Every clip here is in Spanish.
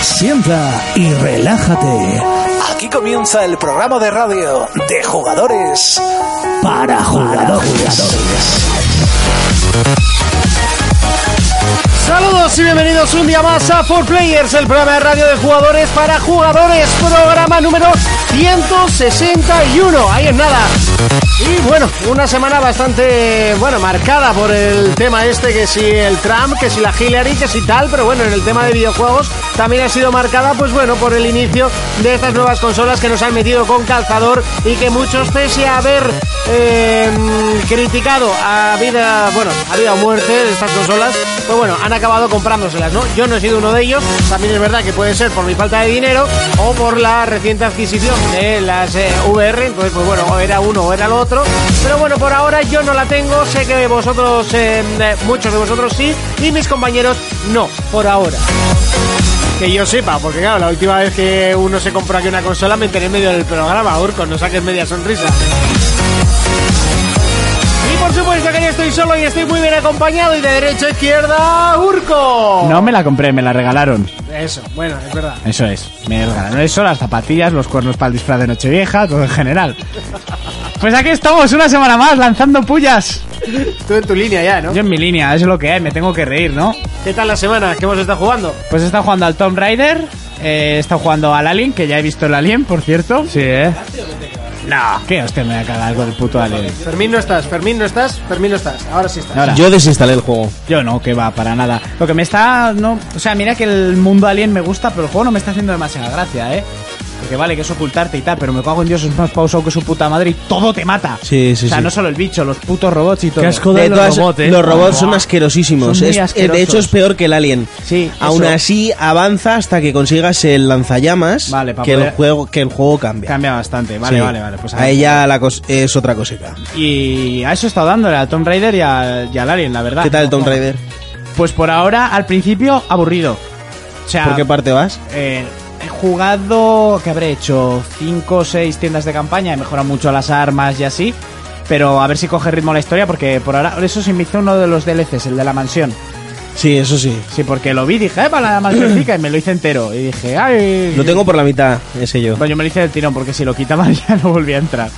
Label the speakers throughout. Speaker 1: Sienta y relájate.
Speaker 2: Aquí comienza el programa de radio de jugadores
Speaker 1: Para jugadores.
Speaker 3: Saludos y bienvenidos un día más a 4Players, el programa de radio de jugadores para jugadores, programa número 161. Ahí es nada. Y bueno, una semana bastante, bueno, marcada por el tema este, que si el Trump, que si la Hillary, que si tal, pero bueno, en el tema de videojuegos también ha sido marcada, pues bueno, por el inicio de estas nuevas consolas que nos han metido con calzador y que muchos, pese a haber eh, criticado a vida, bueno, a vida o muerte de estas consolas, pues bueno, han acabado comprándoselas, ¿no? Yo no he sido uno de ellos, también es verdad que puede ser por mi falta de dinero o por la reciente adquisición de las eh, VR, entonces pues bueno, o era uno o era el otro, pero bueno, por ahora yo no la tengo, sé que vosotros, eh, eh, muchos de vosotros sí, y mis compañeros no, por ahora. Que yo sepa, porque claro, la última vez que uno se compró aquí una consola me enteré en medio del programa, Urco, no saques media sonrisa. Y por supuesto que yo estoy solo y estoy muy bien acompañado y de derecha a izquierda, Urco.
Speaker 4: No me la compré, me la regalaron.
Speaker 3: Eso, bueno, es verdad.
Speaker 4: Eso es. Me regalaron eso, las zapatillas, los cuernos para el disfraz de Nochevieja, todo en general. Pues aquí estamos, una semana más, lanzando pullas.
Speaker 3: Tú en tu línea ya, ¿no?
Speaker 4: Yo en mi línea, eso es lo que hay, me tengo que reír, ¿no?
Speaker 3: ¿Qué tal la semana que hemos estado jugando?
Speaker 4: Pues he estado jugando al Tomb Raider, eh, he estado jugando al Alien, que ya he visto el Alien, por cierto. Sí, ¿eh? No, ¿qué hostia me voy a cagar con el puto Alien?
Speaker 3: Fermín no estás, Fermín no estás, Fermín no estás. Ahora sí estás.
Speaker 4: Ahora,
Speaker 5: Yo desinstalé el juego.
Speaker 4: Yo no, que va, para nada. Lo que me está. No, o sea, mira que el mundo alien me gusta, pero el juego no me está haciendo demasiada gracia, ¿eh? Porque vale, que es ocultarte y tal, pero me cago en Dios, es más pausado que su puta madre y todo te mata.
Speaker 5: Sí, sí,
Speaker 4: O sea,
Speaker 5: sí.
Speaker 4: no solo el bicho, los putos robots y todo.
Speaker 6: Qué asco de
Speaker 5: De
Speaker 6: los
Speaker 5: todas-
Speaker 6: robots, ¿eh?
Speaker 5: los robots son
Speaker 4: Buah.
Speaker 5: asquerosísimos.
Speaker 4: Son muy
Speaker 5: Es- eh,
Speaker 4: asquerosos.
Speaker 5: de hecho, es peor que el Alien.
Speaker 4: Sí,
Speaker 5: Aún
Speaker 4: eso.
Speaker 5: así, avanza hasta que consigas el lanzallamas.
Speaker 4: Vale, pa
Speaker 5: que, el
Speaker 4: poder-
Speaker 5: juego, que el juego cambia.
Speaker 4: Cambia bastante, vale,
Speaker 5: Sí.
Speaker 4: vale, vale. Pues
Speaker 5: a ella la cos- es otra cosita.
Speaker 4: Y a eso he estado dándole, al Tomb Raider y, al- y al Alien, la verdad.
Speaker 5: ¿Qué tal el Tomb Raider?
Speaker 4: Pues por ahora, al principio, aburrido. O sea,
Speaker 5: ¿Por qué parte vas?
Speaker 4: Eh, he jugado, que habré hecho 5 o 6 tiendas de campaña, he mejorado mucho las armas y así. Pero a ver si coge ritmo la historia, porque por ahora, eso sí me hizo uno de los DLCs, el de la mansión.
Speaker 5: Sí, eso sí.
Speaker 4: Sí, porque lo vi, dije, eh, para la mansioncica, y me lo hice entero. Y dije, ay.
Speaker 5: Lo tengo por la mitad, ese yo.
Speaker 4: Bueno, yo me lo hice del tirón, porque si lo quitaba ya no volvía a entrar.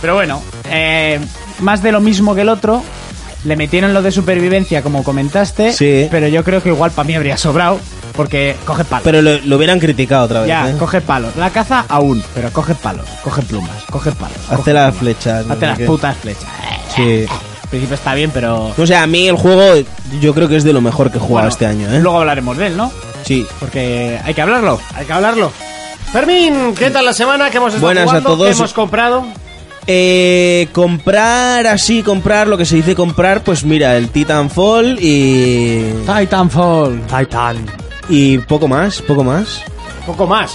Speaker 4: Pero bueno, eh, más de lo mismo que el otro. Le metieron lo de supervivencia, como comentaste.
Speaker 5: Sí.
Speaker 4: Pero yo creo que igual para mí habría sobrado, porque coge palo.
Speaker 5: Pero lo, lo hubieran criticado otra vez.
Speaker 4: Ya,
Speaker 5: ¿eh?
Speaker 4: coge palos. La caza aún, pero coge palos, coge plumas, coge palos. coge
Speaker 5: Hazte las
Speaker 4: plumas.
Speaker 5: flechas. no
Speaker 4: Hazte
Speaker 5: sé
Speaker 4: las
Speaker 5: qué.
Speaker 4: putas flechas. Eh,
Speaker 5: Sí.
Speaker 4: Al principio está bien, pero.
Speaker 5: O sea, a mí el juego yo creo que es de lo mejor que he
Speaker 4: Bueno,
Speaker 5: jugado este año, ¿eh?
Speaker 4: Luego hablaremos de él, ¿no?
Speaker 5: Sí.
Speaker 4: Porque hay que hablarlo.
Speaker 3: Hay que hablarlo. Fermín, ¿qué tal la semana que hemos estado
Speaker 5: Buenas a
Speaker 3: jugando?
Speaker 5: todos.
Speaker 3: ¿Qué hemos comprado?
Speaker 5: Eh, comprar así, comprar lo que se dice comprar, pues mira, el Titanfall y.
Speaker 4: Titanfall.
Speaker 6: Titan.
Speaker 5: Y poco más, poco más.
Speaker 3: Poco más.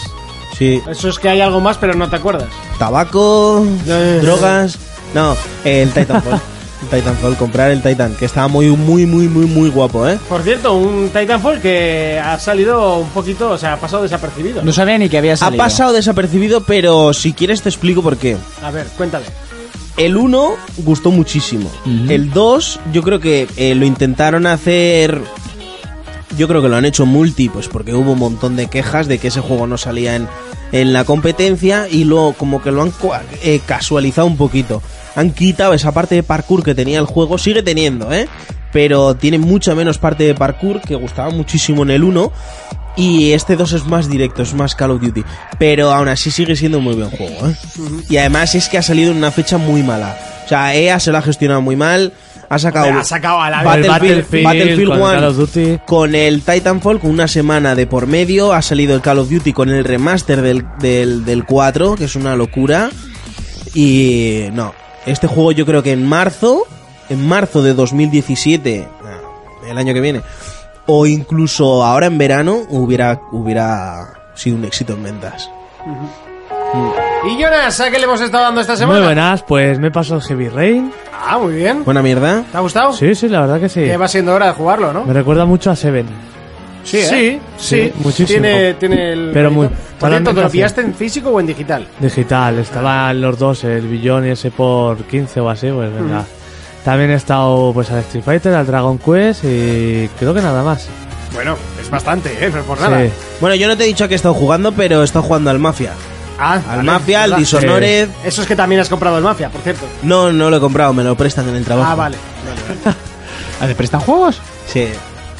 Speaker 5: Sí.
Speaker 3: Eso es que hay algo más, pero no te acuerdas.
Speaker 5: Tabaco,
Speaker 3: Eh.
Speaker 5: drogas. No, el Titanfall. el Titanfall, comprar el Titan, que estaba muy, muy, muy, muy, muy guapo, ¿eh?
Speaker 3: Por cierto, un Titanfall que ha salido un poquito, o sea, ha pasado desapercibido.
Speaker 4: No sabía ni que había
Speaker 5: Ha
Speaker 4: salido.
Speaker 5: pasado desapercibido, pero si quieres te explico por qué.
Speaker 3: A ver, cuéntale.
Speaker 5: El 1 gustó muchísimo. El 2, yo creo que eh, lo intentaron hacer. Yo creo que lo han hecho multi, pues porque hubo un montón de quejas de que ese juego no salía en, en la competencia y luego como que lo han cua- eh, casualizado un poquito. Han quitado esa parte de parkour que tenía el juego, sigue teniendo, ¿eh? Pero tiene mucha menos parte de parkour que gustaba muchísimo en el 1 y este 2 es más directo, es más Call of Duty. Pero aún así sigue siendo muy buen juego, ¿eh? Y además es que ha salido en una fecha muy mala. O sea, EA se lo ha gestionado muy mal. Ha sacado,
Speaker 3: Ha sacado a la
Speaker 5: Battlefield,
Speaker 6: Battlefield,
Speaker 5: Battlefield
Speaker 6: con el
Speaker 5: 1
Speaker 6: Call of Duty.
Speaker 5: con el Titanfall, con una semana de por medio. Ha salido el Call of Duty con el remaster del, del, del 4, que es una locura. Y no, este juego yo creo que en marzo, en marzo de 2017, ah, el año que viene, o incluso ahora en verano, hubiera, hubiera sido un éxito en ventas.
Speaker 3: Y Jonas, ¿a qué le hemos estado dando esta semana?
Speaker 6: Muy buenas, pues me pasó el Heavy Rain.
Speaker 3: Ah, muy bien.
Speaker 5: Buena mierda.
Speaker 3: ¿Te ha gustado?
Speaker 6: Sí, sí, la verdad que sí.
Speaker 3: Que va siendo hora de jugarlo, ¿no?
Speaker 6: Me recuerda mucho a Seven.
Speaker 3: Sí, ¿eh?
Speaker 6: Sí, sí, muchísimo.
Speaker 3: Tiene, tiene el.
Speaker 6: Pero muy-
Speaker 3: Por cierto, ¿te lo
Speaker 6: totalmente
Speaker 3: pillaste en físico o en digital?
Speaker 6: Digital, estaban los dos, el billón y ese por 15 o así, pues venga. También he estado pues al Street Fighter, al Dragon Quest y creo que nada más.
Speaker 7: Bueno, es bastante, ¿eh? No es por nada.
Speaker 6: Sí.
Speaker 5: Bueno, yo no te he dicho a qué he estado jugando, pero he estado jugando al Mafia.
Speaker 7: Ah,
Speaker 5: Al
Speaker 7: vale,
Speaker 5: Mafia, al
Speaker 7: ¿verdad?
Speaker 5: Dishonored.
Speaker 7: Eso es que también has comprado el Mafia, por cierto.
Speaker 5: No, no lo he comprado, me lo prestan en el trabajo.
Speaker 7: Ah, vale. vale, vale.
Speaker 3: ¿Ah, ¿Te prestan juegos?
Speaker 5: Sí,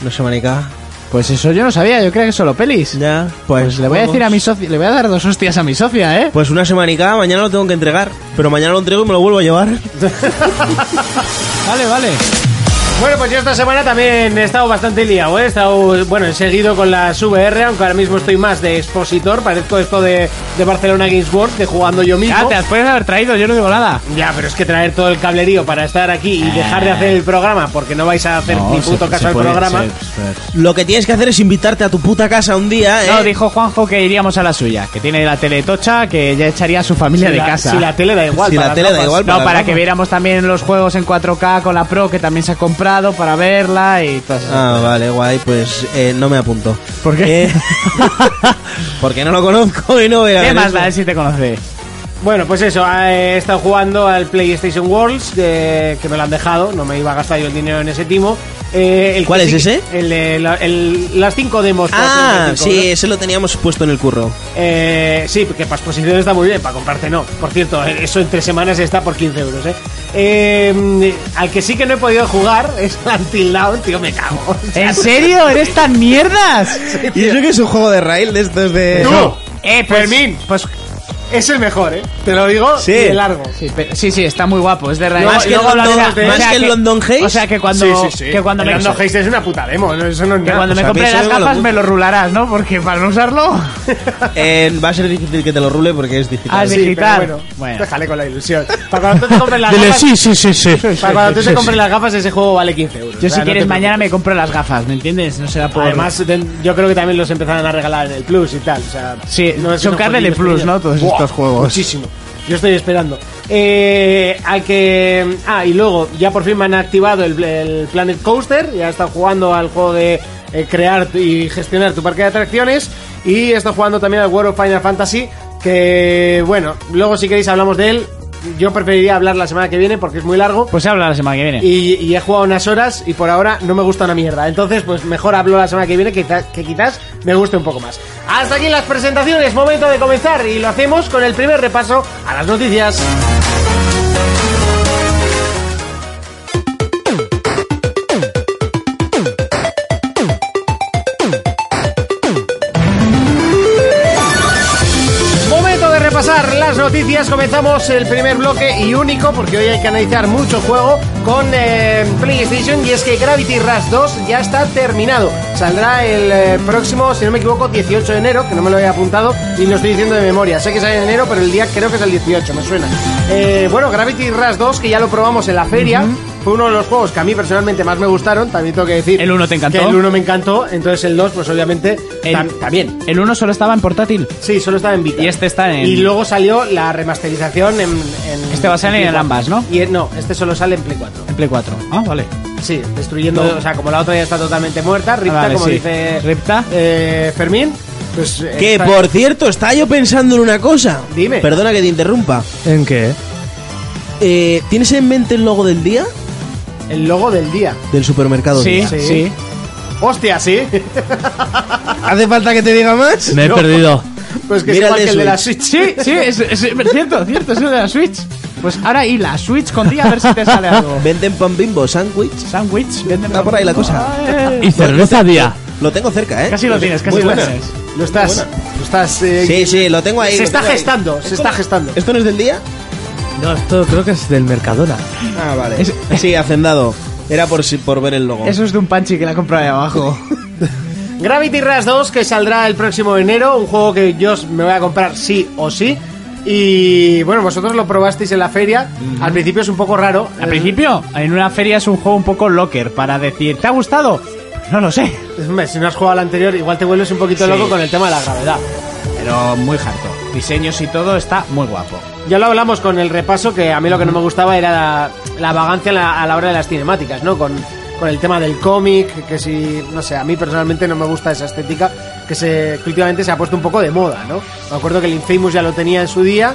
Speaker 5: no sé, manica.
Speaker 3: Pues eso yo no sabía, yo creía que solo pelis.
Speaker 5: Ya,
Speaker 3: Pues,
Speaker 5: pues.
Speaker 3: le voy a
Speaker 5: vamos.
Speaker 3: decir a mi socio, le voy a dar dos hostias a mi socia, ¿eh?
Speaker 5: Pues una semanica, mañana lo tengo que entregar. Pero mañana lo entrego y me lo vuelvo a llevar.
Speaker 3: Vale, vale.
Speaker 7: Bueno, pues yo esta semana también he estado bastante liado, ¿eh? he estado, bueno, he seguido con las VR, aunque ahora mismo estoy más de expositor, parezco esto de, de Barcelona Games World, de jugando yo mismo.
Speaker 3: Ya, te las puedes haber traído, yo no digo nada.
Speaker 7: Ya, pero es que traer todo el cablerío para estar aquí
Speaker 5: Eh.
Speaker 7: y dejar de hacer el programa, porque no vais a hacer ni puto caso al programa.
Speaker 5: Lo que tienes que hacer es invitarte a tu puta casa un día, ¿eh?
Speaker 3: No, dijo Juanjo que iríamos a la suya, que tiene la teletocha, que ya echaría a su familia
Speaker 7: si
Speaker 3: de
Speaker 7: la,
Speaker 3: casa.
Speaker 7: si la tele da igual.
Speaker 5: Si la
Speaker 7: para las
Speaker 5: tele da
Speaker 7: gafas.
Speaker 5: igual,
Speaker 3: No,
Speaker 5: la
Speaker 3: para
Speaker 5: gama.
Speaker 3: que viéramos también los juegos en 4K con la Pro, que también se ha comprado para verla y todas esas
Speaker 5: Ah, vale, guay, pues eh, no me apunto.
Speaker 3: ¿Por qué?
Speaker 5: Eh, porque no lo conozco y no voy a
Speaker 3: ¿Qué
Speaker 5: ver
Speaker 3: más
Speaker 5: eso.
Speaker 3: da él si te conoce?
Speaker 7: Bueno, pues eso, he estado jugando al PlayStation Worlds, eh, que me lo han dejado, no me iba a gastar yo el dinero en ese timo. Eh, el que
Speaker 5: ¿Cuál es
Speaker 7: sí-
Speaker 5: ese?
Speaker 7: El, de la- el- las cinco demos. por
Speaker 5: Ah,
Speaker 7: 35,
Speaker 5: sí,
Speaker 7: ¿no?
Speaker 5: ese lo teníamos puesto en el curro.
Speaker 7: Eh, sí, que para exposiciones está muy bien, para comprarte no. Por cierto, eh, eso en tres semanas está por 15 euros, ¿eh? Eh, Al que sí que no he podido jugar es al Until Dawn, tío, me cago. O sea,
Speaker 3: ¿En serio? ¿Eres tan mierdas?
Speaker 5: Y eso que es un juego de rail de estos de.
Speaker 7: ¡Tú!
Speaker 3: Eh,
Speaker 7: Fermín.
Speaker 3: Pues
Speaker 7: Es el mejor, ¿eh? Te lo digo
Speaker 5: Sí.
Speaker 7: y de largo.
Speaker 3: sí, pe- sí, sí, está muy guapo, es de raíz.
Speaker 5: Más que
Speaker 3: Luego
Speaker 5: el
Speaker 3: hablaremos
Speaker 5: London-
Speaker 3: de-
Speaker 5: más que el London Haze.
Speaker 3: O
Speaker 7: Ah,
Speaker 3: sea, que cuando, Que cuando
Speaker 7: El
Speaker 3: me,
Speaker 7: Lando Hayes es una puta demo, ¿no? eso no es
Speaker 3: que
Speaker 7: nada.
Speaker 3: cuando
Speaker 5: Pues
Speaker 3: me
Speaker 5: a mí
Speaker 3: compre
Speaker 5: eso
Speaker 3: las
Speaker 5: me mola
Speaker 3: gafas
Speaker 5: mucho.
Speaker 3: me lo rularás, ¿no? Porque para no usarlo...
Speaker 5: Eh, va a ser difícil que te lo rule porque es digital.
Speaker 3: Ah,
Speaker 7: Sí,
Speaker 3: sí.
Speaker 7: pero
Speaker 3: digital.
Speaker 7: bueno,
Speaker 3: Bueno.
Speaker 7: déjale con la ilusión. Para cuando tú te compres las
Speaker 6: Dile,
Speaker 7: gafas,
Speaker 6: sí, sí, sí, sí.
Speaker 7: para cuando tú te compres las gafas ese juego vale 15 euros.
Speaker 3: Yo
Speaker 7: O sea,
Speaker 3: si
Speaker 7: no
Speaker 3: quieres
Speaker 7: te
Speaker 3: mañana me compro las gafas, ¿me entiendes? No será por...
Speaker 7: Además, ten- yo creo que también los empezaron a regalar en el Plus y tal. O sea,
Speaker 3: Sí,
Speaker 7: es
Speaker 3: son
Speaker 7: una
Speaker 3: carne de
Speaker 7: jodida
Speaker 3: Plus,
Speaker 7: historia.
Speaker 3: ¿no? Todos
Speaker 7: Buah,
Speaker 3: estos juegos.
Speaker 7: Muchísimo. Yo estoy esperando. Eh, al que. Ah, y luego, ya por fin me han activado el, el Planet Coaster. Ya está jugando al juego de eh, crear y gestionar tu parque de atracciones. Y está jugando también al World of Final Fantasy. Que, bueno, luego si queréis hablamos de él. Yo preferiría hablar la semana que viene porque es muy largo.
Speaker 3: Pues se habla la semana que viene.
Speaker 7: Y, y he jugado unas horas y por ahora no me gusta una mierda. Entonces, pues mejor hablo la semana que viene, que, quizá- que quizás me guste un poco más. Hasta aquí las presentaciones, momento de comenzar y lo hacemos con el primer repaso a las noticias. Momento de repasar las noticias. Comenzamos el primer bloque y único, porque hoy hay que analizar mucho juego con eh, PlayStation. Y es que Gravity Rush 2 ya está terminado. Saldrá el eh, próximo, si no me equivoco, 18 de enero, que no me lo había apuntado y lo estoy diciendo de memoria. Sé que sale en enero, pero el día creo que es el 18, me suena. Eh, bueno, Gravity Rush 2, que ya lo probamos en la feria. Fue uno de los juegos que a mí personalmente más me gustaron. También tengo que decir.
Speaker 3: ¿El uno te encantó?
Speaker 7: que el 1 me encantó. Entonces el 2, pues obviamente.
Speaker 3: El-
Speaker 7: tam- también.
Speaker 3: El uno solo estaba en portátil.
Speaker 7: Sí, solo estaba en Vita.
Speaker 3: Y este está en-
Speaker 7: Y luego salió la remasterización en. en-
Speaker 3: Este va a salir en
Speaker 7: Play
Speaker 3: ambas,
Speaker 7: 4.
Speaker 3: ¿no?
Speaker 7: Y, no, este solo sale en Play 4.
Speaker 3: En Play 4. Ah, vale.
Speaker 7: Sí, destruyendo.
Speaker 3: No. Ah,
Speaker 7: O sea, como la otra ya está totalmente muerta, Ripta,
Speaker 3: vale,
Speaker 7: como
Speaker 3: sí.
Speaker 7: dice.
Speaker 3: Ripta.
Speaker 7: eh, Fermín. Pues. eh,
Speaker 5: Que
Speaker 7: está-
Speaker 5: por cierto, estaba yo pensando en una cosa.
Speaker 7: Dime.
Speaker 5: Perdona que te interrumpa.
Speaker 6: ¿En qué?
Speaker 5: Eh, ¿Tienes en mente el logo del día?
Speaker 7: El logo del día.
Speaker 5: Del supermercado.
Speaker 3: Sí,
Speaker 5: día.
Speaker 7: Sí.
Speaker 3: sí.
Speaker 7: ¡Hostia, sí!
Speaker 5: ¿Hace falta que te diga más?
Speaker 6: Me he perdido.
Speaker 7: pues que es
Speaker 5: Mira
Speaker 7: igual
Speaker 5: el
Speaker 7: que
Speaker 5: de
Speaker 7: el de la Switch.
Speaker 3: Sí, sí, es, es- es cierto, cierto, es lo de la Switch. Pues ahora y la Switch con día a ver si te sale algo.
Speaker 5: Venden pan bimbo, sándwich.
Speaker 3: Sandwich, venden
Speaker 5: Está por ahí la cosa.
Speaker 3: Eh,
Speaker 6: Y cerveza día.
Speaker 5: Lo tengo cerca, ¿eh?
Speaker 3: Casi lo tienes, casi
Speaker 5: Muy
Speaker 3: lo
Speaker 5: buena.
Speaker 3: tienes.
Speaker 7: Lo estás. Lo estás. eh,
Speaker 5: Sí, sí, lo tengo ahí.
Speaker 7: se
Speaker 5: lo
Speaker 7: está
Speaker 5: tengo ahí.
Speaker 7: gestando, se está gestando.
Speaker 5: ¿Esto no es del día?
Speaker 6: No, esto creo que es del Mercadona.
Speaker 5: Ah, vale. Sí, hacendado. Era por, si- por ver el logo.
Speaker 3: Eso es de un panchi que la compra de abajo.
Speaker 7: Gravity Rush 2 que saldrá el próximo enero, un juego que yo me voy a comprar sí o sí. Y bueno, vosotros lo probasteis en la feria. Al principio es un poco raro.
Speaker 3: Al
Speaker 7: Eh,
Speaker 3: principio, en una feria es un juego un poco locker para decir, ¿te ha gustado? Pues No lo sé,
Speaker 7: hombre, Si no has jugado al anterior, igual te vuelves un poquito
Speaker 3: Sí.
Speaker 7: loco con el tema de la gravedad.
Speaker 3: pero muy harto. Diseños y todo está muy guapo.
Speaker 7: Ya lo hablamos con el repaso, que a mí lo que no me gustaba era la, la vagancia a la, a la hora de las cinemáticas, ¿no? Con, con el tema del cómic, que si, no sé, a mí personalmente no me gusta esa estética, que, se, que últimamente se ha puesto un poco de moda, ¿no? Me acuerdo que el Infamous ya lo tenía en su día.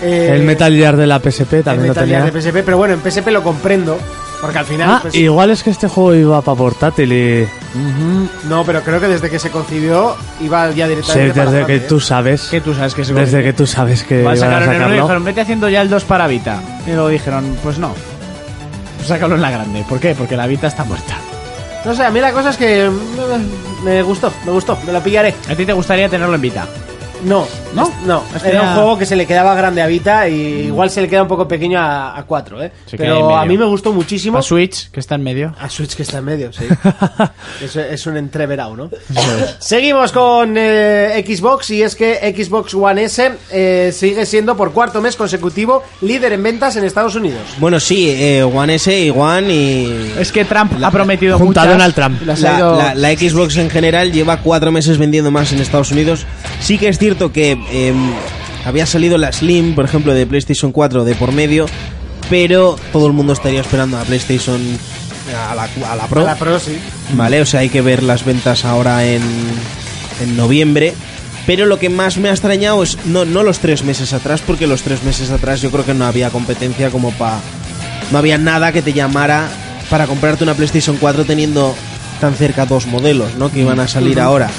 Speaker 7: eh,
Speaker 6: El Metal Gear de la PSP
Speaker 7: en
Speaker 6: también lo
Speaker 7: Metal Gear de
Speaker 6: tenía.
Speaker 7: PSP, pero bueno, en PSP lo comprendo. Porque al final.
Speaker 6: Ah,
Speaker 7: pues,
Speaker 6: igual es que este juego iba para portátil y
Speaker 7: No, pero creo que desde que se concibió iba ya
Speaker 6: sé
Speaker 7: directamente. para
Speaker 6: desde
Speaker 7: Zambia,
Speaker 6: que
Speaker 7: ¿eh?
Speaker 6: tú sabes.
Speaker 3: Que tú sabes que se
Speaker 6: Desde que tú sabes que
Speaker 3: Va a
Speaker 6: iban a
Speaker 3: sacar en el uno y
Speaker 6: sacarlo.
Speaker 3: dijeron, vete haciendo ya el 2 para Vita. Y luego dijeron, pues no. Pues sácalo en la grande. ¿Por qué? Porque la Vita está muerta.
Speaker 7: ¿eh? No sé, a mí la cosa es que. mm, Me gustó, me gustó, me lo pillaré.
Speaker 3: ¿A ti te gustaría tenerlo en Vita?
Speaker 7: No,
Speaker 3: ¿No?
Speaker 7: es- no.
Speaker 3: Es que
Speaker 7: era
Speaker 3: ya-
Speaker 7: un juego que se le quedaba grande a Vita y igual se le queda un poco pequeño a, a 4, ¿eh?
Speaker 3: Se queda ahí en
Speaker 7: pero a
Speaker 3: medio.
Speaker 7: mí me gustó muchísimo.
Speaker 3: ¿A Switch, que está en medio?
Speaker 7: A Switch que está en medio, sí. es, es un entreverado, ¿no? Seguimos con eh, Xbox y es que Xbox One S eh, sigue siendo por cuarto mes consecutivo líder en ventas en Estados Unidos.
Speaker 5: Bueno, sí, eh, One S y One y...
Speaker 3: Es que Trump
Speaker 5: La-
Speaker 3: ha prometido
Speaker 6: junto a
Speaker 3: muchas,
Speaker 6: Donald Trump.
Speaker 3: y las ha
Speaker 5: La,
Speaker 3: ido-
Speaker 5: la- la Xbox en general lleva cuatro meses vendiendo más en Estados Unidos. Sí que es cierto que eh, había salido la Slim, por ejemplo, de PlayStation 4 de por medio, pero todo el mundo estaría esperando a PlayStation a la, a la Pro.
Speaker 7: A La Pro, sí.
Speaker 5: Vale, o sea, hay que ver las ventas ahora en, en noviembre. Pero lo que más me ha extrañado es no, no los tres meses atrás, porque los tres meses atrás yo creo que no había competencia como para... No había nada que te llamara para comprarte una PlayStation 4 teniendo tan cerca dos modelos, ¿no? Que iban a salir ahora.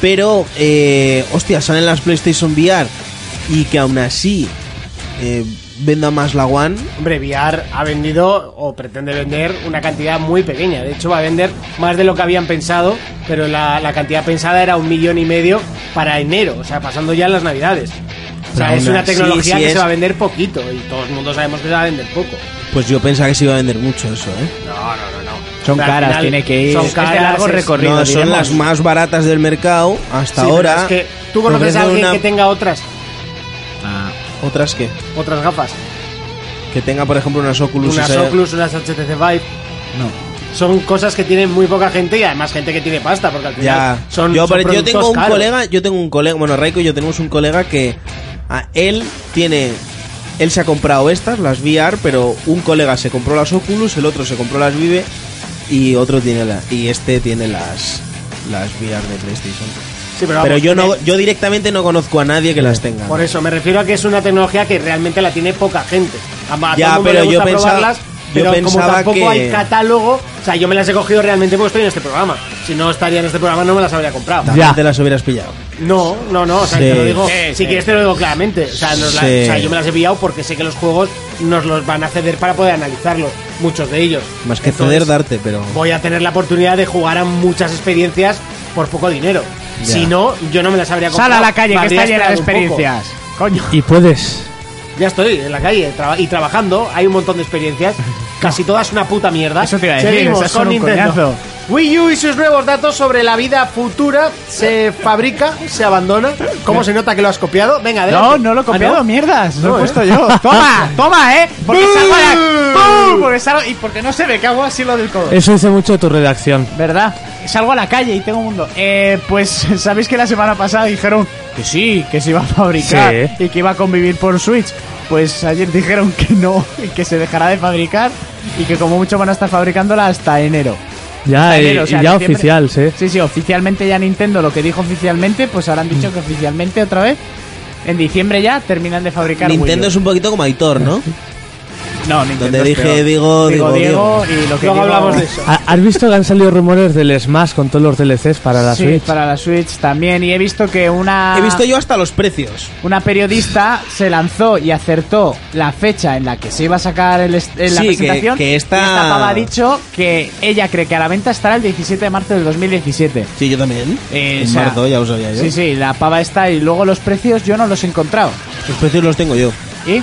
Speaker 5: Pero, eh, hostia, salen las PlayStation VR y que aún así eh, venda más la One.
Speaker 7: Hombre, VR ha vendido o pretende vender una cantidad muy pequeña. De hecho, va a vender más de lo que habían pensado, pero la, la cantidad pensada era un millón y medio para enero, o sea, pasando ya las navidades. O sea,
Speaker 5: Pero
Speaker 7: es
Speaker 5: aún
Speaker 7: una
Speaker 5: así,
Speaker 7: tecnología
Speaker 5: sí
Speaker 7: que
Speaker 5: es-
Speaker 7: se va a vender poquito y todo el mundo sabemos que se va a vender poco.
Speaker 5: Pues yo pensaba que se iba a vender mucho eso, ¿eh?
Speaker 7: No, no, no, no.
Speaker 3: Son
Speaker 7: Pero al
Speaker 3: caras, tiene que ir.
Speaker 7: Son
Speaker 3: Es de
Speaker 7: caras,
Speaker 3: largo
Speaker 7: es-
Speaker 3: recorrido.
Speaker 5: No, son
Speaker 3: diremos.
Speaker 5: las más baratas del mercado hasta
Speaker 7: Sí, pero
Speaker 5: ahora.
Speaker 7: es que tú conoces
Speaker 5: Ofrecen
Speaker 7: a alguien
Speaker 5: una-
Speaker 7: que tenga otras,
Speaker 3: Ah,
Speaker 5: otras que
Speaker 7: otras gafas.
Speaker 5: que tenga por ejemplo unas Oculus,
Speaker 7: unas
Speaker 5: esa-
Speaker 7: Oculus, unas HTC Vive.
Speaker 3: no.
Speaker 7: Son cosas que tienen muy poca gente y además gente que tiene pasta, porque al final
Speaker 5: Ya.
Speaker 7: son.
Speaker 5: yo,
Speaker 7: son
Speaker 5: pero yo
Speaker 7: productos
Speaker 5: tengo un
Speaker 7: caros.
Speaker 5: colega, yo tengo un colega, bueno, Raiko y yo tenemos un colega que a él tiene él se ha comprado estas, las VR, pero un colega se compró las Oculus, el otro se compró las Vive y otro tiene la y este tiene las las VR de PlayStation.
Speaker 7: Sí, pero,
Speaker 5: Pero
Speaker 7: vamos,
Speaker 5: yo no yo directamente no conozco a nadie que las tenga.
Speaker 7: Por eso me refiero a que es una tecnología que realmente la tiene poca gente. A, a
Speaker 5: Ya,
Speaker 7: todo el mundo
Speaker 5: pero
Speaker 7: le gusta
Speaker 5: yo pensaba-
Speaker 7: probarlas,
Speaker 5: yo
Speaker 7: pero
Speaker 5: pensaba
Speaker 7: como tampoco
Speaker 5: que-
Speaker 7: hay catálogo, o sea, yo me las he cogido realmente porque estoy en este programa. Si no estaría en este programa no me las habría comprado.
Speaker 5: También
Speaker 6: Ya.
Speaker 5: te las hubieras pillado.
Speaker 7: No, no, no, o sea,
Speaker 5: Sí.
Speaker 7: te lo digo,
Speaker 3: Sí,
Speaker 7: si
Speaker 3: sí.
Speaker 7: quieres te lo digo claramente. O sea, nos la-
Speaker 5: Sí.
Speaker 7: o sea, yo me las he pillado porque sé que los juegos nos los van a ceder para poder analizarlos, muchos de ellos.
Speaker 5: Más que
Speaker 7: Entonces,
Speaker 5: ceder darte, pero
Speaker 7: Voy a tener la oportunidad de jugar a muchas experiencias por poco dinero.
Speaker 5: Ya.
Speaker 7: Si no, yo no me las habría comprado.
Speaker 3: Sal a la calle,
Speaker 7: me
Speaker 3: que
Speaker 7: habría
Speaker 3: está llena de
Speaker 7: esperado un poco.
Speaker 3: experiencias. Coño.
Speaker 6: Y puedes.
Speaker 7: Ya estoy en la calle traba- y trabajando. Hay un montón de experiencias. Casi todas una puta mierda.
Speaker 3: Eso te iba a decir,
Speaker 7: Seguimos
Speaker 3: esas son
Speaker 7: con
Speaker 3: un
Speaker 7: Nintendo.
Speaker 3: coñazo.
Speaker 7: Wii U y sus nuevos datos sobre la vida futura se fabrica, se abandona. ¿Cómo se nota que lo has copiado? Venga,
Speaker 3: No,
Speaker 7: adelante.
Speaker 3: no lo he copiado,
Speaker 7: ¿Ah, no?
Speaker 3: mierdas. Lo
Speaker 7: No,
Speaker 3: he
Speaker 7: ¿eh?
Speaker 3: puesto yo. Toma, toma, eh. Porque salgo a la. ¡Bum! Porque salgo. Y porque no se ve que hago así lo del codo.
Speaker 6: Eso dice mucho tu redacción.
Speaker 3: ¿Verdad? Salgo a la calle y tengo mundo. Eh, pues sabéis que la semana pasada dijeron que sí, que se iba a fabricar
Speaker 6: Sí.
Speaker 3: y que iba a convivir por Switch. Pues ayer dijeron que no y que se dejará de fabricar y que como mucho van a estar fabricándola hasta enero.
Speaker 6: Ya, y,
Speaker 3: Enero, o sea,
Speaker 6: y ya
Speaker 3: diciembre.
Speaker 6: oficial, sí.
Speaker 3: Sí, sí, oficialmente ya Nintendo lo que dijo oficialmente, pues ahora han dicho que oficialmente otra vez. En diciembre ya terminan de fabricar Wii U.
Speaker 5: Nintendo es un poquito como Aitor, ¿no?
Speaker 3: No, Nintendo
Speaker 5: Donde
Speaker 3: es
Speaker 5: dije
Speaker 3: peor.
Speaker 5: digo,
Speaker 3: Digo
Speaker 5: digo,
Speaker 3: Diego, y lo que digo-
Speaker 7: Luego hablamos de eso.
Speaker 6: Ha- ¿Has visto que han salido rumores del Smash con todos los DLCs para la
Speaker 3: Sí,
Speaker 6: Switch?
Speaker 3: para la Switch también. Y he visto que una...
Speaker 5: He visto yo hasta los precios.
Speaker 3: Una periodista se lanzó y acertó la fecha en la que se iba a sacar el est- en la
Speaker 5: Sí, que-
Speaker 3: presentación.
Speaker 5: que esta-
Speaker 3: y esta pava ha dicho que ella cree que a la venta estará el 17 de marzo del 2017.
Speaker 5: Sí, yo también.
Speaker 3: Eh,
Speaker 5: En
Speaker 3: o sea,
Speaker 5: marzo, ya lo sabía yo.
Speaker 3: Sí, sí, la pava está y luego los precios yo no los he encontrado.
Speaker 5: Los precios los tengo yo.
Speaker 3: ¿Y?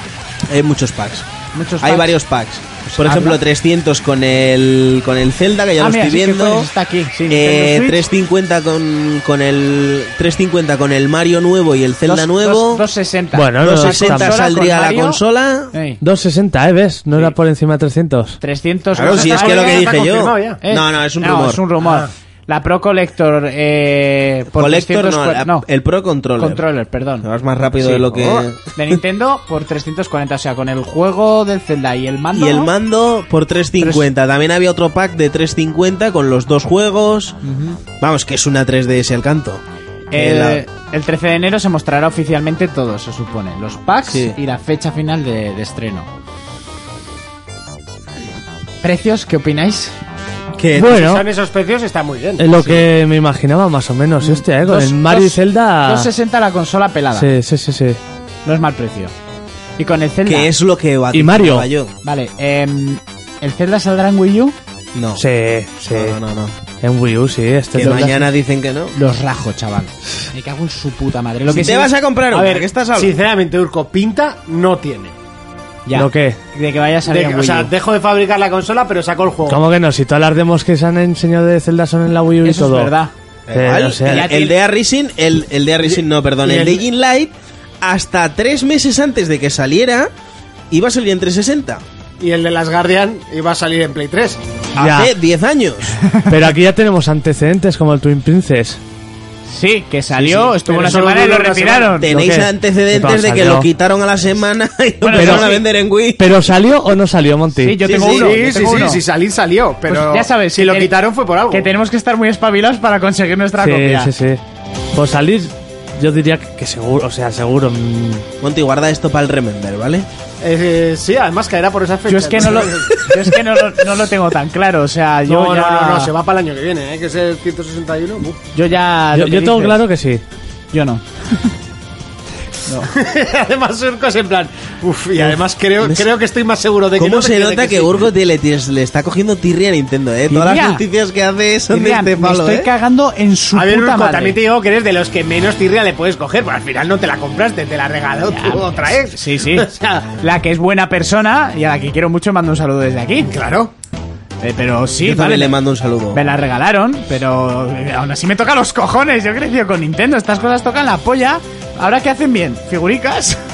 Speaker 5: Hay muchos packs.
Speaker 3: Muchos
Speaker 5: Hay
Speaker 3: packs. Pues
Speaker 5: varios packs. Por
Speaker 3: habla.
Speaker 5: ejemplo, 300 con el con el Zelda que ya
Speaker 3: Ah,
Speaker 5: lo
Speaker 3: mira,
Speaker 5: estoy
Speaker 3: sí que
Speaker 5: viendo.
Speaker 3: pues está aquí, sí,
Speaker 5: Eh,
Speaker 3: Nintendo Switch.
Speaker 5: 350 con con el 350 con el Mario nuevo y el Zelda
Speaker 3: Dos-
Speaker 5: nuevo.
Speaker 3: dos- 260.
Speaker 6: Bueno, no,
Speaker 5: 260
Speaker 6: está-
Speaker 3: consola
Speaker 5: saldría
Speaker 3: con
Speaker 5: la
Speaker 3: Mario.
Speaker 5: consola.
Speaker 3: Ey,
Speaker 6: 260, ¿eh? ¿Ves? No era por encima de 300.
Speaker 3: 300.
Speaker 5: Claro, si es que lo que
Speaker 7: Está
Speaker 5: dije yo.
Speaker 7: confirmado ya.
Speaker 3: Eh,
Speaker 5: No, no, es un rumor.
Speaker 3: es un rumor. La Pro Collector eh, por
Speaker 5: Collector
Speaker 3: 300
Speaker 5: no, la-
Speaker 3: no,
Speaker 5: el Pro Controller.
Speaker 3: controller, perdón.
Speaker 5: Vas más rápido
Speaker 3: Sí. Oh.
Speaker 5: de lo que
Speaker 3: De Nintendo por 340, o sea, con el juego del Zelda y el mando.
Speaker 5: Y el
Speaker 3: ¿no?
Speaker 5: mando por 350. También había otro pack de 350 con los dos juegos. Vamos, que es una 3DS al canto. Que
Speaker 3: Eh,
Speaker 5: la-
Speaker 3: El 13 de enero se mostrará oficialmente todo, se supone. Los packs
Speaker 5: Sí.
Speaker 3: y la fecha final de, de estreno.
Speaker 8: ¿Precios? ¿Qué opináis?
Speaker 3: Eh,
Speaker 5: Que
Speaker 6: Bueno,
Speaker 7: Son esos precios, está muy bien.
Speaker 6: es lo que me imaginaba más o menos. Hostia, eh, con
Speaker 3: Mm, Dos-
Speaker 6: el Mario y
Speaker 3: dos-
Speaker 6: Zelda.
Speaker 3: 260 la consola pelada.
Speaker 6: Sí, sí, sí, sí.
Speaker 3: No es mal precio. Y con el Zelda.
Speaker 5: que es lo que va
Speaker 6: ¿Y Mario?
Speaker 5: yo.
Speaker 3: Vale, em, ¿el Zelda saldrá en Wii U?
Speaker 5: No.
Speaker 6: Sí, sí.
Speaker 5: No, no, no.
Speaker 6: En Wii U, sí. Este
Speaker 5: Que
Speaker 6: Zelda sí.
Speaker 5: mañana dicen que no.
Speaker 3: Los rajo, chaval. Me cago en su puta madre. Lo que
Speaker 5: Si te
Speaker 3: sí-
Speaker 5: vas a comprar
Speaker 7: A
Speaker 5: una,
Speaker 7: ver,
Speaker 5: ¿qué estás Eh, hablando?
Speaker 7: sinceramente, Urco, pinta no tiene.
Speaker 3: Ya.
Speaker 6: ¿Lo qué?
Speaker 3: De que vaya a salir
Speaker 7: De-
Speaker 3: en
Speaker 7: o
Speaker 3: Wii
Speaker 7: sea,
Speaker 3: U.
Speaker 7: dejo de fabricar la consola, pero saco el juego.
Speaker 6: ¿Cómo que no? Si todas las demos que se han enseñado de Zelda son en la Wii U y
Speaker 3: Eso es
Speaker 6: todo.
Speaker 3: verdad.
Speaker 6: Eh,
Speaker 5: Igual,
Speaker 6: o sea,
Speaker 5: el, el de Arrisin, el, el de Arrisin, no, perdón,
Speaker 7: y
Speaker 5: el,
Speaker 7: el-
Speaker 5: de Jin Light, hasta tres meses antes de que saliera, iba a salir en 360.
Speaker 7: Y el de las Guardian iba a salir en Play 3.
Speaker 6: Ya.
Speaker 5: Hace 10 años.
Speaker 6: Pero aquí ya tenemos antecedentes como el Twin Princess.
Speaker 3: Sí, que salió, estuvo
Speaker 7: Pero
Speaker 3: una
Speaker 7: solo
Speaker 3: semana y
Speaker 7: duró
Speaker 3: lo
Speaker 7: una
Speaker 3: retiraron.
Speaker 5: Tenéis
Speaker 6: qué?
Speaker 5: antecedentes
Speaker 6: Entonces
Speaker 5: de que
Speaker 6: salió.
Speaker 5: lo quitaron a la semana y lo
Speaker 3: Bueno,
Speaker 5: empezaron
Speaker 3: sí.
Speaker 5: a vender en Wii.
Speaker 6: ¿Pero salió o no salió, Monty?
Speaker 3: Sí, yo
Speaker 5: Sí,
Speaker 3: tengo
Speaker 5: sí,
Speaker 3: uno.
Speaker 5: sí,
Speaker 3: yo
Speaker 7: sí,
Speaker 3: tengo
Speaker 7: sí,
Speaker 3: uno.
Speaker 7: si salir salió, pero
Speaker 3: Pues ya sabes,
Speaker 7: si
Speaker 3: que
Speaker 7: lo
Speaker 3: ten-
Speaker 7: quitaron fue por algo.
Speaker 3: Que tenemos que estar muy espabilados para conseguir nuestra
Speaker 6: Sí,
Speaker 3: copia.
Speaker 6: sí, sí. Por salir, yo diría que que seguro, o sea, seguro. mm,
Speaker 5: Monty, guarda esto para el Remember, ¿vale?
Speaker 7: Eh, eh, sí, además caerá por esa fecha.
Speaker 3: Yo es que no lo, yo es que no, lo- no lo tengo tan claro. O sea, yo
Speaker 7: No, no,
Speaker 3: ya.
Speaker 7: no, no, se va para el año que viene, ¿eh? que es el 161. Uf.
Speaker 3: Yo ya. lo
Speaker 6: Yo,
Speaker 3: que
Speaker 6: yo tengo
Speaker 3: dices.
Speaker 6: claro que sí.
Speaker 3: Yo no.
Speaker 7: además, Urco es en plan. Uf, y además creo, creo que estoy más seguro de que
Speaker 5: ¿Cómo
Speaker 7: no
Speaker 5: se
Speaker 7: de
Speaker 5: nota
Speaker 7: de
Speaker 5: que
Speaker 7: sí.
Speaker 5: Urgo te- le, tienes- le está cogiendo tirria a Nintendo, eh? Todas
Speaker 3: Tirria.
Speaker 5: las noticias que hace son
Speaker 3: Mira,
Speaker 5: de este
Speaker 3: me
Speaker 5: palo,
Speaker 3: estoy
Speaker 5: eh.
Speaker 3: cagando en su
Speaker 7: A ver,
Speaker 3: puta
Speaker 7: Urco,
Speaker 3: madre.
Speaker 7: también te digo que eres de los que menos tirria le puedes coger, porque al final no te la compraste, te la regaló tú otra vez.
Speaker 3: Sí, sí.
Speaker 7: O sea,
Speaker 3: La que es buena persona y a la que quiero mucho mando un saludo desde aquí.
Speaker 7: claro.
Speaker 3: Eh, pero sí,
Speaker 5: Yo
Speaker 3: vale,
Speaker 5: también le mando un saludo.
Speaker 3: Me la regalaron, pero eh, aún así me toca los cojones. Yo crecí con Nintendo, estas cosas tocan la polla. Ahora que hacen bien, figuricas.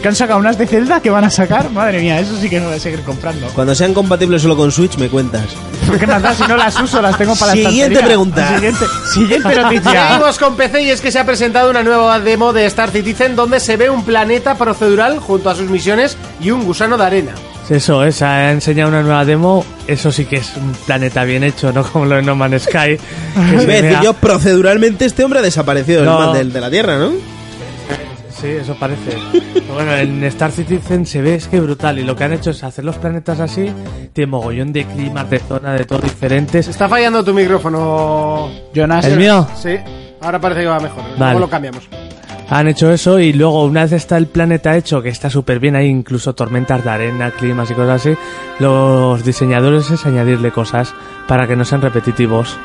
Speaker 3: Que han sacado unas de Zelda que van a sacar. Madre mía, eso sí que no voy a seguir comprando.
Speaker 5: Cuando sean compatibles solo con Switch, me cuentas.
Speaker 3: ¿Por qué más da si no las uso? Las tengo para la
Speaker 5: Siguiente
Speaker 3: estantería.
Speaker 5: pregunta.
Speaker 3: Siguiente, siguiente noticia.
Speaker 7: Seguimos con PC y es que se ha presentado una nueva demo de Star Citizen donde se ve un planeta procedural junto a sus misiones y un gusano de arena.
Speaker 6: Eso es, ha enseñado una nueva demo. Eso sí que es un planeta bien hecho, no como lo de No Man's Sky. que se
Speaker 5: Iba a decir
Speaker 6: vea-
Speaker 5: yo, proceduralmente este hombre ha desaparecido
Speaker 6: No.
Speaker 5: el man del- de la Tierra, ¿no?
Speaker 6: Sí, eso parece. Pero bueno, en Star Citizen se ve es que brutal. Y lo que han hecho es hacer los planetas así. Tiene mogollón de climas, de zona, de todo diferentes.
Speaker 7: Está fallando tu micrófono.
Speaker 3: Jonas,
Speaker 6: ¿El mío?
Speaker 7: Sí, ahora parece que va mejor. Luego
Speaker 6: Vale.
Speaker 7: lo cambiamos.
Speaker 6: Han hecho eso y luego una vez está el planeta hecho, que está súper bien, hay incluso tormentas de arena, climas y cosas así, los diseñadores es añadirle cosas para que no sean repetitivos.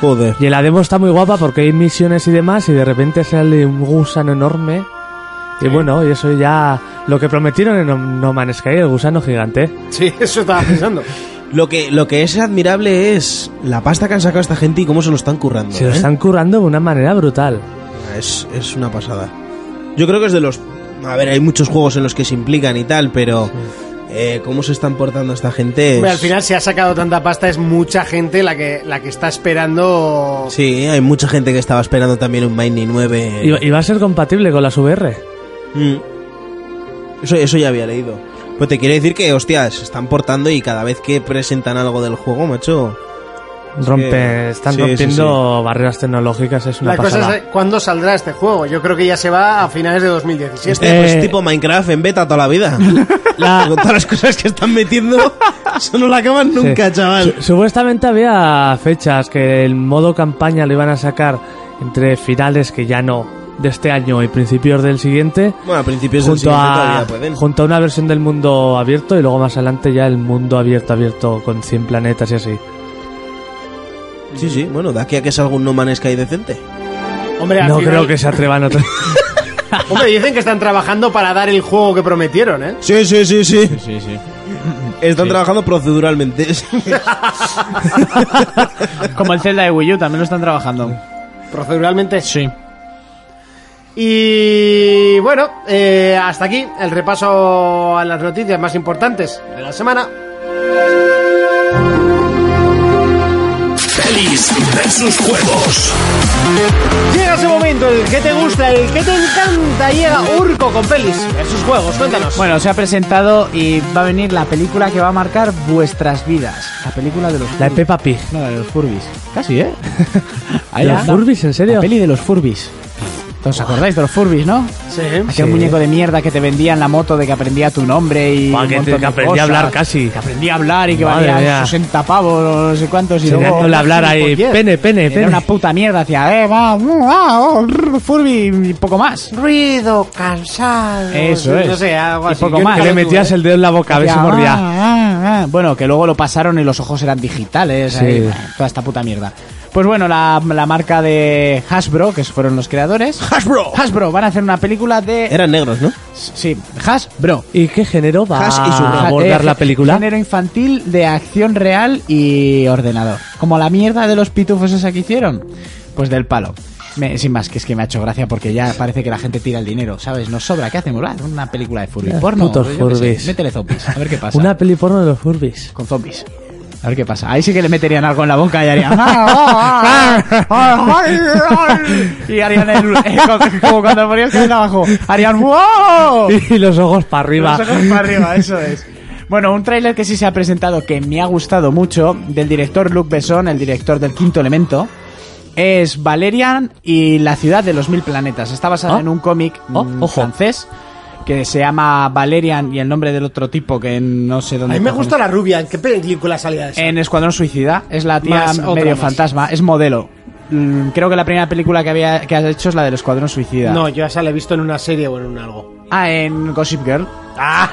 Speaker 5: Joder.
Speaker 6: Y la demo está muy guapa porque hay misiones y demás y de repente sale un gusano enorme. Y bueno, y eso ya lo que prometieron en No- No Man's Sky, el gusano gigante.
Speaker 7: Sí, eso estaba pensando.
Speaker 5: Lo que, lo que es admirable es la pasta que han sacado esta gente y cómo se lo están currando.
Speaker 6: Se lo
Speaker 5: ¿eh?
Speaker 6: están currando de una manera brutal.
Speaker 5: Es, es una pasada. Yo creo que es de los... A ver, hay muchos juegos en los que se implican y tal, pero... eh, cómo se están portando esta gente...
Speaker 7: Hombre,
Speaker 5: es-
Speaker 7: al final se ha sacado tanta pasta, es mucha gente la que, la que está esperando.
Speaker 5: Sí, hay mucha gente que estaba esperando también un Mighty 9.
Speaker 6: Y, y va a ser compatible con las VR.
Speaker 5: Mm. Eso, eso ya había leído. Pues te quiero decir que, hostias, se están portando y cada vez que presentan algo del juego, macho...
Speaker 6: Rompe, están
Speaker 5: sí, sí,
Speaker 6: rompiendo barreras tecnológicas, es una
Speaker 7: la
Speaker 6: pasada.
Speaker 7: cosa es cuándo saldrá este juego. Yo creo que ya se va a finales de 2017.
Speaker 5: Este
Speaker 6: Eh,
Speaker 5: es tipo Minecraft en beta toda la vida. Con todas las cosas que están metiendo, eso no lo acaban
Speaker 6: Sí.
Speaker 5: nunca, chaval.
Speaker 6: Su- supuestamente había fechas que el modo campaña lo iban a sacar entre finales que ya no de este año y principios del siguiente.
Speaker 5: Bueno, al principio es el
Speaker 6: Junto
Speaker 5: siguiente
Speaker 6: a,
Speaker 5: todavía pueden.
Speaker 6: junto a una versión del mundo abierto y luego más adelante ya el mundo abierto abierto con 100 planetas y así.
Speaker 5: Sí, sí, bueno, de aquí a que salga un No Man's Sky decente.
Speaker 7: Hombre, al
Speaker 6: No
Speaker 7: final-
Speaker 6: creo que se atrevan otra
Speaker 7: Hombre, dicen que están trabajando para dar el juego que prometieron, ¿eh?
Speaker 5: Sí, sí, sí, sí. Están trabajando proceduralmente.
Speaker 3: como el Zelda de Wii U, también lo están trabajando.
Speaker 7: Proceduralmente.
Speaker 3: Sí.
Speaker 7: Y bueno, eh, hasta aquí el repaso a las noticias más importantes de la semana.
Speaker 9: Feliz versus juegos.
Speaker 7: Llega ese momento, el que te gusta, el que te encanta. Llega Urco con pelis versus juegos. Cuéntanos.
Speaker 3: Bueno, se ha presentado y va a venir la película que va a marcar vuestras vidas. La película de los
Speaker 6: La de
Speaker 3: Furbies.
Speaker 6: Peppa Pig.
Speaker 3: No, la de los Furbis. Casi, ¿eh?
Speaker 6: ¿Los Furbis, en serio?
Speaker 3: La peli de los Furbis. ¿Os acordáis de los Furbis, no?
Speaker 7: Sí.
Speaker 3: Aquel muñeco de mierda que te vendían la moto de que aprendía tu nombre y.
Speaker 6: Buah,
Speaker 3: un
Speaker 6: que te-
Speaker 3: montón
Speaker 6: que
Speaker 3: de
Speaker 6: aprendí a
Speaker 3: cosas.
Speaker 6: hablar casi.
Speaker 3: Que aprendí a hablar y que
Speaker 6: Madre
Speaker 3: valía
Speaker 6: mía.
Speaker 3: 60 pavos o no sé cuántos. Y luego.
Speaker 6: Enseñándole a hablar ahí.
Speaker 3: Cualquier.
Speaker 6: Pene, pene,
Speaker 3: Era una
Speaker 6: pene.
Speaker 3: puta mierda, hacía, eh, va, mm, ah, oh, rrr, Furby y poco más.
Speaker 7: Ruido, cansado.
Speaker 3: Eso es.
Speaker 7: No sé, algo
Speaker 3: Y
Speaker 7: así.
Speaker 3: poco
Speaker 7: Yo
Speaker 3: más.
Speaker 6: ¿eh? Que
Speaker 7: nunca
Speaker 6: le
Speaker 7: lo tuve.
Speaker 6: metías el dedo en la boca, a ver si
Speaker 3: Hacía,
Speaker 6: mordía.
Speaker 3: ah, ah, ah. Bueno, que luego lo pasaron y los ojos eran digitales,
Speaker 6: Sí.
Speaker 3: ahí, toda esta puta mierda. Pues bueno, la, la marca de Hasbro, que fueron los creadores. Hasbro. Hasbro, van a hacer una película de...
Speaker 5: Eran negros, ¿no?
Speaker 3: Sí, Hasbro.
Speaker 6: ¿Y qué género Ah, va
Speaker 5: Hash y su-
Speaker 6: a
Speaker 3: Ja-
Speaker 6: abordar
Speaker 3: eh,
Speaker 6: la
Speaker 3: gé-
Speaker 6: película?
Speaker 3: Género infantil de acción real y ordenador. Como la mierda de los pitufos esa que hicieron. Pues del palo. Me- sin más, que es que me ha hecho gracia porque ya parece que la gente tira el dinero, ¿sabes? Nos sobra, ¿qué hacemos? Ah, Una película de Furby
Speaker 6: Ah,
Speaker 3: porno.
Speaker 6: putos
Speaker 3: yo qué sé,
Speaker 6: furbis.
Speaker 3: Métele zombies, a ver qué pasa.
Speaker 6: Una peli porno de los Furbis.
Speaker 3: Con zombies. A ver qué pasa. Ahí sí que le meterían algo en la boca y "Ah, harían. ah, y harían el. como cuando ponías el abajo. Harían. ¡Wow!
Speaker 6: Y los ojos para arriba.
Speaker 3: Oh. Los ojos para arriba, eso es. Bueno, un tráiler que sí se ha presentado que me ha gustado mucho, del director Luc Besson, el director del Quinto Elemento, es Valerian y la ciudad de los mil planetas. Está basada
Speaker 6: Ah.
Speaker 3: en un cómic
Speaker 6: Oh,
Speaker 3: mm,
Speaker 6: ojo.
Speaker 3: francés que se llama Valerian y el nombre del otro tipo que no sé
Speaker 7: A
Speaker 3: dónde.
Speaker 7: mí me
Speaker 3: cojones- Eh,
Speaker 7: gusta la rubia. ¿En qué película salía esa?
Speaker 3: En Escuadrón Suicida, es la tía
Speaker 7: Más, otra
Speaker 3: medio
Speaker 7: más.
Speaker 3: fantasma, es modelo. Mm, Creo que la primera película que había que has hecho es la del Escuadrón Suicida.
Speaker 7: No, yo esa la he visto en una serie o en un algo.
Speaker 3: Ah, en Gossip Girl.
Speaker 7: ¡Ah!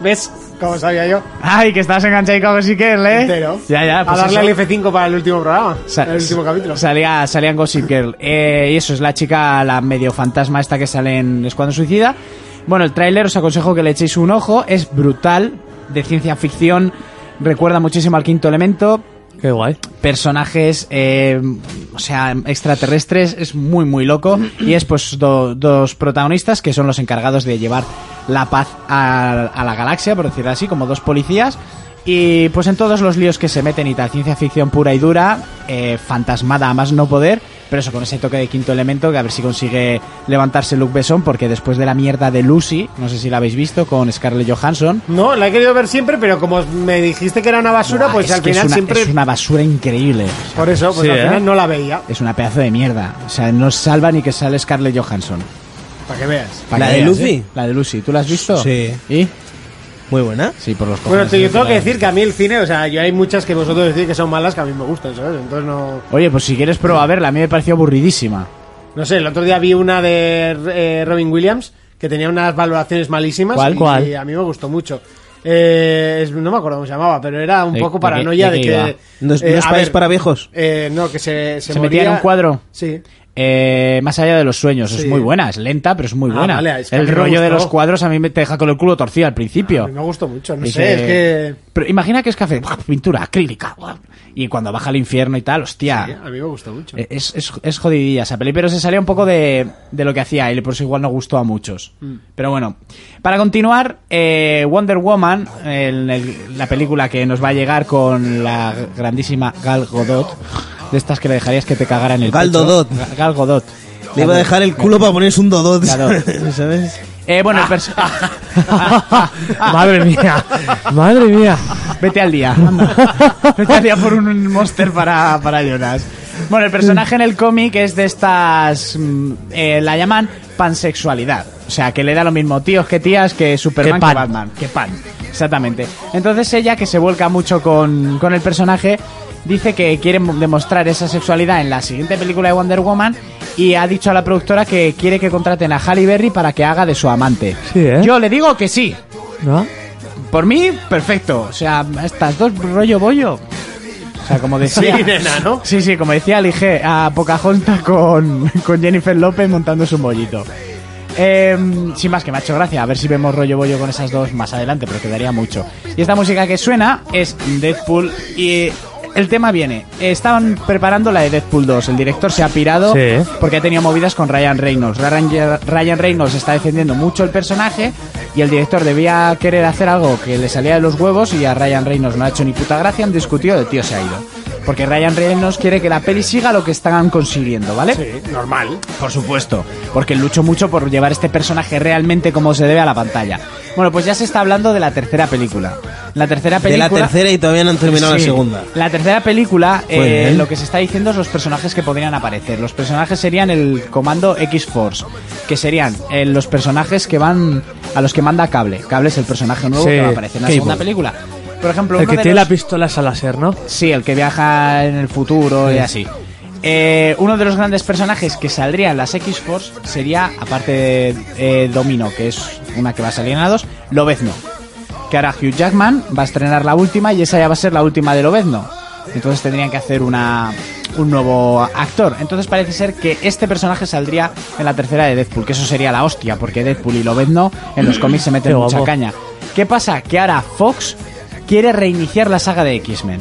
Speaker 7: ¿Ves? ¿Cómo sabía yo?
Speaker 3: Ay, que estás enganchado con Gossip Girl, ¿eh?
Speaker 7: Entero.
Speaker 3: Ya, ya.
Speaker 7: a
Speaker 3: pues
Speaker 7: darle
Speaker 3: eso.
Speaker 7: al F5 para el último programa.
Speaker 3: Sa-
Speaker 7: el último capítulo.
Speaker 3: Salía, salía en Gossip Girl. Eh, y eso es la chica, la medio fantasma esta que sale en Escuadrón Suicida. Bueno, el tráiler os aconsejo que le echéis un ojo. Es brutal, de ciencia ficción. Recuerda muchísimo al quinto elemento.
Speaker 6: Qué guay.
Speaker 3: Personajes, eh, o sea, extraterrestres. Es muy, muy loco. Y es pues do- dos protagonistas que son los encargados de llevar la paz a, a la galaxia, por decirlo así, como dos policías. Y pues en todos los líos que se meten y tal, ciencia ficción pura y dura, eh, fantasmada a más no poder, pero eso con ese toque de quinto elemento, que a ver si consigue levantarse Luke Besson, porque después de la mierda de Lucy, no sé si la habéis visto, con Scarlett Johansson,
Speaker 7: No, la he querido ver siempre, pero como me dijiste que era una basura,
Speaker 3: Buah, Ah,
Speaker 7: pues
Speaker 3: es
Speaker 7: al
Speaker 3: que es
Speaker 7: final
Speaker 3: una-
Speaker 7: siempre.
Speaker 3: es una basura increíble.
Speaker 7: Por eso, pues
Speaker 6: Sí,
Speaker 7: al
Speaker 6: ¿eh?
Speaker 7: final no la veía.
Speaker 3: Es una pedazo de mierda. O sea, no salva ni que sale Scarlett Johansson.
Speaker 7: Para que veas.
Speaker 3: Pa'
Speaker 5: ¿La
Speaker 3: que
Speaker 5: de
Speaker 3: veas,
Speaker 5: Lucy?
Speaker 3: ¿eh? La de Lucy. ¿Tú la has visto?
Speaker 5: Sí.
Speaker 3: ¿Y?
Speaker 5: Muy buena.
Speaker 3: Sí, por los
Speaker 7: Bueno,
Speaker 3: cojones, ¿eh?
Speaker 7: te,
Speaker 3: sí,
Speaker 7: yo tengo
Speaker 3: la
Speaker 7: que
Speaker 3: has
Speaker 7: decir
Speaker 3: visto.
Speaker 7: que a mí el cine, o sea, yo hay muchas que vosotros decís que son malas que a mí me gustan, ¿sabes? Entonces no.
Speaker 3: Oye, pues si quieres prueba a verla, a mí me pareció aburridísima.
Speaker 7: No sé, el otro día vi una de eh, Robin Williams que tenía unas valoraciones malísimas.
Speaker 6: ¿Cuál,
Speaker 7: y,
Speaker 6: cuál?
Speaker 7: y a mí me gustó mucho. Eh, es- no me acuerdo cómo se llamaba, pero era un
Speaker 3: ¿De- de
Speaker 7: poco
Speaker 3: qué-
Speaker 7: paranoia
Speaker 3: de
Speaker 7: de,
Speaker 3: qué iba?
Speaker 7: que.
Speaker 5: ¿No es,
Speaker 7: eh,
Speaker 5: no es
Speaker 7: a
Speaker 5: país
Speaker 7: ver,
Speaker 5: para viejos?
Speaker 7: eh, no, que se, se,
Speaker 3: ¿Se metía en
Speaker 7: moría-
Speaker 3: un cuadro?
Speaker 7: Sí.
Speaker 3: Eh, más allá de los sueños, es
Speaker 7: Sí.
Speaker 3: muy buena, es lenta, pero es muy
Speaker 7: Ah,
Speaker 3: buena.
Speaker 7: vale, es que a
Speaker 3: el
Speaker 7: mí me
Speaker 3: rollo de
Speaker 7: gustó.
Speaker 3: los cuadros a mí me te deja con el culo torcido al principio.
Speaker 7: A mí me gustó mucho, no
Speaker 3: Dice-
Speaker 7: sé, es que.
Speaker 3: Pero imagina que es café, ¡buah! pintura acrílica, ¡buah! y cuando baja al infierno y tal, hostia.
Speaker 7: A mí me gustó mucho.
Speaker 3: Eh, Es, es, es jodidilla esa peli, pero se salía un poco de, de lo que hacía y por eso igual no gustó a muchos. Pero bueno, para continuar, eh, Wonder Woman, el- el- la película que nos va a llegar con la grandísima Gal Godot, de estas que le dejarías que te cagara en el
Speaker 5: Gal
Speaker 3: pecho.
Speaker 5: Dodot.
Speaker 3: Ga- Gal Godot.
Speaker 5: Le iba a dejar el culo para ponerse un dodot.
Speaker 3: Claro.
Speaker 5: ¿Sabes?
Speaker 3: Eh, bueno, el perso- Ah.
Speaker 6: Madre mía. Madre mía.
Speaker 3: Vete al día. anda. Vete al día por un monster para, para Jonas. Bueno, el personaje en el cómic es de estas. mm, eh, la llaman pansexualidad. O sea, que le da lo mismo tíos que tías que Superman
Speaker 6: Que
Speaker 3: que,
Speaker 6: pan.
Speaker 3: Batman. Que pan. Exactamente. Entonces ella, que se vuelca mucho con, con el personaje, dice que quiere mo- demostrar esa sexualidad en la siguiente película de Wonder Woman. Y ha dicho a la productora que quiere que contraten a Halle Berry para que haga de su amante.
Speaker 6: Sí, ¿eh?
Speaker 3: Yo le digo que sí.
Speaker 6: ¿No?
Speaker 3: Por mí, perfecto. O sea, estas dos rollo bollo. O sea, como decía.
Speaker 7: Sí, nena, ¿no?
Speaker 3: Sí, sí, como decía Lige a Pocahontas con, con Jennifer López montando su mollito. Eh, sin más que me ha hecho gracia, a ver si vemos rollo bollo con esas dos más adelante, pero quedaría mucho. Y esta música que suena es Deadpool y el tema viene. Estaban preparando la de Deadpool 2, el director se ha pirado
Speaker 6: Sí.
Speaker 3: porque ha tenido movidas con Ryan Reynolds. Ryan, Ryan Reynolds está defendiendo mucho el personaje y el director debía querer hacer algo que le salía de los huevos y a Ryan Reynolds no ha hecho ni puta gracia, han discutido, el tío se ha ido. Porque Ryan Reynolds quiere que la peli siga lo que están consiguiendo, ¿vale?
Speaker 7: Sí, normal.
Speaker 3: Por supuesto, porque luchó mucho por llevar este personaje realmente como se debe a la pantalla. Bueno, pues ya se está hablando de la tercera película. La tercera
Speaker 5: De
Speaker 3: película.
Speaker 5: la tercera y todavía no han terminado la
Speaker 3: Sí.
Speaker 5: segunda.
Speaker 3: La tercera película,
Speaker 5: Muy
Speaker 3: eh,
Speaker 5: bien.
Speaker 3: lo que se está diciendo es los personajes que podrían aparecer. Los personajes serían el comando X-Force, que serían eh, los personajes que van a los que manda Cable. Cable es el personaje nuevo
Speaker 6: Sí,
Speaker 3: que va a aparecer en la
Speaker 5: Cable.
Speaker 3: segunda película. Por ejemplo,
Speaker 6: El
Speaker 3: uno
Speaker 6: que
Speaker 3: de
Speaker 6: tiene
Speaker 3: los-
Speaker 6: la pistola es al láser, ¿no?
Speaker 3: Sí, el que viaja en el futuro y así. Eh, uno de los grandes personajes que saldría en las X-Force sería, aparte de eh, Domino, que es una que va a salir en la 2, Lobezno. Que ahora Hugh Jackman va a estrenar la última y esa ya va a ser la última de Lobezno. Entonces tendrían que hacer una, un nuevo actor. Entonces parece ser que este personaje saldría en la tercera de Deadpool, que eso sería la hostia, porque Deadpool y Lobezno en los cómics se meten
Speaker 6: Qué
Speaker 3: mucha
Speaker 6: guapo.
Speaker 3: caña. ¿Qué pasa? Que ahora Fox quiere reiniciar la saga de X-Men.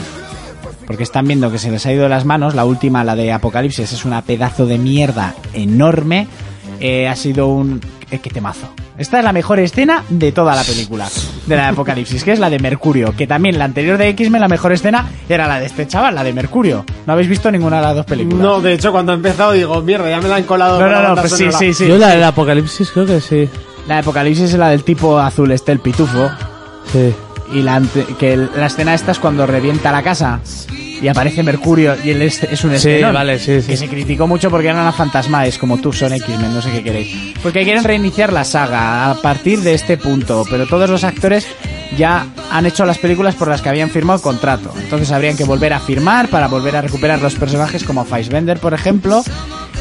Speaker 3: Porque están viendo que se les ha ido de las manos. La última, la de Apocalipsis, es una pedazo de mierda enorme. Eh, ha sido un... eh, ¡Qué temazo! Esta es la mejor escena de toda la película. De la de Apocalipsis, que es la de Mercurio. Que también la anterior de X-Men, la mejor escena era la de este chaval, la de Mercurio. No habéis visto ninguna de las dos películas.
Speaker 7: No, de hecho, cuando he empezado digo, mierda, ya me la han colado.
Speaker 3: no,
Speaker 7: con la
Speaker 3: no, no,
Speaker 7: banda
Speaker 3: pues sí,
Speaker 7: sonora.
Speaker 3: sí, sí.
Speaker 6: Yo la del apocalipsis creo que sí.
Speaker 3: La de Apocalipsis es la del tipo azul, este el pitufo.
Speaker 6: Sí.
Speaker 3: Y la, ante- que el- la escena esta es cuando revienta la casa y aparece Mercurio y él es, es un
Speaker 6: Sí,
Speaker 3: escenón,
Speaker 6: vale, sí, sí.
Speaker 3: Que se criticó mucho porque eran las fantasmaes, como tú son X-Men, no sé qué queréis. Porque quieren reiniciar la saga a partir de este punto, pero todos los actores ya han hecho las películas por las que habían firmado contrato. Entonces habrían que volver a firmar para volver a recuperar los personajes como Fassbender, por ejemplo.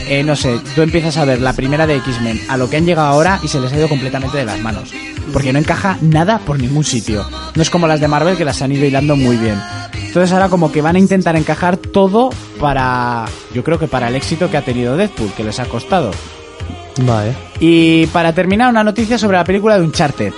Speaker 3: Eh, no sé, tú empiezas a ver la primera de X-Men a lo que han llegado ahora y se les ha ido completamente de las manos. Porque no encaja nada por ningún sitio. No es como las de Marvel que las han ido hilando muy bien. Entonces ahora como que van a intentar encajar todo para... Yo creo que para el éxito que ha tenido Deadpool, que les ha costado.
Speaker 6: Vale.
Speaker 3: Y para terminar, una noticia sobre la película de Uncharted.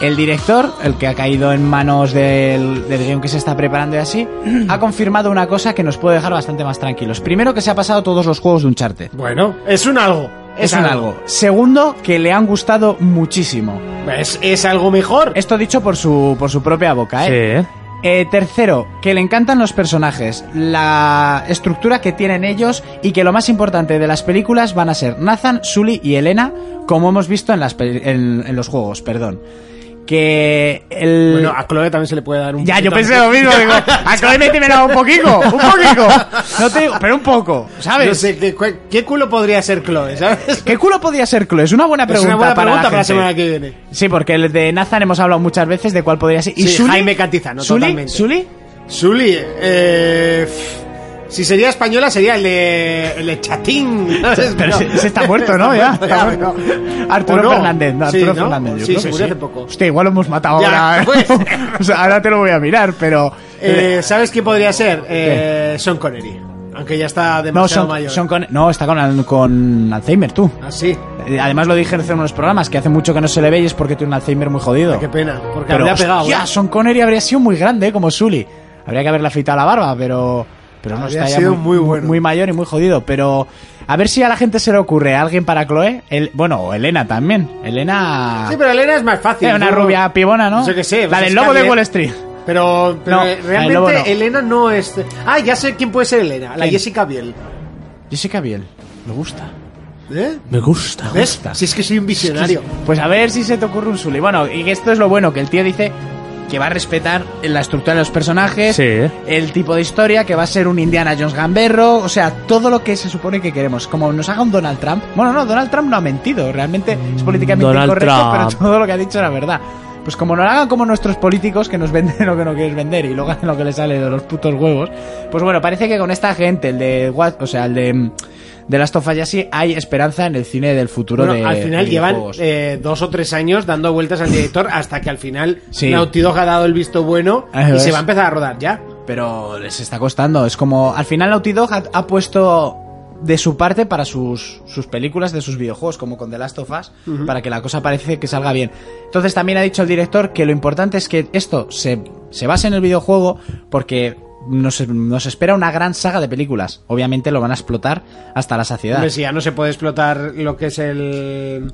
Speaker 3: El director, el que ha caído en manos del, del guión que se está preparando y así, ha confirmado una cosa que nos puede dejar bastante más tranquilos. Primero, que se ha pasado todos los juegos de Uncharted.
Speaker 7: Bueno, es un algo.
Speaker 3: Es un algo. Segundo, que le han gustado muchísimo.
Speaker 7: Es, es algo mejor.
Speaker 3: Esto dicho por su, por su propia boca,
Speaker 6: Sí,
Speaker 3: ¿eh?
Speaker 6: ¿eh?
Speaker 3: Eh, Tercero, que le encantan los personajes, la estructura que tienen ellos y que lo más importante de las películas van a ser Nathan, Sully y Elena, como hemos visto en, las peli- en, en los juegos, perdón. Que el...
Speaker 7: Bueno, a Chloe también se le puede dar un.
Speaker 3: Ya, yo
Speaker 7: poquito-
Speaker 3: pensé lo mismo, digo, a Chloe métemela un poquito, un poquito. No te digo, pero un poco, ¿sabes?
Speaker 7: No sé, ¿qué, cu- qué culo podría ser Chloe, ¿sabes?
Speaker 3: ¿Qué culo podía ser Chloe? Es una buena
Speaker 7: Es
Speaker 3: pregunta,
Speaker 7: una buena
Speaker 3: para,
Speaker 7: pregunta para la
Speaker 3: gente.
Speaker 7: semana que viene.
Speaker 3: Sí, porque el de Nathan hemos hablado muchas veces de cuál podría ser. ¿Y
Speaker 7: Sí,
Speaker 3: Sully?
Speaker 7: Jaime Cantizano,
Speaker 3: ¿Sully?
Speaker 7: totalmente.
Speaker 3: ¿Sully?
Speaker 7: Sully, eh. pff, Si sería española sería el de, el de Chatín. ¿sabes?
Speaker 3: Pero
Speaker 7: No.
Speaker 3: se, está muerto, ¿no? Ya. Está muerto. Arturo
Speaker 7: ¿O no?
Speaker 3: Fernández, no,
Speaker 7: Sí,
Speaker 3: Arturo
Speaker 7: ¿no?
Speaker 3: Fernández. yo
Speaker 7: Sí,
Speaker 3: creo
Speaker 7: se
Speaker 3: que
Speaker 7: murió hace poco.
Speaker 3: Hostia, igual lo hemos matado
Speaker 7: Ya,
Speaker 3: ahora. ¿eh?
Speaker 7: pues.
Speaker 3: o sea, ahora te lo voy a mirar, pero.
Speaker 7: Eh, ¿Sabes quién podría ser? Eh, Sean Connery. Aunque ya está
Speaker 3: no,
Speaker 7: demasiado
Speaker 3: son,
Speaker 7: mayor.
Speaker 3: son con, no, está con, con Alzheimer, tú.
Speaker 7: Ah, sí.
Speaker 3: Eh, Además, lo dije en unos programas que hace mucho que no se le ve y es porque tiene un Alzheimer muy jodido.
Speaker 7: Qué pena. Porque
Speaker 3: Pero,
Speaker 7: habría pegado.
Speaker 3: hostia,
Speaker 7: ¿eh?
Speaker 3: Sean Connery habría sido muy grande, ¿eh? como Sully. Habría que haberle afeitado la barba, pero. Pero no
Speaker 7: Habría
Speaker 3: está ya
Speaker 7: sido
Speaker 3: muy,
Speaker 7: muy bueno.
Speaker 3: muy mayor y muy jodido. Pero a ver si a la gente se le ocurre a alguien para Chloe. El, bueno, o Elena también. Elena.
Speaker 7: Sí, pero Elena es más fácil.
Speaker 3: Eh, una
Speaker 7: Yo-
Speaker 3: rubia pibona, ¿no?
Speaker 7: Yo qué sé.
Speaker 3: La
Speaker 7: pues
Speaker 3: del
Speaker 7: es
Speaker 3: lobo de
Speaker 7: Scarlett.
Speaker 3: Wall Street.
Speaker 7: Pero, pero
Speaker 3: No,
Speaker 7: eh,
Speaker 3: la del lobo
Speaker 7: realmente
Speaker 3: no.
Speaker 7: Elena no es. Ah, ya sé quién puede ser Elena. La
Speaker 3: ¿Quién?
Speaker 7: Jessica Biel.
Speaker 3: Jessica Biel. Me gusta.
Speaker 7: ¿Eh?
Speaker 6: Me gusta.
Speaker 7: ¿Ves? Si es que soy un visionario.
Speaker 3: Pues a ver si se te ocurre un Sully. Bueno, y que esto es lo bueno, que el tío dice que va a respetar la estructura de los personajes,
Speaker 6: Sí, ¿eh?
Speaker 3: el tipo de historia, que va a ser un Indiana Jones gamberro, o sea, todo lo que se supone que queremos. Como nos haga un Donald Trump. Bueno, no, Donald Trump no ha mentido, realmente es políticamente
Speaker 6: Donald
Speaker 3: incorrecto,
Speaker 6: Trump.
Speaker 3: pero todo lo que ha dicho era verdad. Pues como nos hagan como nuestros políticos que nos venden lo que no quieres vender y luego hacen lo que les sale de los putos huevos. Pues bueno, parece que con esta gente, el de What- o sea, el de mm, de Last of Us y así, hay esperanza en el cine del futuro
Speaker 7: Bueno,
Speaker 3: de
Speaker 7: al final
Speaker 3: de
Speaker 7: llevan
Speaker 3: videojuegos.
Speaker 7: eh, dos o tres años dando vueltas al director hasta que al final
Speaker 3: Sí.
Speaker 7: Naughty Dog ha dado el visto bueno
Speaker 3: Ah,
Speaker 7: y
Speaker 3: ¿ves?
Speaker 7: se va a empezar a rodar ya.
Speaker 3: Pero les está costando. Es como. Al final Naughty Dog ha, ha puesto de su parte para sus, sus películas, de sus videojuegos, como con The Last of Us, para que la cosa parece que salga bien. Entonces también ha dicho el director que lo importante es que esto se, se base en el videojuego porque. Nos, nos espera una gran saga de películas. Obviamente lo van a explotar hasta la saciedad.
Speaker 7: Hombre, si ya no se puede explotar lo que es el.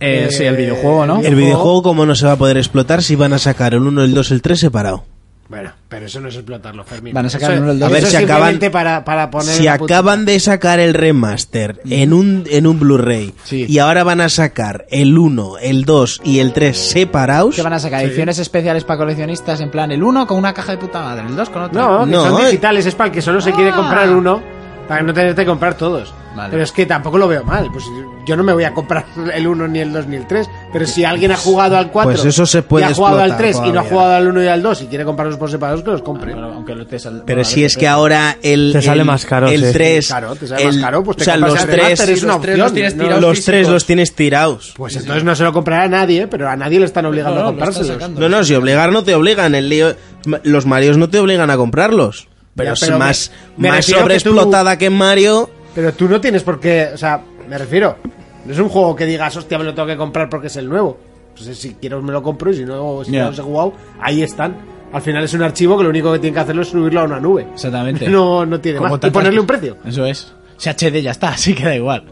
Speaker 3: Eh,
Speaker 7: eh,
Speaker 3: sí, el videojuego, ¿no?
Speaker 5: El videojuego, como no se va a poder explotar si van a sacar el 1, el 2, el 3 separado?
Speaker 7: Bueno, pero eso no es explotarlo, Fermín.
Speaker 3: Van a sacar
Speaker 7: Eso-
Speaker 3: uno el dos.
Speaker 5: A ver
Speaker 7: eso
Speaker 5: si
Speaker 7: es
Speaker 5: acaban-
Speaker 7: simplemente Para, para poner
Speaker 5: Si
Speaker 7: una puta-
Speaker 5: acaban de sacar el remaster en un, en un Blu-ray
Speaker 7: Sí.
Speaker 5: y ahora van a sacar el 1, el 2 y el 3 separados,
Speaker 3: ¿Qué van a sacar? ¿Ediciones especiales para coleccionistas? En plan, el 1 con una caja de puta madre, el 2 con otra.
Speaker 7: No, que
Speaker 5: No, Ah.
Speaker 7: son
Speaker 5: eh.
Speaker 7: digitales, es para el que solo se quiere comprar uno, para no tener que comprar todos.
Speaker 3: Vale.
Speaker 7: Pero es que tampoco lo veo mal, pues yo no me voy a comprar el 1, ni el 2, ni el 3, pero si alguien ha jugado al 4
Speaker 5: Pues eso se puede
Speaker 7: y ha jugado al
Speaker 5: explotar
Speaker 7: 3 y no ha
Speaker 5: todavía.
Speaker 7: jugado al 1 y al 2 y quiere comprarlos por separados, que los compre.
Speaker 3: Aunque lo te sal-
Speaker 5: Pero
Speaker 3: bueno, a
Speaker 5: si
Speaker 3: ver,
Speaker 5: es que ahora el.
Speaker 6: Te
Speaker 5: el-
Speaker 6: sale más caro,
Speaker 5: El
Speaker 6: sí.
Speaker 5: 3.
Speaker 7: Claro, te sale más caro, pues te
Speaker 5: o sea,
Speaker 7: compras
Speaker 5: los
Speaker 7: el
Speaker 5: tres,
Speaker 7: remaster, es una
Speaker 5: los tres
Speaker 7: opción,
Speaker 5: los tienes
Speaker 7: ¿no?
Speaker 5: tirados.
Speaker 7: Los
Speaker 5: Los tres los tienes tirados.
Speaker 7: Pues entonces no se lo comprará a nadie, pero a nadie le están obligando a comprárselos.
Speaker 5: No, no, si obligar no te obligan. El lío- ma- los Marios no te obligan a comprarlos. Pero,
Speaker 7: Ya,
Speaker 5: es
Speaker 7: pero me-
Speaker 5: más,
Speaker 7: me
Speaker 5: más
Speaker 7: refiero que
Speaker 5: sobreexplotada que, Mario.
Speaker 7: Pero tú no tienes por qué, o sea, me refiero, no es un juego que digas, hostia, me lo tengo que comprar porque es el nuevo. Entonces, si quiero me lo compro y si no, si
Speaker 3: Ya.
Speaker 7: no los he jugado, ahí están. Al final es un archivo que lo único que tienen que hacerlo es subirlo a una nube.
Speaker 3: Exactamente.
Speaker 7: No, no tiene más. Y
Speaker 3: tantas-
Speaker 7: ponerle un precio.
Speaker 3: Eso es. Si HD ya está, así que da igual.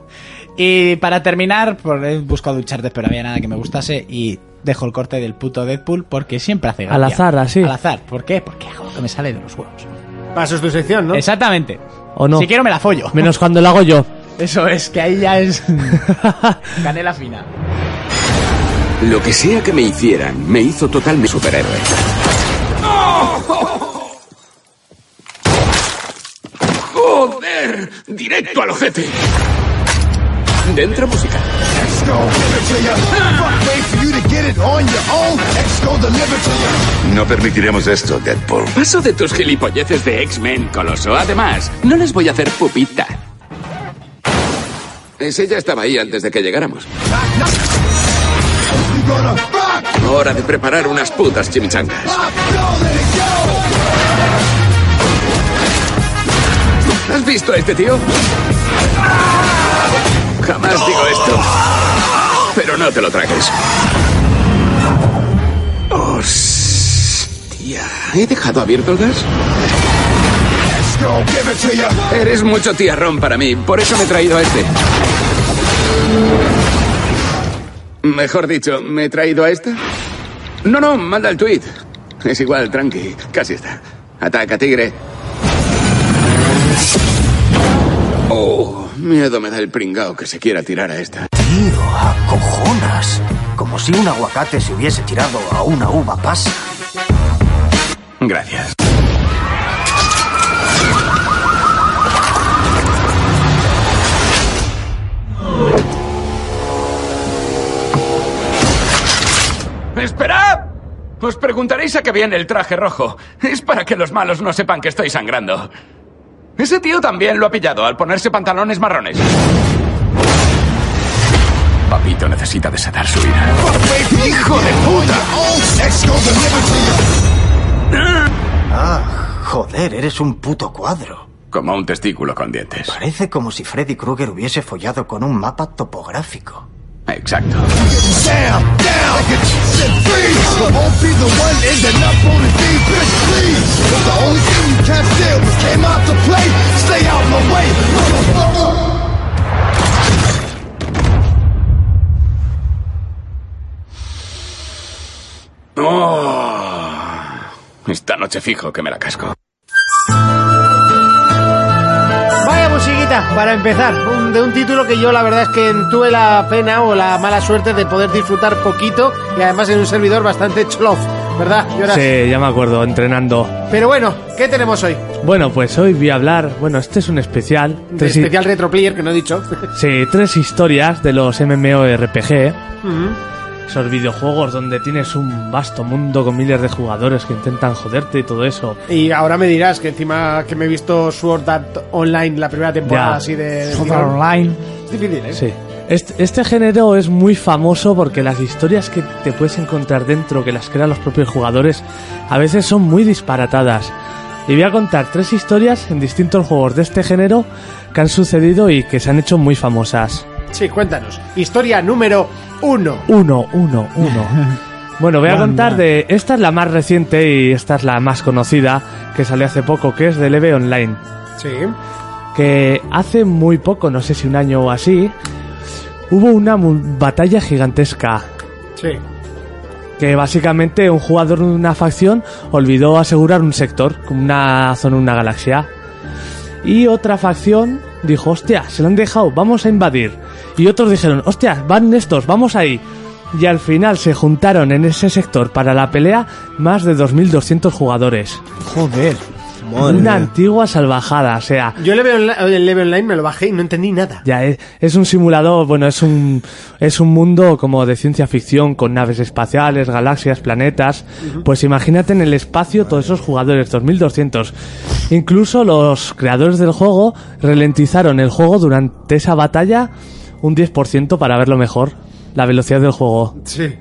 Speaker 3: Y para terminar, por, he buscado un Uncharted, pero no había nada que me gustase y dejo el corte del puto Deadpool porque siempre hace gracia.
Speaker 6: Al azar, así.
Speaker 3: Al azar. ¿Por qué? Porque hago lo que me sale de los huevos.
Speaker 7: Paso es tu sección, ¿no?
Speaker 3: Exactamente.
Speaker 6: ¿O no?
Speaker 3: Si quiero me la follo.
Speaker 6: Menos cuando lo hago yo.
Speaker 3: Eso es, que ahí ya es canela fina.
Speaker 10: Lo que sea que me hicieran, me hizo totalmente superhéroe. ¡Joder! ¡Directo al ojete! Dentro música.
Speaker 11: No permitiremos esto, Deadpool.
Speaker 10: Paso de tus gilipolleces de X-Men, Coloso. Además, no les voy a hacer pupita. Ese ya estaba ahí antes de que llegáramos. Hora de preparar unas putas chimichangas. ¿Has visto a este tío? Jamás digo esto. Pero no te lo tragues. Hostia. ¿He dejado abierto el gas? Eres mucho tiarrón para mí, por eso me he traído a este. Mejor dicho, ¿me he traído a esta? No, no, manda el tweet. Es igual, tranqui, casi está. Ataca, tigre. Oh, miedo me da el pringao que se quiera tirar a esta.
Speaker 2: Tío, acojonas. Como si un aguacate se hubiese tirado a una uva pasa.
Speaker 10: Gracias. ¡Esperad! Os preguntaréis a qué viene el traje rojo. Es para que los malos no sepan que estoy sangrando. Ese tío también lo ha pillado al ponerse pantalones marrones. Papito necesita desatar su ira. ¡Hijo de puta!
Speaker 2: Ah, joder, eres un puto cuadro.
Speaker 10: Como un testículo con dientes.
Speaker 2: Parece como si Freddy Krueger hubiese follado con un mapa topográfico.
Speaker 10: Exacto. Oh. Esta noche fijo que me la casco.
Speaker 7: Vaya musiquita, para empezar, un- de un título que yo la verdad es que tuve la pena o la mala suerte de poder disfrutar poquito y además en un servidor bastante chlof, ¿verdad? Lloras?
Speaker 6: Sí, ya me acuerdo, entrenando.
Speaker 7: Pero bueno, ¿qué tenemos hoy?
Speaker 6: Bueno, pues hoy voy a hablar. Bueno, este es un especial.
Speaker 7: De
Speaker 6: Tres hi-
Speaker 7: especial retro player que no he dicho.
Speaker 6: Sí, tres historias de los MMORPG. Esos videojuegos donde tienes un vasto mundo con miles de jugadores que intentan joderte y todo eso.
Speaker 7: Y ahora me dirás que encima que me he visto Sword Art Online la primera temporada
Speaker 6: Ya.
Speaker 7: así de...
Speaker 3: Sword Art Online.
Speaker 7: Es difícil, ¿eh?
Speaker 6: Sí. Este, este género es muy famoso porque las historias que te puedes encontrar dentro, que las crean los propios jugadores, a veces son muy disparatadas. Y voy a contar tres historias en distintos juegos de este género que han sucedido y que se han hecho muy famosas.
Speaker 7: Sí, cuéntanos. Historia número uno.
Speaker 6: Uno, uno, uno. Bueno, voy a
Speaker 3: Anda.
Speaker 6: contar de... Esta es la más reciente y esta es la más conocida, que salió hace poco, que es de Leve Online.
Speaker 7: Sí.
Speaker 6: que hace muy poco, no sé si un año o así, hubo una mu- batalla gigantesca
Speaker 7: Sí.
Speaker 6: que básicamente un jugador de una facción olvidó asegurar un sector, como una zona, una galaxia. Y otra facción dijo, hostia, se lo han dejado, vamos a invadir. Y otros dijeron, hostia, van estos, vamos ahí. Y al final se juntaron en ese sector para la pelea más de 2.200 jugadores.
Speaker 7: Joder.
Speaker 5: Madre
Speaker 6: una
Speaker 5: mía.
Speaker 6: antigua salvajada, o sea,
Speaker 7: Yo el Level Online me lo bajé y no entendí nada.
Speaker 6: ya es, es un simulador, bueno, es un es un mundo como de ciencia ficción con naves espaciales, galaxias, planetas. Pues imagínate en el espacio todos esos jugadores 2200. Incluso los creadores del juego ralentizaron el juego durante esa batalla un 10% para verlo mejor, la velocidad del juego.
Speaker 7: Sí.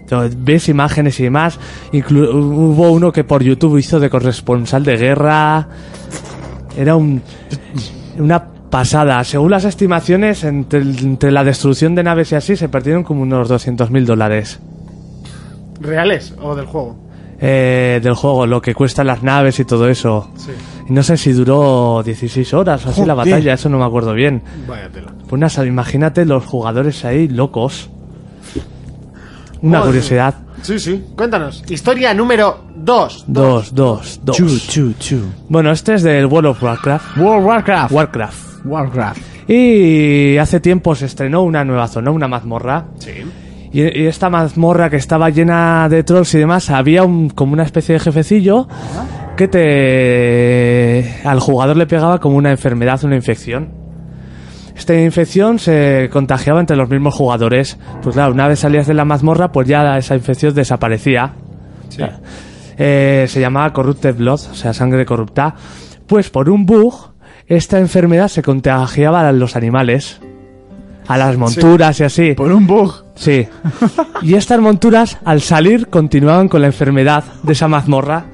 Speaker 6: Entonces, ves imágenes y demás. Inclu- hubo uno que por YouTube hizo de corresponsal de guerra. Era un, una pasada. Según las estimaciones, entre, el- entre la destrucción de naves y así, se perdieron como unos 200.000 dólares
Speaker 7: ¿Reales o del juego?
Speaker 6: eh, del juego, lo que cuestan las naves y todo eso. Y no sé si duró 16 horas o así la
Speaker 7: Joder.
Speaker 6: batalla, eso no me acuerdo bien.
Speaker 7: Vaya tela.
Speaker 6: Pues nada, imagínate los jugadores ahí locos. Una
Speaker 7: Joder.
Speaker 6: curiosidad.
Speaker 7: Sí, sí. Cuéntanos. Historia número 2.
Speaker 6: Dos, dos, dos.
Speaker 3: Chu, chu, chu.
Speaker 6: Bueno, este es del World of Warcraft.
Speaker 3: World Warcraft.
Speaker 6: Warcraft.
Speaker 3: Warcraft.
Speaker 6: Y hace tiempo se estrenó una nueva zona, una mazmorra.
Speaker 7: Sí.
Speaker 6: Y, y esta mazmorra que estaba llena de trolls y demás, había un- como una especie de jefecillo que te al jugador le pegaba como una enfermedad, una infección. Esta infección se contagiaba entre los mismos jugadores. Pues claro, una vez salías de la mazmorra, pues ya esa infección desaparecía. Eh, se llamaba Corrupted Blood, o sea, sangre corrupta. Pues por un bug, esta enfermedad se contagiaba a los animales, a las monturas y así.
Speaker 4: Por un bug.
Speaker 6: Sí. Y estas monturas, al salir, continuaban con la enfermedad de esa mazmorra.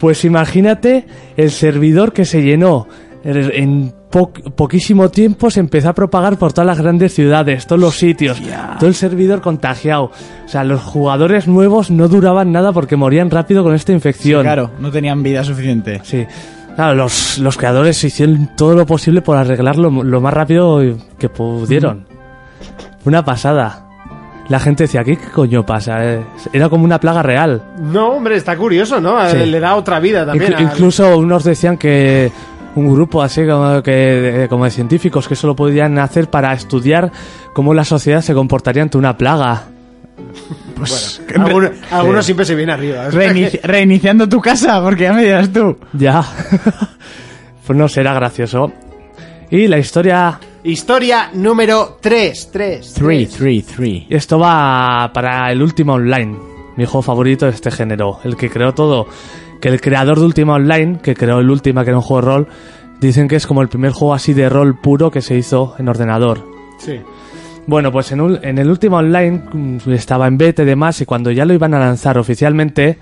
Speaker 6: Pues imagínate el servidor que se llenó. En en po- poquísimo tiempo se empezó a propagar por todas las grandes ciudades, todos los sitios, todo el servidor contagiado. O sea, los jugadores nuevos no duraban nada porque morían rápido con esta infección.
Speaker 3: Claro, no tenían vida suficiente.
Speaker 6: Sí. Claro, los, los creadores hicieron todo lo posible por arreglarlo mo- lo más rápido que pudieron. Una pasada. La gente decía, ¿qué coño pasa? Eh, Era como una plaga real.
Speaker 7: No, hombre, está curioso, ¿no?
Speaker 6: Sí.
Speaker 7: Le da otra vida también.
Speaker 6: Inclu-
Speaker 7: al-
Speaker 6: incluso unos decían que un grupo así como, que, de- como de científicos que solo podían hacer para estudiar cómo la sociedad se comportaría ante una plaga.
Speaker 7: Alguno- algunos siempre se viene arriba.
Speaker 3: Reinici- reiniciando tu casa, porque ya me dirás tú.
Speaker 6: Ya. pues no será gracioso. Y la historia
Speaker 7: Historia número 3. 3.
Speaker 3: 3, 3.
Speaker 6: Esto va para el Ultima Online, mi juego favorito de este género, el que creó todo. Que el creador de Ultima Online, que creó el Ultima, que era un juego de rol, dicen que es como el primer juego así de rol puro que se hizo en ordenador.
Speaker 7: Sí.
Speaker 6: Bueno, pues en, ul- en el Ultima Online mm, estaba en beta y demás, y cuando ya lo iban a lanzar oficialmente,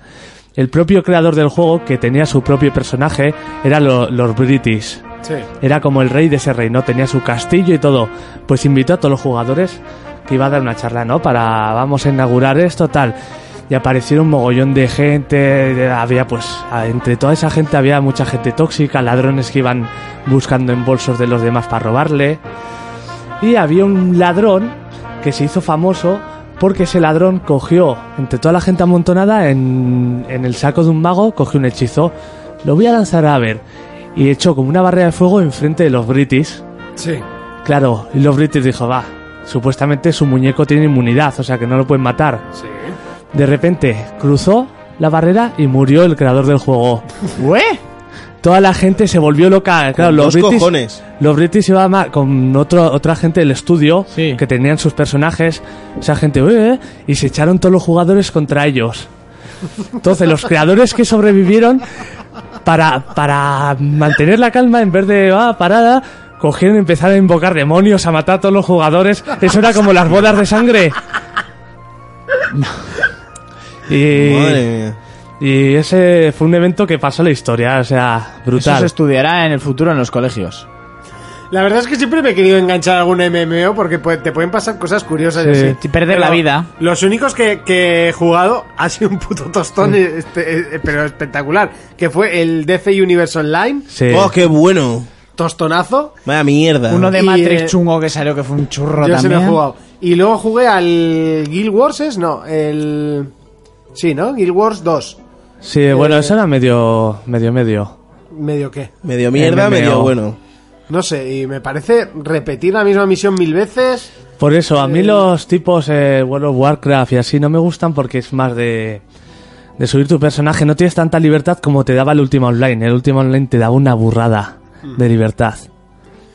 Speaker 6: el propio creador del juego, que tenía su propio personaje, era lo- los British
Speaker 7: Sí.
Speaker 6: era como el rey de ese reino, tenía su castillo y todo. Pues invitó a todos los jugadores que iba a dar una charla, ¿no? Para vamos a inaugurar esto, tal. Y aparecieron un mogollón de gente, había pues, a- entre toda esa gente había mucha gente tóxica, ladrones que iban buscando en bolsos de los demás para robarle. Y había un ladrón que se hizo famoso porque ese ladrón cogió, entre toda la gente amontonada, en, en el saco de un mago, cogió un hechizo. Lo voy a lanzar a ver. Y echó como una barrera de fuego enfrente de los British.
Speaker 7: Sí.
Speaker 6: Claro, y los British dijo, va, supuestamente su muñeco tiene inmunidad, o sea que no lo pueden matar.
Speaker 7: Sí.
Speaker 6: De repente cruzó la barrera y murió el creador del juego.
Speaker 3: ¿Ué?
Speaker 6: Toda la gente se volvió loca. Claro, los
Speaker 5: los
Speaker 6: British,
Speaker 5: cojones.
Speaker 6: los British iban ma- con otro, otra gente del estudio
Speaker 3: Sí.
Speaker 6: que tenían sus personajes. Esa gente, "Eh, eh", y se echaron todos los jugadores contra ellos. Entonces, los creadores que sobrevivieron, para, para mantener la calma, en vez de ah, parada, cogieron y empezaron a invocar demonios, a matar a todos los jugadores. Eso era como las bodas de sangre. Y,
Speaker 5: Madre mía.
Speaker 6: y ese fue un evento que pasó a la historia, o sea,
Speaker 3: Eso
Speaker 6: brutal.
Speaker 3: se estudiará en el futuro en los colegios.
Speaker 7: La verdad es que siempre me he querido enganchar a algún MMO porque pu- te pueden pasar cosas curiosas. y
Speaker 6: Sí.
Speaker 7: así.
Speaker 3: Si perder la
Speaker 7: Pero
Speaker 3: vida.
Speaker 7: Los únicos que, que he jugado ha sido un puto tostón,
Speaker 6: Mm.
Speaker 7: este, eh, pero espectacular. Que fue el DC Universe Online,
Speaker 6: Sí.
Speaker 5: Oh, qué bueno.
Speaker 7: tostonazo.
Speaker 5: Vaya mierda.
Speaker 3: Uno de
Speaker 7: Y,
Speaker 3: Matrix
Speaker 7: eh,
Speaker 3: chungo que salió que fue un churro
Speaker 7: Yo se
Speaker 3: también.
Speaker 7: lo he jugado. Y luego jugué al Guild Wars, ¿es? no, el. Sí, ¿no? Guild Wars 2.
Speaker 6: Sí, bueno, eso era medio, medio, medio.
Speaker 7: ¿Medio qué?
Speaker 5: Medio mierda,
Speaker 6: MMO.
Speaker 5: medio bueno.
Speaker 7: No sé, y me parece repetir la misma misión mil veces.
Speaker 6: Por eso, a mí los tipos eh, World of Warcraft y así no me gustan porque es más de, de subir tu personaje. No tienes tanta libertad como te daba el último online. El último online te daba una burrada
Speaker 5: Mm.
Speaker 6: de libertad.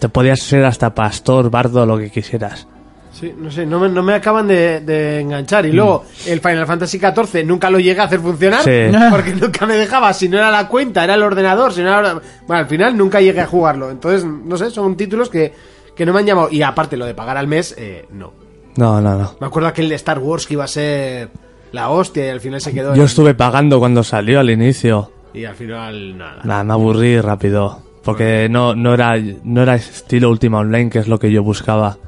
Speaker 6: Te podías ser hasta pastor, bardo, lo que quisieras.
Speaker 7: Sí, no sé, no me, no me acaban de, de enganchar.
Speaker 6: Mm.
Speaker 7: Y luego, el Final Fantasy XIV nunca lo llegué a hacer funcionar
Speaker 6: Sí.
Speaker 7: porque nunca me dejaba. Si no era la cuenta, era el ordenador. Si no era... Bueno, al final nunca llegué a jugarlo. Entonces, no sé, son títulos que, que no me han llamado. Y aparte, lo de pagar al mes, eh, no.
Speaker 6: No, no, no.
Speaker 7: Me acuerdo aquel de Star Wars que iba a ser la hostia y al final se quedó.
Speaker 6: Yo
Speaker 7: en-
Speaker 6: estuve pagando cuando salió al inicio.
Speaker 7: Y al final, nada.
Speaker 6: Nada, me aburrí rápido. Porque no, no, era, no era estilo última online, que es lo que yo buscaba.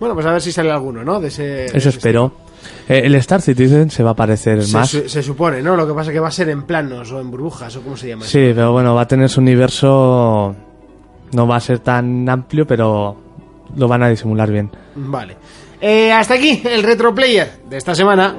Speaker 7: Bueno, pues a ver si sale alguno, ¿no? De ese,
Speaker 6: Eso espero. Eh, el Star Citizen se va a parecer
Speaker 7: Se,
Speaker 6: más.
Speaker 7: su- se supone, ¿no? Lo que pasa es que va a ser en planos o en burbujas o cómo se llama.
Speaker 6: Sí, pero bueno, va a tener su universo. No va a ser tan amplio, pero lo van a disimular bien.
Speaker 7: Vale. Eh, hasta aquí el Retro Player de esta semana.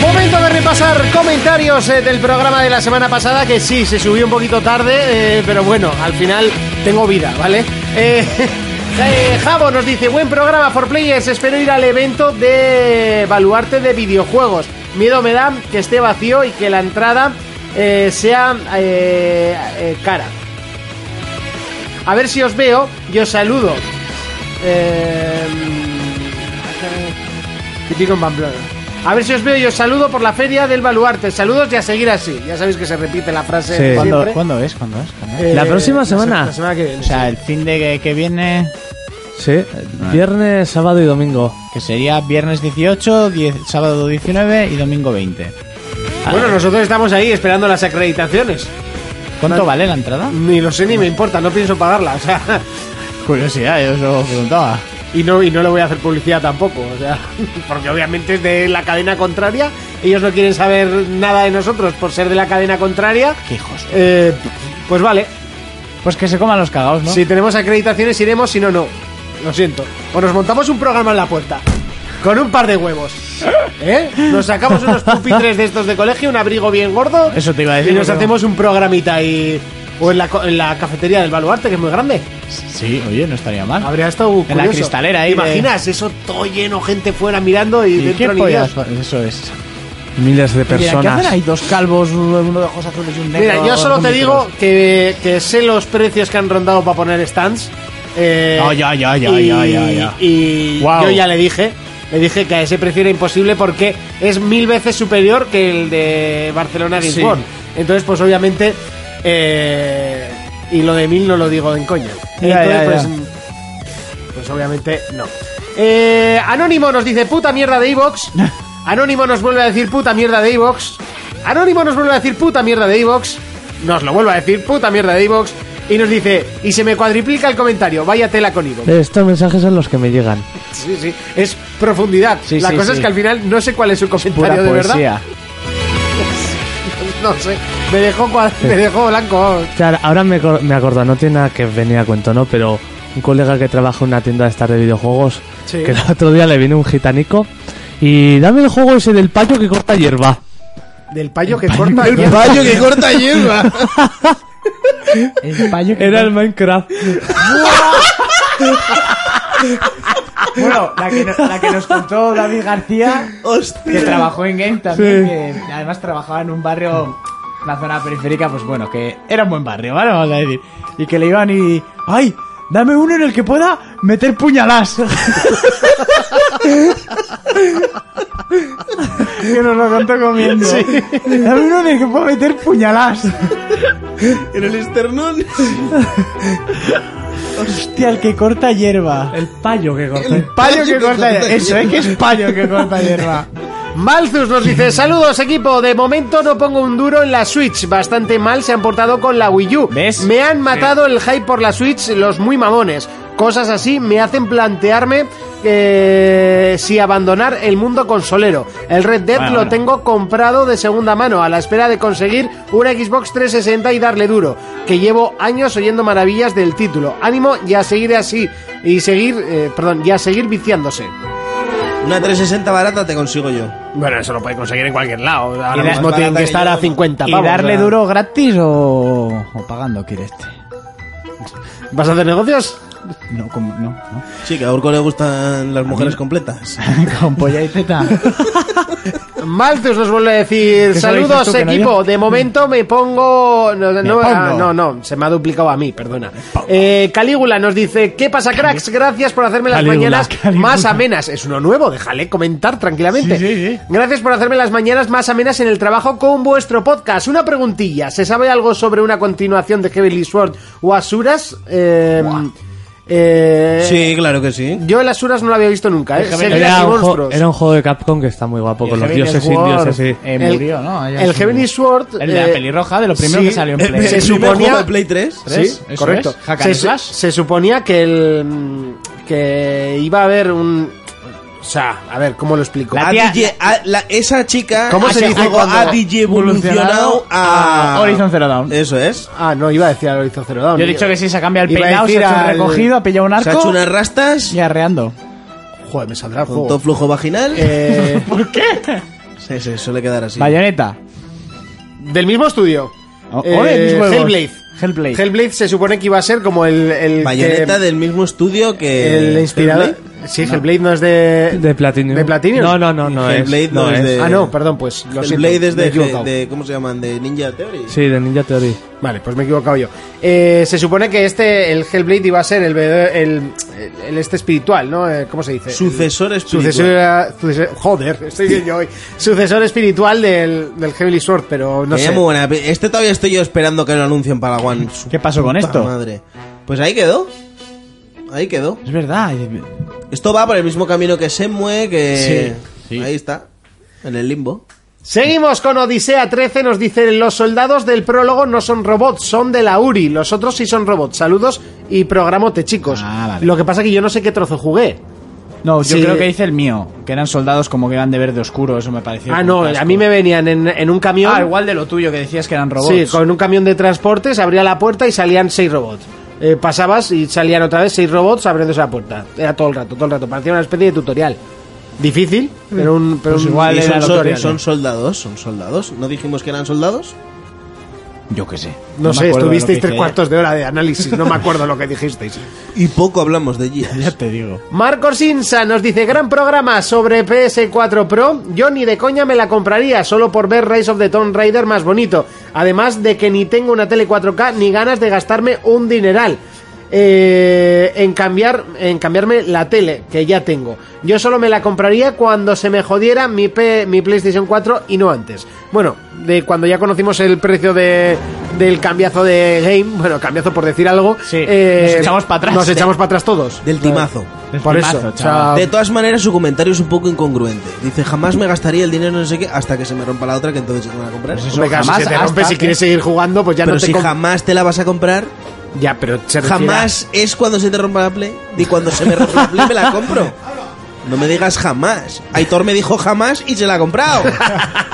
Speaker 7: Momento de repasar comentarios eh, del programa de la semana pasada, que sí, se subió un poquito tarde, eh, pero bueno, al final tengo vida, ¿vale? Eh, eh, Javo nos dice, buen programa for players, espero ir al evento de evaluarte de videojuegos. Miedo me da que esté vacío y que la entrada eh, sea eh, eh, cara. A ver si os veo y os saludo. Eh, Típico en Pamplona. A ver si os veo y os saludo por la feria del baluarte. Saludos y a seguir así. Ya sabéis que se repite la frase
Speaker 6: Sí.
Speaker 3: ¿Cuándo,
Speaker 7: siempre. Eh,
Speaker 3: cuándo es? ¿Cuándo es? ¿Cuándo es?
Speaker 6: ¿La próxima
Speaker 7: la se-
Speaker 6: semana?
Speaker 7: La semana que viene.
Speaker 3: O sea, el fin de que, que viene,
Speaker 6: Sí, viernes, sábado y domingo.
Speaker 3: que sería viernes 18, 10 sábado 19 y domingo 20.
Speaker 7: Bueno, nosotros estamos ahí esperando las acreditaciones.
Speaker 3: ¿Cuánto vale la entrada?
Speaker 7: Ni lo sé ni me importa, no pienso pagarla. O sea,
Speaker 3: Curiosidad, yo solo preguntaba.
Speaker 7: y no, y no le voy a hacer publicidad tampoco. O sea, porque obviamente es de la cadena contraria. Ellos no quieren saber nada de nosotros por ser de la cadena contraria.
Speaker 3: Qué hijos.
Speaker 7: Eh, pues vale,
Speaker 3: Pues que se coman los cagados, ¿no?
Speaker 7: Si tenemos acreditaciones iremos, si no, no. Lo siento. O nos montamos un programa en la puerta. Con un par de huevos. ¿Eh? Nos sacamos unos pupitres de estos de colegio, un abrigo bien gordo.
Speaker 3: Eso te iba a decir,
Speaker 7: Y nos
Speaker 3: pero-
Speaker 7: hacemos un programita ahí. O en la, co- en la cafetería del baluarte, que es muy grande.
Speaker 3: Sí, oye, no estaría mal.
Speaker 7: Habría estado
Speaker 3: la
Speaker 7: curioso.
Speaker 3: cristalera ahí
Speaker 7: ¿Te imaginas? Eso todo lleno, gente fuera mirando y,
Speaker 3: ¿Y qué
Speaker 7: dentro ni
Speaker 3: pollas?
Speaker 7: Dios.
Speaker 3: Eso es.
Speaker 6: Miles de
Speaker 3: Mira, ¿qué hacen
Speaker 6: personas.
Speaker 3: ahí dos calvos, uno de ojos azules y un negro?
Speaker 7: Mira, yo solo
Speaker 3: con
Speaker 7: te
Speaker 3: micros?
Speaker 7: digo que, que sé los precios que han rondado para poner stands. Eh,
Speaker 3: No, ya, ya, ya,
Speaker 7: y,
Speaker 3: ya, ya, ya.
Speaker 7: y
Speaker 3: Guau.
Speaker 7: yo ya le dije, le dije que a ese precio era imposible porque es mil veces superior que el de Barcelona
Speaker 3: Sí.
Speaker 7: Lisbon. Entonces, pues obviamente, eh, y lo de mil no lo digo en coña.
Speaker 3: Ya,
Speaker 7: Entonces,
Speaker 3: ya,
Speaker 7: pues,
Speaker 3: ya.
Speaker 7: mm, pues obviamente no. Eh, Anónimo nos dice puta mierda de Evox. Anónimo nos vuelve a decir puta mierda de Evox. Anónimo nos vuelve a decir puta mierda de Evox. Nos lo vuelve a decir puta mierda de Evox. Y nos dice, y se me cuadriplica el comentario, vaya tela con Evox.
Speaker 6: Estos mensajes son los que me llegan.
Speaker 7: Sí, sí, es profundidad.
Speaker 3: Sí,
Speaker 7: La
Speaker 3: sí,
Speaker 7: cosa
Speaker 3: sí.
Speaker 7: es que al final no sé cuál es su
Speaker 3: Pura
Speaker 7: comentario de verdad.
Speaker 3: poesía.
Speaker 7: No sé, me dejó, cua- me dejó blanco.
Speaker 6: Claro, ahora me, acor- me acuerdo, no tiene nada que venir a cuento, ¿no? Pero un colega que trabaja en una tienda de estar de videojuegos,
Speaker 7: Sí.
Speaker 6: que el otro día le vino un gitanico y dame el juego ese del payo que corta hierba.
Speaker 7: Del payo que corta el
Speaker 5: El payo que corta hierba.
Speaker 3: El payo que-
Speaker 6: Era el Minecraft.
Speaker 3: Bueno, la que, no- la que nos contó David García, que trabajó en Game también, que además trabajaba en un barrio, la zona periférica, pues bueno, que era un buen barrio, ¿vale? Vamos a decir. Y que le iban y... ¡Ay! Dame uno en el que pueda meter puñalas. que nos lo contó comiendo. Dame uno en el que pueda meter puñalas.
Speaker 5: en el esternón.
Speaker 3: Hostia, el que corta hierba.
Speaker 6: El payo que corta hierba.
Speaker 3: Payo que corta hierba. Eso, ¿eh? Que es payo que corta hierba.
Speaker 7: Malthus nos dice, saludos equipo, de momento no pongo un duro en la Switch, bastante mal se han portado con la Wii U.
Speaker 3: ¿Ves?
Speaker 7: Me han matado el hype por la Switch los muy mamones. Cosas así me hacen plantearme eh, si abandonar el mundo consolero. El Red Dead lo tengo comprado de segunda mano, a la espera de conseguir una Xbox 360 y darle duro, que llevo años oyendo maravillas del título. Ánimo y a seguir así, y seguir, eh, perdón, y a seguir viciándose.
Speaker 5: Una 360 barata te consigo yo.
Speaker 7: Bueno, eso lo puede conseguir en cualquier lado. Ahora
Speaker 5: Y da-
Speaker 7: mismo tienen que estar a 50
Speaker 3: ¿Y
Speaker 7: pavos,
Speaker 3: darle
Speaker 7: o sea.
Speaker 3: duro gratis o, o pagando quiere este?
Speaker 7: ¿Vas a hacer negocios?
Speaker 3: No, como- no, no.
Speaker 5: Sí, que a Urco le gustan las mujeres completas.
Speaker 3: Con polla y teta.
Speaker 7: Malthus nos vuelve a decir,
Speaker 3: eso lo dices
Speaker 7: saludos
Speaker 3: tú, que no
Speaker 7: equipo,
Speaker 3: yo".
Speaker 7: de momento me pongo... No, no,
Speaker 3: pongo.
Speaker 7: ah, no, no, se me ha duplicado a mí, perdona. Eh, Calígula nos dice, ¿qué pasa cracks? Gracias por hacerme las
Speaker 6: Calígula,
Speaker 7: mañanas
Speaker 6: Calígula.
Speaker 7: más amenas. Es uno nuevo, déjale comentar tranquilamente.
Speaker 4: Sí, sí, sí.
Speaker 7: Gracias por hacerme las mañanas más amenas en el trabajo con vuestro podcast. Una preguntilla, ¿se sabe algo sobre una continuación de Heavenly Sword o Asuras? Eh, eh,
Speaker 5: Sí, claro que sí.
Speaker 7: Yo el Asuras no lo había visto nunca, ¿eh?
Speaker 4: Heavenly-
Speaker 7: Sé que
Speaker 6: Era
Speaker 7: eran
Speaker 6: un, jo-
Speaker 7: monstruos.
Speaker 6: era un juego de Capcom que está muy guapo,
Speaker 3: Y
Speaker 6: con
Speaker 3: el
Speaker 6: los
Speaker 3: Heavenly
Speaker 6: dioses indios
Speaker 3: Sword,
Speaker 6: así.
Speaker 3: eh,
Speaker 7: El-
Speaker 3: murió, ¿no? Allá
Speaker 7: El
Speaker 3: se murió.
Speaker 7: Heavenly Sword.
Speaker 3: El de la
Speaker 7: eh,
Speaker 3: pelirroja, de lo primero que salió en Play.
Speaker 7: Se
Speaker 5: El primer
Speaker 7: suponía-
Speaker 5: juego de Play 3.
Speaker 3: ¿Tres?
Speaker 7: Sí,
Speaker 3: Eso
Speaker 7: correcto.
Speaker 3: es. Hack
Speaker 7: Se,
Speaker 3: and slash.
Speaker 7: se suponía que el mm, que iba a haber un o sea, a ver, ¿cómo lo explico?
Speaker 3: La
Speaker 5: Ha
Speaker 3: tía-
Speaker 5: digi- ha- la- esa chica
Speaker 7: ¿Cómo se
Speaker 5: ese
Speaker 7: dice
Speaker 5: juego
Speaker 7: cuando-
Speaker 5: ha digi evolucionado a... Eh,
Speaker 3: a Horizon Zero Dawn.
Speaker 5: Eso es.
Speaker 7: Ah, no, iba a decir al Horizon Zero Dawn.
Speaker 3: Yo he dicho que si se cambia el
Speaker 7: Iba a
Speaker 3: peinado, se
Speaker 7: decir
Speaker 3: ha hecho un
Speaker 7: al-
Speaker 3: recogido, ha pillado un
Speaker 5: Se ha hecho
Speaker 3: arco
Speaker 5: unas rastas
Speaker 3: y arreando.
Speaker 7: Joder, me saldrá el
Speaker 5: con todo
Speaker 7: juego.
Speaker 5: flujo vaginal.
Speaker 7: Eh,
Speaker 3: ¿Por qué?
Speaker 5: Sí, sí, suele quedar así.
Speaker 3: Bayoneta.
Speaker 7: del mismo estudio. Eh,
Speaker 3: O- o del Oh, mismo juego.
Speaker 7: Hellblade.
Speaker 3: Eh, Hellblade.
Speaker 7: Hellblade se supone que iba a ser como el, el
Speaker 5: Bayoneta
Speaker 7: que-
Speaker 5: del mismo estudio que...
Speaker 7: este, el inspirador.
Speaker 5: Hellblade.
Speaker 7: Sí, Hellblade no es de
Speaker 6: De Platinum.
Speaker 7: ¿De Platinum?
Speaker 6: No, no, no, no. es-
Speaker 5: Hellblade
Speaker 6: no
Speaker 5: no es
Speaker 6: es.
Speaker 5: de-
Speaker 7: Ah, no, perdón, pues lo siento,
Speaker 5: Hellblade es
Speaker 7: me he
Speaker 5: de,
Speaker 7: equivocado.
Speaker 5: de- ¿Cómo se llaman? De Ninja Theory.
Speaker 6: Sí, de Ninja Theory.
Speaker 7: Vale, pues me he equivocado yo. Eh, se supone que este, el Hellblade iba a ser el, bebe- el, el este espiritual, ¿no? Eh, ¿Cómo se dice?
Speaker 5: Sucesor espiritual.
Speaker 7: Sucesor, sucesor- joder, estoy bien yo hoy. Sucesor espiritual del, del Heavenly Sword, pero no
Speaker 5: Que
Speaker 7: sé.
Speaker 5: era muy buena. Este todavía estoy yo esperando que lo anuncien para la One. Su
Speaker 3: ¿Qué pasó con
Speaker 5: puta
Speaker 3: esto?
Speaker 5: Madre. Pues ahí quedó. Ahí quedó.
Speaker 3: Es verdad. y-
Speaker 5: Esto va por el mismo camino que Semue, que... Ahí está. En el limbo.
Speaker 7: Seguimos con Odisea 13, nos dice los soldados del prólogo no son robots, son de la URI, los otros sí son robots. Saludos y programote, chicos.
Speaker 3: Ah, vale.
Speaker 7: Lo que pasa que yo no sé qué trozo jugué.
Speaker 3: No, yo
Speaker 7: Sí.
Speaker 3: creo que hice el mío. Que eran soldados como que eran de verde oscuro, eso me pareció.
Speaker 7: ah, no,
Speaker 3: un asco.
Speaker 7: a mí me venían en, en un camión.
Speaker 3: Ah, igual de lo tuyo que decías que eran robots.
Speaker 7: Sí, con un camión de transporte se abría la puerta y salían seis robots. Eh, pasabas y salían otra vez seis robots abriéndose la puerta. Era todo el rato, todo el rato. Parecía una especie de tutorial. Difícil, pero un. Pero
Speaker 3: Pues
Speaker 7: un-
Speaker 3: igual
Speaker 5: Y
Speaker 7: y
Speaker 3: era
Speaker 5: son,
Speaker 7: son
Speaker 3: lo
Speaker 5: sol-
Speaker 7: tutoriales.
Speaker 5: son soldados, son soldados. ¿No dijimos que eran soldados?
Speaker 3: Yo qué sé.
Speaker 7: No,
Speaker 3: me
Speaker 7: sé,
Speaker 3: acuerdo de lo
Speaker 7: estuvisteis
Speaker 3: que
Speaker 7: tres
Speaker 3: hice.
Speaker 7: cuartos de hora de análisis. No me acuerdo lo que dijisteis.
Speaker 5: Y poco hablamos de Gia.
Speaker 3: Ya te digo.
Speaker 7: Marco Sinsa nos dice: Gran programa sobre PS4 Pro. Yo ni de coña me la compraría, solo por ver Rise of the Tomb Raider más bonito. Además de que ni tengo una tele 4K ni ganas de gastarme un dineral. eh, en cambiar en cambiarme la tele que ya tengo yo solo me la compraría cuando se me jodiera mi, P- mi PlayStation 4 y no antes bueno de cuando ya conocimos el precio de, del cambiazo de game bueno cambiazo por decir algo eh,
Speaker 3: Sí, nos echamos pa' atrás. ¿eh?
Speaker 7: nos echamos para atrás todos
Speaker 5: Del timazo.
Speaker 7: por
Speaker 3: Timazo,
Speaker 7: eso, o sea,
Speaker 3: chaval.
Speaker 5: De todas maneras, su comentario es un poco incongruente. Dice, jamás me gastaría el dinero, no sé qué, hasta que se me rompa la otra, que entonces sí que me la compraré.
Speaker 3: Pues eso,
Speaker 7: Hombre, claro, si
Speaker 3: jamás
Speaker 7: se te rompe,
Speaker 3: hasta
Speaker 7: si
Speaker 3: que-
Speaker 7: quieres seguir jugando, pues ya
Speaker 5: Pero
Speaker 7: no te
Speaker 5: si
Speaker 7: com-
Speaker 5: jamás te la vas a comprar,
Speaker 7: Ya, pero se refiere a-
Speaker 5: jamás es cuando se te rompa la play. Y cuando se me rompa la play, me la compro. No me digas jamás. Aitor me dijo jamás y se la ha comprado.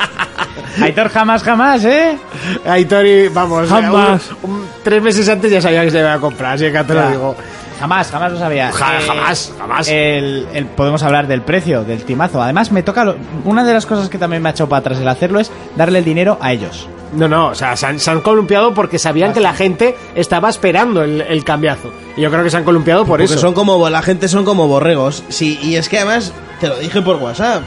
Speaker 3: Aitor jamás, jamás, ¿eh?
Speaker 7: Aitori, vamos,
Speaker 6: Jamás.
Speaker 7: eh, un- un- tres meses antes ya sabía que se iba a comprar, así que ya te lo
Speaker 3: Ya.
Speaker 7: digo.
Speaker 3: Jamás, jamás lo sabía. Eh,
Speaker 7: Ja- jamás, jamás.
Speaker 3: el- el- podemos hablar del precio, del timazo. Además, me toca. lo- una de las cosas que también me ha echado para atrás el hacerlo es darle el dinero a ellos.
Speaker 7: No, no, o sea, se han, se han columpiado porque sabían que la gente estaba esperando el, el cambiazo. Y yo creo que se han columpiado por
Speaker 5: Porque
Speaker 7: eso.
Speaker 5: son como, la gente son como borregos. Sí, y es que además, te lo dije por WhatsApp.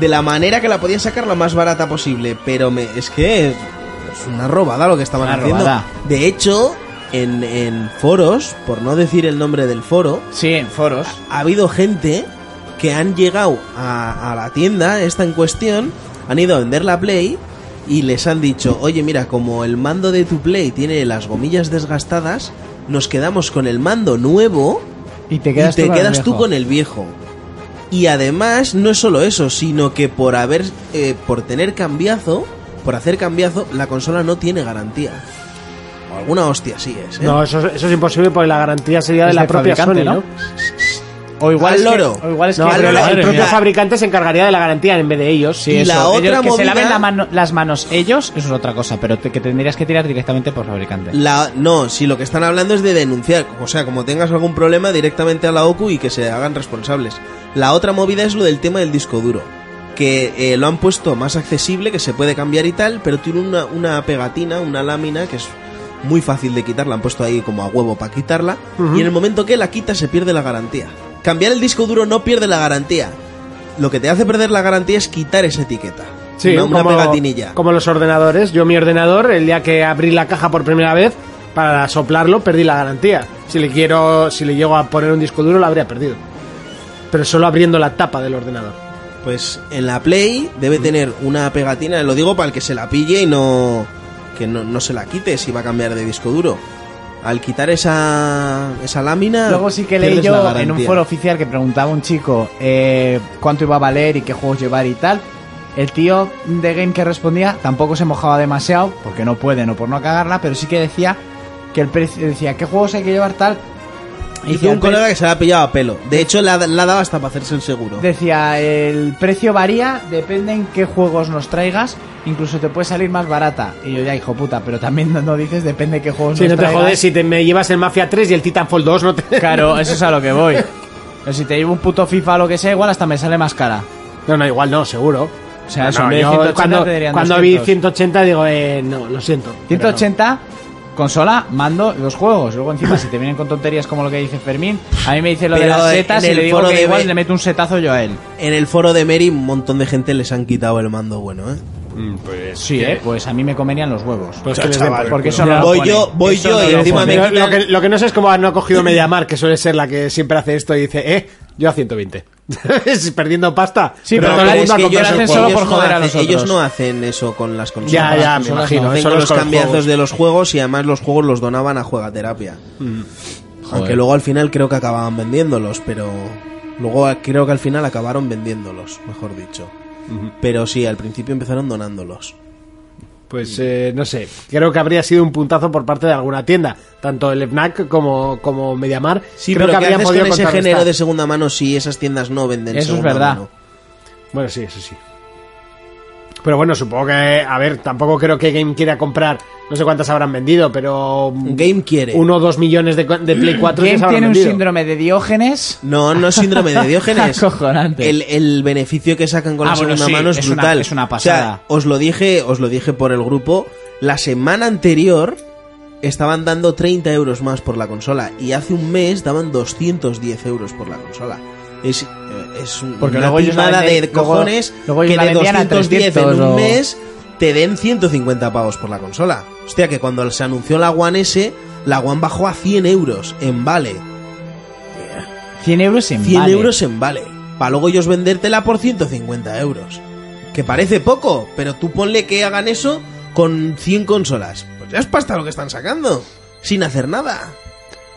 Speaker 5: De la manera que la podía sacar lo más barata posible. Pero me, es que es, es una robada lo que estaban
Speaker 3: Una
Speaker 5: haciendo.
Speaker 3: robada.
Speaker 5: De hecho, en, en foros, por no decir el nombre del foro,
Speaker 3: Sí, en foros.
Speaker 5: ha habido gente que han llegado a, a la tienda, esta en cuestión, han ido a vender la Play y les han dicho, oye mira, como el mando de tu Play tiene las gomillas desgastadas, nos quedamos con el mando nuevo
Speaker 3: Y te
Speaker 5: y
Speaker 3: quedas,
Speaker 5: te
Speaker 3: tú,
Speaker 5: quedas tú con
Speaker 3: el.
Speaker 5: el viejo. Y además, no es solo eso, sino que por haber, eh, por tener cambiazo, por hacer cambiazo, la consola no tiene garantía. O alguna hostia sí es, ¿eh?
Speaker 7: No, eso, es- eso es imposible porque la garantía sería de
Speaker 3: Es
Speaker 7: la
Speaker 3: del
Speaker 7: propia Sony,
Speaker 3: fabricante,
Speaker 7: ¿no?
Speaker 3: ¿no? O igual
Speaker 5: Al
Speaker 3: es que-
Speaker 5: loro.
Speaker 3: o igual es
Speaker 5: No,
Speaker 3: que
Speaker 5: al
Speaker 3: el-
Speaker 5: loro,
Speaker 3: el
Speaker 5: madre
Speaker 7: El propio
Speaker 5: mía.
Speaker 7: fabricante se encargaría de la garantía en vez de ellos.
Speaker 5: Y la
Speaker 3: Eso,
Speaker 5: otra
Speaker 3: ellos- que
Speaker 5: movida-
Speaker 3: se laven la mano- las manos ellos, eso es otra cosa, pero te- que tendrías que tirar directamente por fabricante.
Speaker 5: La, no, si lo que están hablando es de denunciar, o sea, como tengas algún problema directamente a la OCU y que se hagan responsables. La otra movida es lo del tema del disco duro, que eh, lo han puesto más accesible, que se puede cambiar y tal, pero tiene una, una pegatina, una lámina que es muy fácil de quitar, la han puesto ahí como a huevo para quitarla, y en el momento que la quita se pierde la garantía. Cambiar el disco duro no pierde la garantía. Lo que te hace perder la garantía es quitar esa etiqueta. una, una pegatinilla.
Speaker 7: Como los ordenadores. Yo mi ordenador, el día que abrí la caja por primera vez, para soplarlo, perdí la garantía. Si le quiero, si le llego a poner un disco duro, lo habría perdido. Pero solo abriendo la tapa del ordenador.
Speaker 5: Pues en la Play
Speaker 3: Mm.
Speaker 5: debe tener una pegatina, lo digo para el que se la pille y no que no, no se la quite si va a cambiar de disco duro. Al quitar esa, esa lámina...
Speaker 3: Luego sí que leí
Speaker 5: pierdes
Speaker 3: yo
Speaker 5: la
Speaker 3: en
Speaker 5: garantía.
Speaker 3: un foro oficial que preguntaba un chico eh, cuánto iba a valer y qué juegos llevar y tal. El tío de Game que respondía tampoco se mojaba demasiado, porque no pueden o por no cagarla, pero sí que decía que el precio decía qué juegos hay que llevar tal. Y
Speaker 5: Hice
Speaker 3: decía,
Speaker 5: un
Speaker 3: el pre-
Speaker 5: colega que se la ha pillado a pelo. De hecho, la, la daba hasta para hacerse el seguro.
Speaker 3: decía el precio varía, depende en qué juegos nos traigas, incluso te puede salir más barata. Y yo ya hijo puta, pero también no, no dices depende qué juegos
Speaker 7: Si
Speaker 3: nos
Speaker 7: no te
Speaker 3: traigas.
Speaker 7: jodes, si te me llevas el Mafia 3 y el Titanfall 2, no te.
Speaker 3: Claro, eso es a lo que voy. Pero si te llevo un puto FIFA o lo que sea, igual hasta me sale más cara.
Speaker 7: No, no, igual no, seguro.
Speaker 3: O sea,
Speaker 7: No,
Speaker 3: eso,
Speaker 7: no,
Speaker 3: en vez de
Speaker 7: yo
Speaker 3: 180
Speaker 7: cuando,
Speaker 3: te darían
Speaker 7: cuando vi
Speaker 3: 200.
Speaker 7: 180 digo, eh, no, lo siento. pero no.
Speaker 3: 180, consola, mando, los juegos. Luego encima, si te vienen con tonterías como lo que dice Fermín, a mí me dice lo de
Speaker 5: Pero
Speaker 3: las
Speaker 5: en
Speaker 3: setas y
Speaker 5: el
Speaker 3: le digo
Speaker 5: foro
Speaker 3: que
Speaker 5: de
Speaker 3: igual
Speaker 5: B-
Speaker 3: le meto un setazo yo a él.
Speaker 5: En el foro de Mary un montón de gente les han quitado el mando bueno, ¿eh?
Speaker 3: Sí, eh, pues a mí me comerían los huevos.
Speaker 7: Pues que les den por culo.
Speaker 3: porque eso no lo
Speaker 5: voy
Speaker 3: pone.
Speaker 5: yo, voy
Speaker 3: Eso
Speaker 5: yo
Speaker 3: no
Speaker 5: y
Speaker 3: lo
Speaker 5: encima
Speaker 3: pone.
Speaker 5: me
Speaker 7: Pero
Speaker 5: quitan-
Speaker 7: lo, que, lo que no sé es cómo no ha cogido Mediamar, que suele ser la que siempre hace esto y dice, eh, yo a 120. Es Perdiendo pasta.
Speaker 3: Sí, pero
Speaker 7: todo el
Speaker 3: es
Speaker 7: mundo ha
Speaker 3: que yo
Speaker 7: comprado
Speaker 3: lo
Speaker 7: ese
Speaker 3: hacen
Speaker 7: juego.
Speaker 3: solo por
Speaker 5: no
Speaker 3: joder a
Speaker 5: hacen-
Speaker 3: los otros.
Speaker 5: ellos no hacen eso con las consolas.
Speaker 7: Ya, ya, me
Speaker 5: Las consolas
Speaker 7: imagino,
Speaker 5: hacen
Speaker 7: eso
Speaker 5: con
Speaker 7: los
Speaker 5: los
Speaker 7: con los
Speaker 5: cambiazos
Speaker 7: juegos.
Speaker 5: de los juegos y además los juegos los donaban a Juegaterapia.
Speaker 7: Mm.
Speaker 5: Aunque luego al final creo que acababan vendiéndolos, pero... Luego a- creo que al final acabaron vendiéndolos, mejor dicho. Pero sí, al principio empezaron donándolos.
Speaker 7: Pues eh, no sé, creo que habría sido un puntazo por parte de alguna tienda, tanto el FNAC como, como Mediamar. creo
Speaker 5: pero
Speaker 7: que
Speaker 5: ¿qué
Speaker 7: habrían
Speaker 5: haces
Speaker 7: podido
Speaker 5: con ese
Speaker 7: contrarrestar.
Speaker 5: género de segunda mano si esas tiendas no venden
Speaker 3: Eso es
Speaker 5: segunda
Speaker 3: verdad.
Speaker 5: mano?
Speaker 7: Bueno, sí, eso sí. Pero bueno, supongo que, a ver, tampoco creo que Game quiera comprar, no sé cuántas habrán vendido, pero...
Speaker 5: Game quiere.
Speaker 7: Uno o dos millones de, co- de Play 4
Speaker 3: ¿Quién
Speaker 7: se habrán
Speaker 3: tiene un
Speaker 7: vendido.
Speaker 3: síndrome de Diógenes?
Speaker 5: No, no es síndrome de Diógenes.
Speaker 3: Acojonante.
Speaker 5: El, el beneficio que sacan con
Speaker 3: Ah,
Speaker 5: la
Speaker 3: bueno,
Speaker 5: segunda
Speaker 3: sí,
Speaker 5: mano es,
Speaker 3: es una-
Speaker 5: brutal.
Speaker 3: es una
Speaker 5: O sea,
Speaker 3: pasada.
Speaker 5: os lo dije, os lo dije por el grupo. La semana anterior estaban dando 30 euros más por la consola y hace un mes daban 210 euros por la consola. Es, eh, es un-
Speaker 3: Porque
Speaker 5: una
Speaker 3: luego ellos la
Speaker 5: timada
Speaker 3: venden-
Speaker 5: de
Speaker 3: luego-
Speaker 5: cojones
Speaker 3: luego ellos
Speaker 5: que
Speaker 3: la
Speaker 5: de
Speaker 3: vendían a
Speaker 5: 210 en
Speaker 3: 300
Speaker 5: un
Speaker 3: o-
Speaker 5: mes te den 150 pavos por la consola. Hostia, que cuando se anunció la One S, la One bajó a 100 euros en Vale.
Speaker 3: 100 euros en
Speaker 5: 100
Speaker 3: vale.
Speaker 5: euros en vale. Para luego ellos vendértela por 150 euros. Que parece poco, pero tú ponle que hagan eso con 100 consolas. Pues ya es pasta lo que están sacando. Sin hacer nada.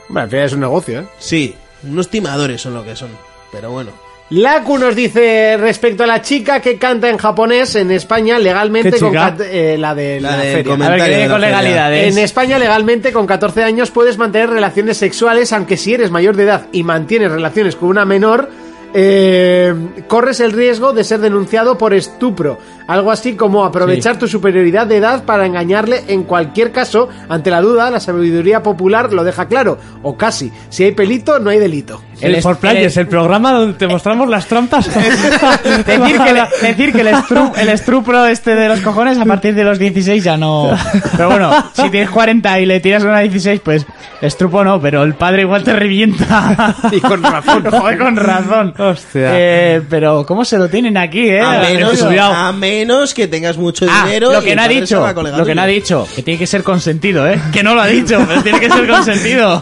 Speaker 7: Bueno, al final es un negocio, ¿eh?
Speaker 5: Sí, unos timadores son lo que son. Pero bueno.
Speaker 7: Laku nos dice respecto a la chica que canta en japonés en España legalmente
Speaker 6: ¿Qué
Speaker 7: con
Speaker 6: chica?
Speaker 7: cat- eh, la de la,
Speaker 5: La
Speaker 3: A
Speaker 5: del
Speaker 7: feria.
Speaker 3: ver,
Speaker 5: comentario
Speaker 3: que
Speaker 5: de
Speaker 3: viene
Speaker 5: la
Speaker 3: con
Speaker 5: feria.
Speaker 3: legalidades.
Speaker 7: En España legalmente con 14 años puedes mantener relaciones sexuales aunque si eres mayor de edad y mantienes relaciones con una menor eh, corres el riesgo de ser denunciado por estupro, algo así como aprovechar tu superioridad de edad para engañarle en cualquier caso, ante la duda la sabiduría popular lo deja claro, o casi, si hay pelito no hay delito.
Speaker 3: El
Speaker 6: El
Speaker 3: es- eh,
Speaker 6: For Players,
Speaker 3: el-
Speaker 6: el programa donde te mostramos las trampas.
Speaker 3: Decir que, le- decir que el, estru- el estrupro este de los cojones a partir de los 16 ya no... Pero bueno, si tienes 40 y le tiras una 16, pues estrupo no, pero el padre igual te revienta. Y con razón. Joder, con razón.
Speaker 6: Hostia.
Speaker 3: Eh, pero ¿cómo se lo tienen aquí, eh?
Speaker 5: A menos,
Speaker 3: Cuidado.
Speaker 5: a menos que tengas mucho
Speaker 3: Ah,
Speaker 5: dinero.
Speaker 3: lo
Speaker 5: y
Speaker 3: que
Speaker 5: el
Speaker 3: no ha
Speaker 5: padre se
Speaker 3: dicho,
Speaker 5: va con legal
Speaker 3: lo que no ha
Speaker 5: tuyo.
Speaker 3: dicho, que tiene que ser consentido, ¿eh? Que no lo ha dicho, pero tiene que ser consentido.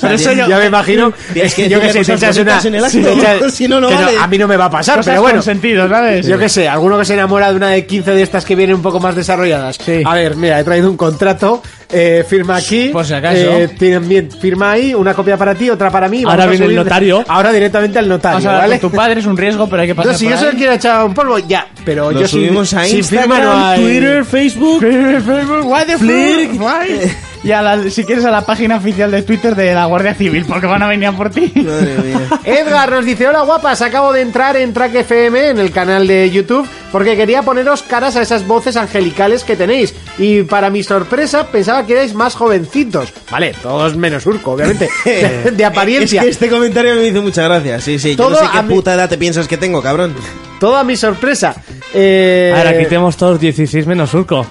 Speaker 3: Pero eso yo-
Speaker 7: ya me imagino
Speaker 5: Tienes que
Speaker 7: yo que
Speaker 5: decirle
Speaker 7: sé, te
Speaker 5: cosas
Speaker 7: echas una
Speaker 5: bonitas en el acto,
Speaker 7: te echas-
Speaker 5: si no, no
Speaker 7: que
Speaker 5: vale.
Speaker 7: a mí no me va a pasar
Speaker 3: cosas
Speaker 7: pero bueno
Speaker 3: consentido, ¿sabes?
Speaker 7: Yo qué sé, alguno que se enamora de una de 15 de estas que vienen un poco más desarrolladas. A ver, mira, he traído un contrato, eh, firma aquí.
Speaker 3: Por si acaso.
Speaker 7: eh, tienen bien, firma ahí, una copia para ti, otra para mí. vamos
Speaker 6: Ahora
Speaker 7: a
Speaker 6: viene el
Speaker 7: subir-
Speaker 6: notario.
Speaker 7: Ahora directamente al notario,
Speaker 3: Vamos a hablar
Speaker 7: ¿vale?
Speaker 3: con tu padre es un riesgo, pero hay que pasar
Speaker 7: No, si
Speaker 3: por
Speaker 7: yo
Speaker 3: ahí.
Speaker 7: solo quiero echar un polvo, ya. Pero
Speaker 5: Lo
Speaker 7: yo sin-
Speaker 5: subimos a
Speaker 7: sin firma
Speaker 5: Instagram,
Speaker 7: no hay-
Speaker 5: Twitter, Facebook.
Speaker 3: What the fuck?
Speaker 5: Flick.
Speaker 3: Why?
Speaker 4: y a la- si quieres a la página oficial de Twitter de la Guardia Civil, porque van a venir a por ti.
Speaker 5: Madre mía.
Speaker 7: Edgar nos dice, hola guapas, acabo de entrar en Track FM en el canal de YouTube porque quería poneros caras a esas voces angelicales que tenéis y para mi sorpresa pensaba que erais más jovencitos. Vale, todos menos Urco, obviamente, de, de apariencia.
Speaker 5: Es que este comentario me hizo mucha gracia. Sí, sí.
Speaker 7: Todo
Speaker 5: yo no sé
Speaker 7: a
Speaker 5: qué
Speaker 7: mí-
Speaker 5: puta edad te piensas que tengo, cabrón.
Speaker 7: Toda mi sorpresa. Eh,
Speaker 6: Ahora quitemos todos 16 menos surco.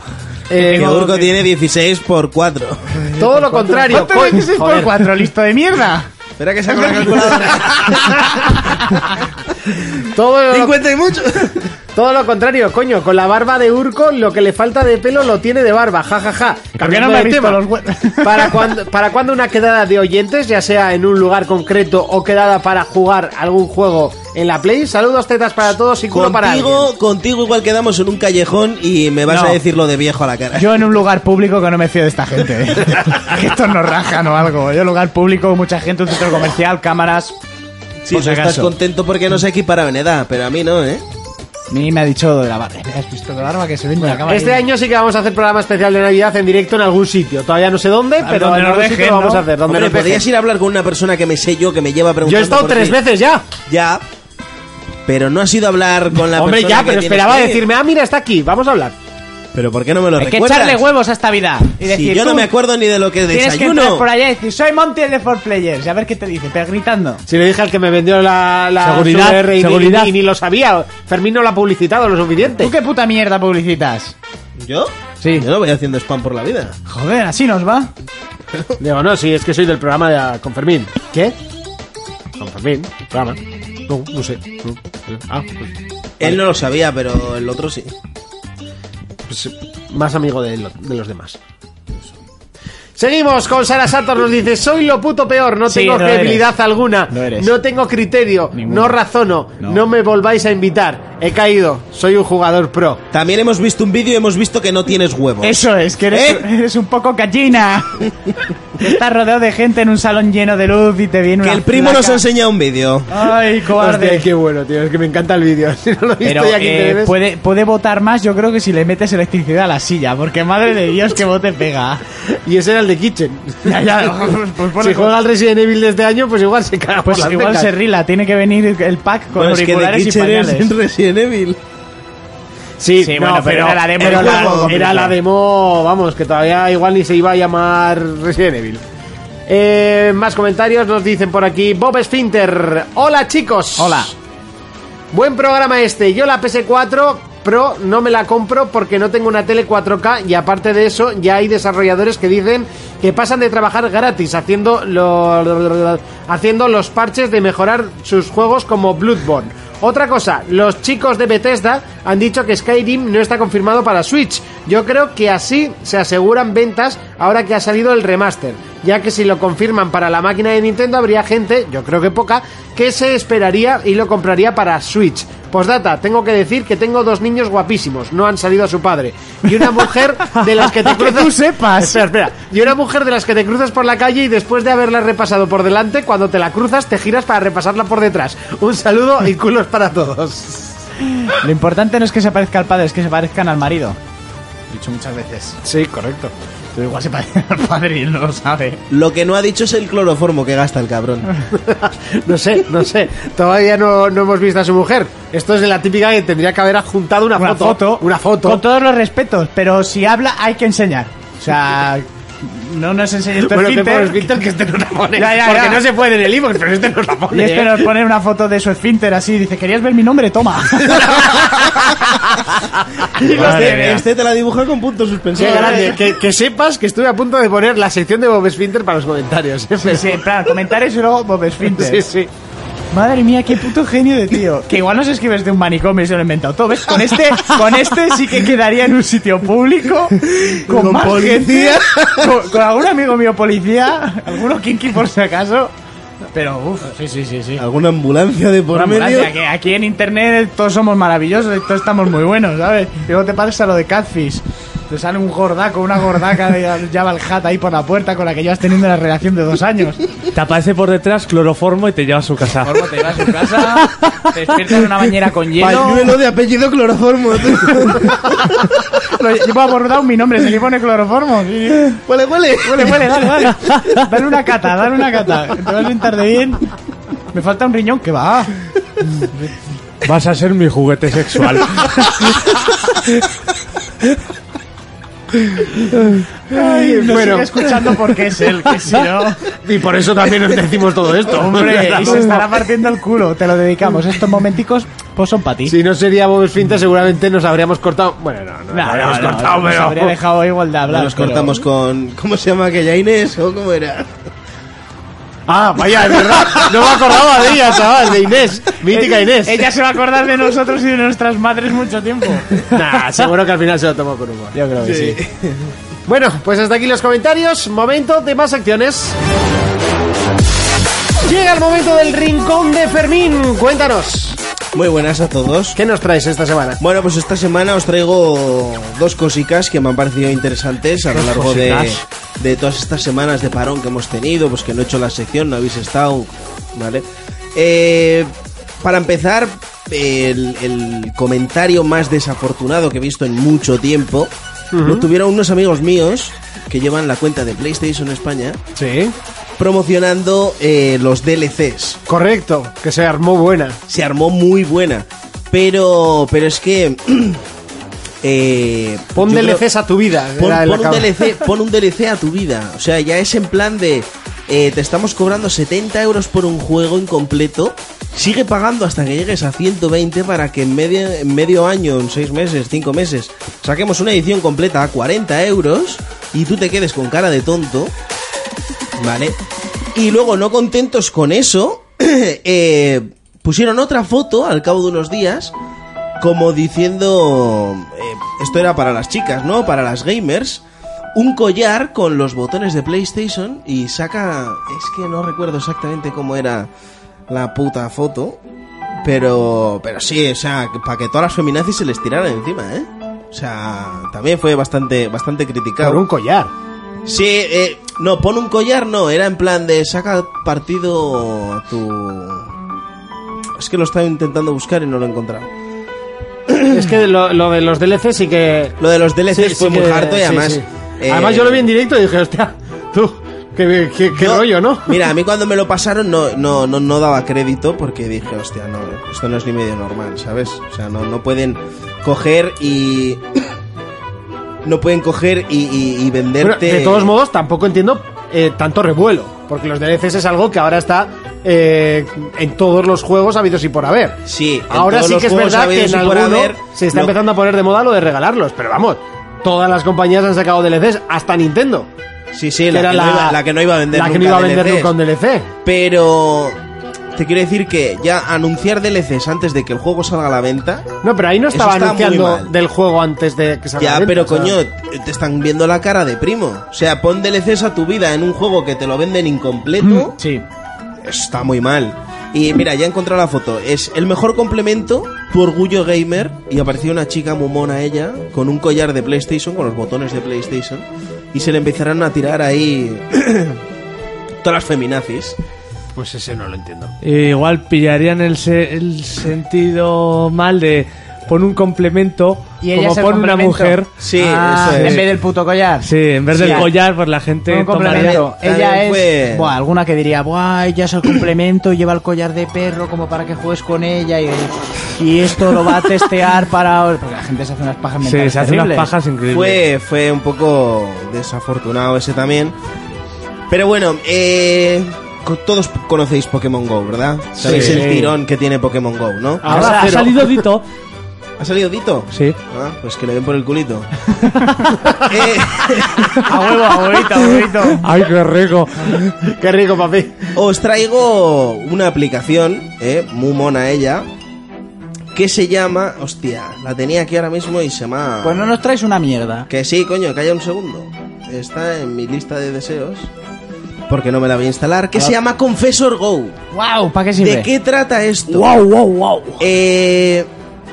Speaker 7: eh,
Speaker 5: Que Urco tiene 16 por 4.
Speaker 7: todo lo contrario.
Speaker 4: ¿Cuánto
Speaker 7: coño,
Speaker 4: 26 por
Speaker 7: joder.
Speaker 4: 4? ¿Listo de mierda?
Speaker 5: Espera que saco la calculadora.
Speaker 7: Todo lo
Speaker 5: 50 y mucho.
Speaker 7: Todo lo contrario, coño, con la barba de Urco lo que le falta de pelo lo tiene de barba, jajaja. Ja, ja.
Speaker 4: no
Speaker 7: Cambiando
Speaker 4: me he
Speaker 7: de
Speaker 4: visto
Speaker 7: tema.
Speaker 4: los hue-
Speaker 7: para cuando para cuando una quedada de oyentes, ya sea en un lugar concreto o quedada para jugar algún juego en la Play. Saludos tetas para todos y culo para alguien.
Speaker 5: Contigo, contigo igual quedamos en un callejón y me vas
Speaker 4: No.
Speaker 5: a decir lo de viejo a la cara.
Speaker 4: Yo en un lugar público que no me fío de esta gente. ¿eh? que estos nos rajan o algo. Yo en lugar público, mucha gente, un centro comercial, cámaras.
Speaker 5: Sí,
Speaker 4: por si
Speaker 5: tú estás
Speaker 4: acaso.
Speaker 5: contento porque no se equipara en edad, pero a mí no, ¿eh?
Speaker 3: A mí me ha dicho lo de la barba. ¿Has visto de barba que se vende la cámara?
Speaker 7: Este año sí que vamos a hacer programa especial de Navidad en directo en algún sitio. Todavía no sé dónde, pero
Speaker 4: donde
Speaker 7: en
Speaker 4: nos
Speaker 7: algún
Speaker 4: dejen,
Speaker 7: sitio lo vamos
Speaker 4: ¿no?
Speaker 7: a hacer. Donde
Speaker 5: Hombre,
Speaker 7: nos
Speaker 5: podrías
Speaker 7: dejen.
Speaker 5: ir a hablar con una persona que me sé yo, que me lleva preguntando
Speaker 7: Yo he estado
Speaker 5: por
Speaker 7: tres
Speaker 5: ti.
Speaker 7: veces ya.
Speaker 5: Ya, pero no has ido a hablar con la
Speaker 7: Hombre,
Speaker 5: persona
Speaker 7: ya,
Speaker 5: que
Speaker 7: pero
Speaker 5: tienes
Speaker 7: esperaba
Speaker 5: que ir.
Speaker 7: decirme, ah, mira, está aquí, vamos a hablar.
Speaker 5: Pero ¿por qué no me lo
Speaker 3: Hay que
Speaker 5: recuerdas?
Speaker 3: echarle huevos a esta vida. Y decir,
Speaker 5: si yo no
Speaker 3: tú
Speaker 5: me acuerdo ni de lo que
Speaker 3: Tienes que entrar
Speaker 5: desayuno.
Speaker 3: por allá y decir, soy Monty el de 4Players. Y a ver qué te dice, pero gritando.
Speaker 7: Si le dije al que me vendió la, la
Speaker 6: Seguridad,
Speaker 7: SVR y, ni-
Speaker 6: seguridad.
Speaker 7: Ni, ni lo sabía. Fermín no la ha publicitado lo suficiente.
Speaker 4: ¿Tú qué puta mierda publicitas?
Speaker 5: ¿Yo?
Speaker 4: Sí.
Speaker 5: Yo no voy haciendo spam por la vida.
Speaker 4: Joder, así nos va.
Speaker 7: Digo, no, sí, es que soy del programa de, ah, con Fermín. ¿Qué? Con Fermín, programa. No, no sé. No, eh, Ah, pues,
Speaker 5: Él no lo sabía, pero el otro sí.
Speaker 7: pues, eh, más amigo de, lo- de los demás. Seguimos con Sara Sator, nos dice, soy lo puto peor, no tengo
Speaker 3: no
Speaker 7: credibilidad alguna,
Speaker 3: No eres.
Speaker 7: tengo criterio, no razono, no. me volváis a invitar, he caído, soy un jugador pro.
Speaker 5: También hemos visto un vídeo y hemos visto que no tienes huevos.
Speaker 4: Eso es, que eres,
Speaker 5: ¿Eh?
Speaker 4: eres un poco gallina. Estás rodeado de gente en un salón lleno de luz y te viene
Speaker 5: Que
Speaker 4: una
Speaker 5: el primo
Speaker 4: placa.
Speaker 5: nos ha enseñado un vídeo.
Speaker 4: Ay, cobarde.
Speaker 7: Hostia, qué bueno, tío, es que me encanta el vídeo, si no lo he visto
Speaker 3: Pero
Speaker 7: ya que
Speaker 3: eh,
Speaker 7: te ves.
Speaker 3: puede, puede votar más, yo creo que si le metes electricidad a la silla, porque madre de Dios que vote pega.
Speaker 7: Y ese era el de Kitchen.
Speaker 4: Ya, ya, pues bueno,
Speaker 7: si juega al Resident Evil de este año, pues igual se caga por
Speaker 4: pues
Speaker 7: las
Speaker 4: igual
Speaker 7: becas.
Speaker 4: se rila, tiene que venir el pack con
Speaker 5: Bueno, es que de
Speaker 4: auriculares y
Speaker 5: Kitchen es
Speaker 4: pañales.
Speaker 5: en Resident Evil.
Speaker 7: Sí,
Speaker 4: Sí,
Speaker 7: no,
Speaker 4: bueno, pero
Speaker 7: pero,
Speaker 4: era la demo, era
Speaker 7: era la-
Speaker 4: algo
Speaker 7: era la
Speaker 4: complicado.
Speaker 7: demo, vamos, que todavía igual ni se iba a llamar Resident Evil. Eh, más comentarios nos dicen por aquí Bob Sfinter. Hola chicos.
Speaker 3: Hola.
Speaker 7: Buen programa este. Yo la PS4 Pro no me la compro porque no tengo una tele 4K y aparte de eso ya hay desarrolladores que dicen que pasan de trabajar gratis haciendo, lo- lo- lo- lo- haciendo los parches de mejorar sus juegos como Bloodborne. Otra cosa, los chicos de Bethesda han dicho que Skyrim no está confirmado para Switch. Yo creo que así se aseguran ventas ahora que ha salido el remaster, ya que si lo confirman para la máquina de Nintendo habría gente, yo creo que poca, que se esperaría y lo compraría para Switch. Postdata, tengo que decir que tengo dos niños guapísimos, no han salido a su padre. Y una mujer de las que te cruzas.
Speaker 4: tú sepas.
Speaker 7: Espera, espera. Y una mujer de las que te cruzas por la calle y después de haberla repasado por delante, cuando te la cruzas, te giras para repasarla por detrás. Un saludo y culos para todos.
Speaker 3: Lo importante no es que se parezca al padre, es que se parezcan al marido. Lo he dicho muchas veces.
Speaker 7: Sí, correcto.
Speaker 4: Pero igual se parece al padre y él no lo sabe.
Speaker 5: Lo que no ha dicho es el cloroformo que gasta el cabrón.
Speaker 7: No sé, no sé. Todavía no, no hemos visto a su mujer. Esto es de la típica que tendría que haber adjuntado una,
Speaker 3: Una
Speaker 7: foto.
Speaker 3: foto.
Speaker 7: Una foto.
Speaker 3: Con todos los respetos, pero si habla hay que enseñar. O sea, no nos enseñes tu
Speaker 7: Bueno, que
Speaker 3: esfínter.
Speaker 7: por escrito el que este no la pone.
Speaker 3: Ya, ya,
Speaker 7: porque
Speaker 3: ya.
Speaker 7: no se puede en el inbox, pero este no la
Speaker 3: Y
Speaker 7: pone.
Speaker 3: es que nos pone una foto de su esfínter así, dice, ¿querías ver mi nombre? Toma.
Speaker 5: Este, este te la dibuja con puntos
Speaker 7: Qué
Speaker 5: suspensivos.
Speaker 7: grande. Que, que sepas que estuve a punto de poner la sección de Bob Sfinter para los comentarios. ¿eh?
Speaker 3: Sí, sí, en plan, comentarios y luego Bob Esfínter.
Speaker 7: Sí, sí.
Speaker 3: Madre mía, qué puto genio de tío. Que igual nos escribes de este un manicomio y se lo he inventado todo. ¿Ves? Con este, con este sí que quedaría en un sitio público. Con, más gente, con, con algún amigo mío policía. Alguno kinky por si acaso. Pero uff, sí, sí, sí, sí.
Speaker 5: ¿Alguna ambulancia de por
Speaker 3: Vamos,
Speaker 5: medio?
Speaker 3: gracias, que aquí en internet todos somos maravillosos y todos estamos muy buenos, ¿sabes? Y luego te pasa lo de Catfish.
Speaker 4: Te sale un gordaco, una gordaca de Jabal Hat ahí por la puerta con la que llevas teniendo la relación de dos años.
Speaker 6: Te aparece por detrás cloroformo y te lleva a su casa.
Speaker 3: Corvo te vas a su casa, te despiertas en una bañera con hielo.
Speaker 5: Pañuelo de apellido cloroformo.
Speaker 4: Lo llevo abordado mi nombre, se le pone cloroformo. sí, sí.
Speaker 5: huele, huele.
Speaker 4: Huele, huele, dale, dale. Dale una cata, dale una cata. Te vas a sentar de bien. Me falta un riñón, que va.
Speaker 6: Vas a ser mi juguete sexual.
Speaker 4: Lo sigue escuchando porque es él, que si no...
Speaker 7: Y por eso también os decimos todo esto.
Speaker 4: Hombre, y se estará partiendo el culo. Te lo dedicamos. Estos momenticos, pues son para ti.
Speaker 7: Si no sería Bob Esfinta, seguramente nos habríamos cortado. Bueno, no, no,
Speaker 4: No, no,
Speaker 7: habríamos
Speaker 4: no,
Speaker 7: cortado,
Speaker 4: nos
Speaker 7: pero.
Speaker 4: habría dejado igualdad hablar.
Speaker 5: Nos
Speaker 4: pero-
Speaker 5: cortamos con. ¿Cómo se llama aquella Inés? ¿O cómo era?
Speaker 7: Ah, vaya, es verdad. No me acordaba de ella, chaval, de Inés. Mítica Inés.
Speaker 5: este.
Speaker 4: Ella se va a acordar de nosotros y de nuestras madres mucho tiempo.
Speaker 7: Nah, seguro que al final se lo tomó con humor.
Speaker 4: Yo creo que sí.
Speaker 7: Bueno, pues hasta aquí los comentarios. Momento de más acciones. Llega el momento del rincón de Fermín. Cuéntanos,
Speaker 5: Muy buenas a todos.
Speaker 7: ¿qué nos traes esta semana?
Speaker 5: Bueno, pues esta semana os traigo dos cosicas que me han parecido interesantes a lo largo de,
Speaker 6: cosicas?
Speaker 5: de todas estas semanas de parón que hemos tenido, pues que no he hecho la sección, no habéis estado, ¿vale? Eh, para empezar, el, el comentario más desafortunado que he visto en mucho tiempo lo tuvieron unos amigos míos que llevan la cuenta de PlayStation España
Speaker 7: Sí.
Speaker 5: promocionando eh, los DLCs
Speaker 7: Correcto, que se armó buena.
Speaker 5: se armó muy buena. Pero, pero es que. eh,
Speaker 7: Pon
Speaker 5: yo creo-
Speaker 7: DLCs a tu vida.
Speaker 5: pon-
Speaker 7: era la
Speaker 5: pon un
Speaker 7: cama.
Speaker 5: DLC, pon un DLC a tu vida. O sea, ya es en plan de. eh, te estamos cobrando 70 euros por un juego incompleto. Sigue pagando hasta que llegues a 120 para que en medio, en medio año, en 6 meses, 5 meses, saquemos una edición completa a 40 euros y tú te quedes con cara de tonto. ¿Vale? Y luego, no contentos con eso, eh, pusieron otra foto al cabo de unos días, como diciendo. eh, esto era para las chicas, ¿no? Para las gamers. Un collar con los botones de PlayStation y saca. Es que no recuerdo exactamente cómo era la puta foto. Pero. Pero sí, o sea, para que todas las feminazis se les tiraran encima, ¿eh? O sea, también fue bastante, bastante criticado.
Speaker 7: Por un collar.
Speaker 5: Sí, eh, no, pon un collar, no, era en plan de saca partido a tu... Es que lo estaba intentando buscar y no lo he encontrado.
Speaker 7: es que lo, lo de los DLCs sí que.
Speaker 5: Lo de los DLCs
Speaker 7: sí,
Speaker 5: fue
Speaker 7: sí
Speaker 5: muy
Speaker 7: que-
Speaker 5: harto y
Speaker 7: sí,
Speaker 5: además...
Speaker 7: sí.
Speaker 5: eh,
Speaker 7: Además, yo lo vi en directo y dije, hostia, tú, qué, qué- qué
Speaker 5: yo-
Speaker 7: rollo, ¿no?
Speaker 5: Mira, a mí cuando me lo pasaron no, no, no, no daba crédito porque dije, hostia, no, esto no es ni medio normal, ¿sabes? O sea, no, no pueden coger y... No pueden coger y, y- y
Speaker 7: Bueno,
Speaker 5: venderte...
Speaker 7: de todos modos, tampoco entiendo eh, tanto revuelo, porque los DLCs es algo que ahora está eh, en todos los juegos habidos y por haber.
Speaker 5: Sí, en
Speaker 7: ahora
Speaker 5: todos
Speaker 7: sí
Speaker 5: los
Speaker 7: que es
Speaker 5: juegos
Speaker 7: verdad que
Speaker 5: habidos
Speaker 7: en
Speaker 5: y por
Speaker 7: alguno
Speaker 5: haber,
Speaker 7: se está
Speaker 5: lo-
Speaker 7: empezando a poner de moda lo de regalarlos, pero vamos, todas las compañías han sacado DLCs, hasta Nintendo,
Speaker 5: Sí, sí,
Speaker 7: que
Speaker 5: la,
Speaker 7: era
Speaker 5: que no iba, la que no iba a vender
Speaker 7: la
Speaker 5: nunca
Speaker 7: que no iba a vender
Speaker 5: DLCs.
Speaker 7: nunca un DLC.
Speaker 5: Pero te quiero decir que ya anunciar DLCs antes de que el juego salga a la venta.
Speaker 7: No, pero ahí no
Speaker 5: Eso
Speaker 7: estaba
Speaker 5: está muy
Speaker 7: anunciando
Speaker 5: mal.
Speaker 7: del juego antes de que salga. a
Speaker 5: Ya,
Speaker 7: la venta,
Speaker 5: pero
Speaker 7: o sea,
Speaker 5: coño, te- te están viendo la cara de primo. O sea, pon DLCs a tu vida en un juego que te lo venden incompleto.
Speaker 4: Sí.
Speaker 7: Mm.
Speaker 5: Está muy mal. Y mira, ya he encontrado la foto. Es el mejor complemento, tu orgullo gamer. Y apareció una chica muy mona ella, con un collar de PlayStation, con los botones de PlayStation. Y se le empezaron a tirar ahí todas las feminazis.
Speaker 7: Pues ese no lo entiendo.
Speaker 6: Igual pillarían el, se- el sentido mal de pon un complemento
Speaker 3: Y ella
Speaker 6: como
Speaker 3: es el
Speaker 6: pon una
Speaker 3: complemento.
Speaker 6: mujer.
Speaker 5: Sí,
Speaker 3: Ah,
Speaker 5: eso es.
Speaker 3: En vez del puto collar.
Speaker 6: Sí, en vez
Speaker 3: Sí.
Speaker 6: del collar, pues la gente
Speaker 3: Un
Speaker 6: tomaría-
Speaker 3: complemento.
Speaker 5: También-
Speaker 3: Ella es.
Speaker 5: también fue-
Speaker 3: Buah, alguna que diría, buah, ella es el complemento, lleva el collar de perro como para que juegues con ella y, y esto lo va a testear para. Porque la gente se hace unas pajas
Speaker 6: Sí,
Speaker 3: mentales.
Speaker 6: se hace unas
Speaker 3: terribles.
Speaker 6: pajas increíbles.
Speaker 5: Fue, fue un poco desafortunado ese también. Pero bueno, eh, co- todos conocéis Pokémon Go, ¿verdad? Sabéis el tirón que tiene Pokémon Go, ¿no?
Speaker 6: O sea, ha
Speaker 7: cero.
Speaker 6: salido Dito.
Speaker 5: ¿Ha salido Dito?
Speaker 6: Ah. Sí.
Speaker 5: Ah, pues que le den por el culito. Eh,
Speaker 4: A huevo, abuelito, abuelito.
Speaker 6: Ay, qué rico.
Speaker 7: Qué rico, papi.
Speaker 5: os traigo una aplicación, eh, muy mona ella, que se llama... Hostia, la tenía aquí ahora mismo y se me ha...
Speaker 3: Pues no nos traes una mierda.
Speaker 5: Que sí, coño, calla un segundo. Está en mi lista de deseos. Porque no me la voy a instalar.
Speaker 6: Ah.
Speaker 5: Que se llama Confessor Go.
Speaker 3: ¡Wow! ¿Para qué sirve?
Speaker 5: ¿De qué trata esto?
Speaker 6: Wow, wow, wow.
Speaker 5: Eh,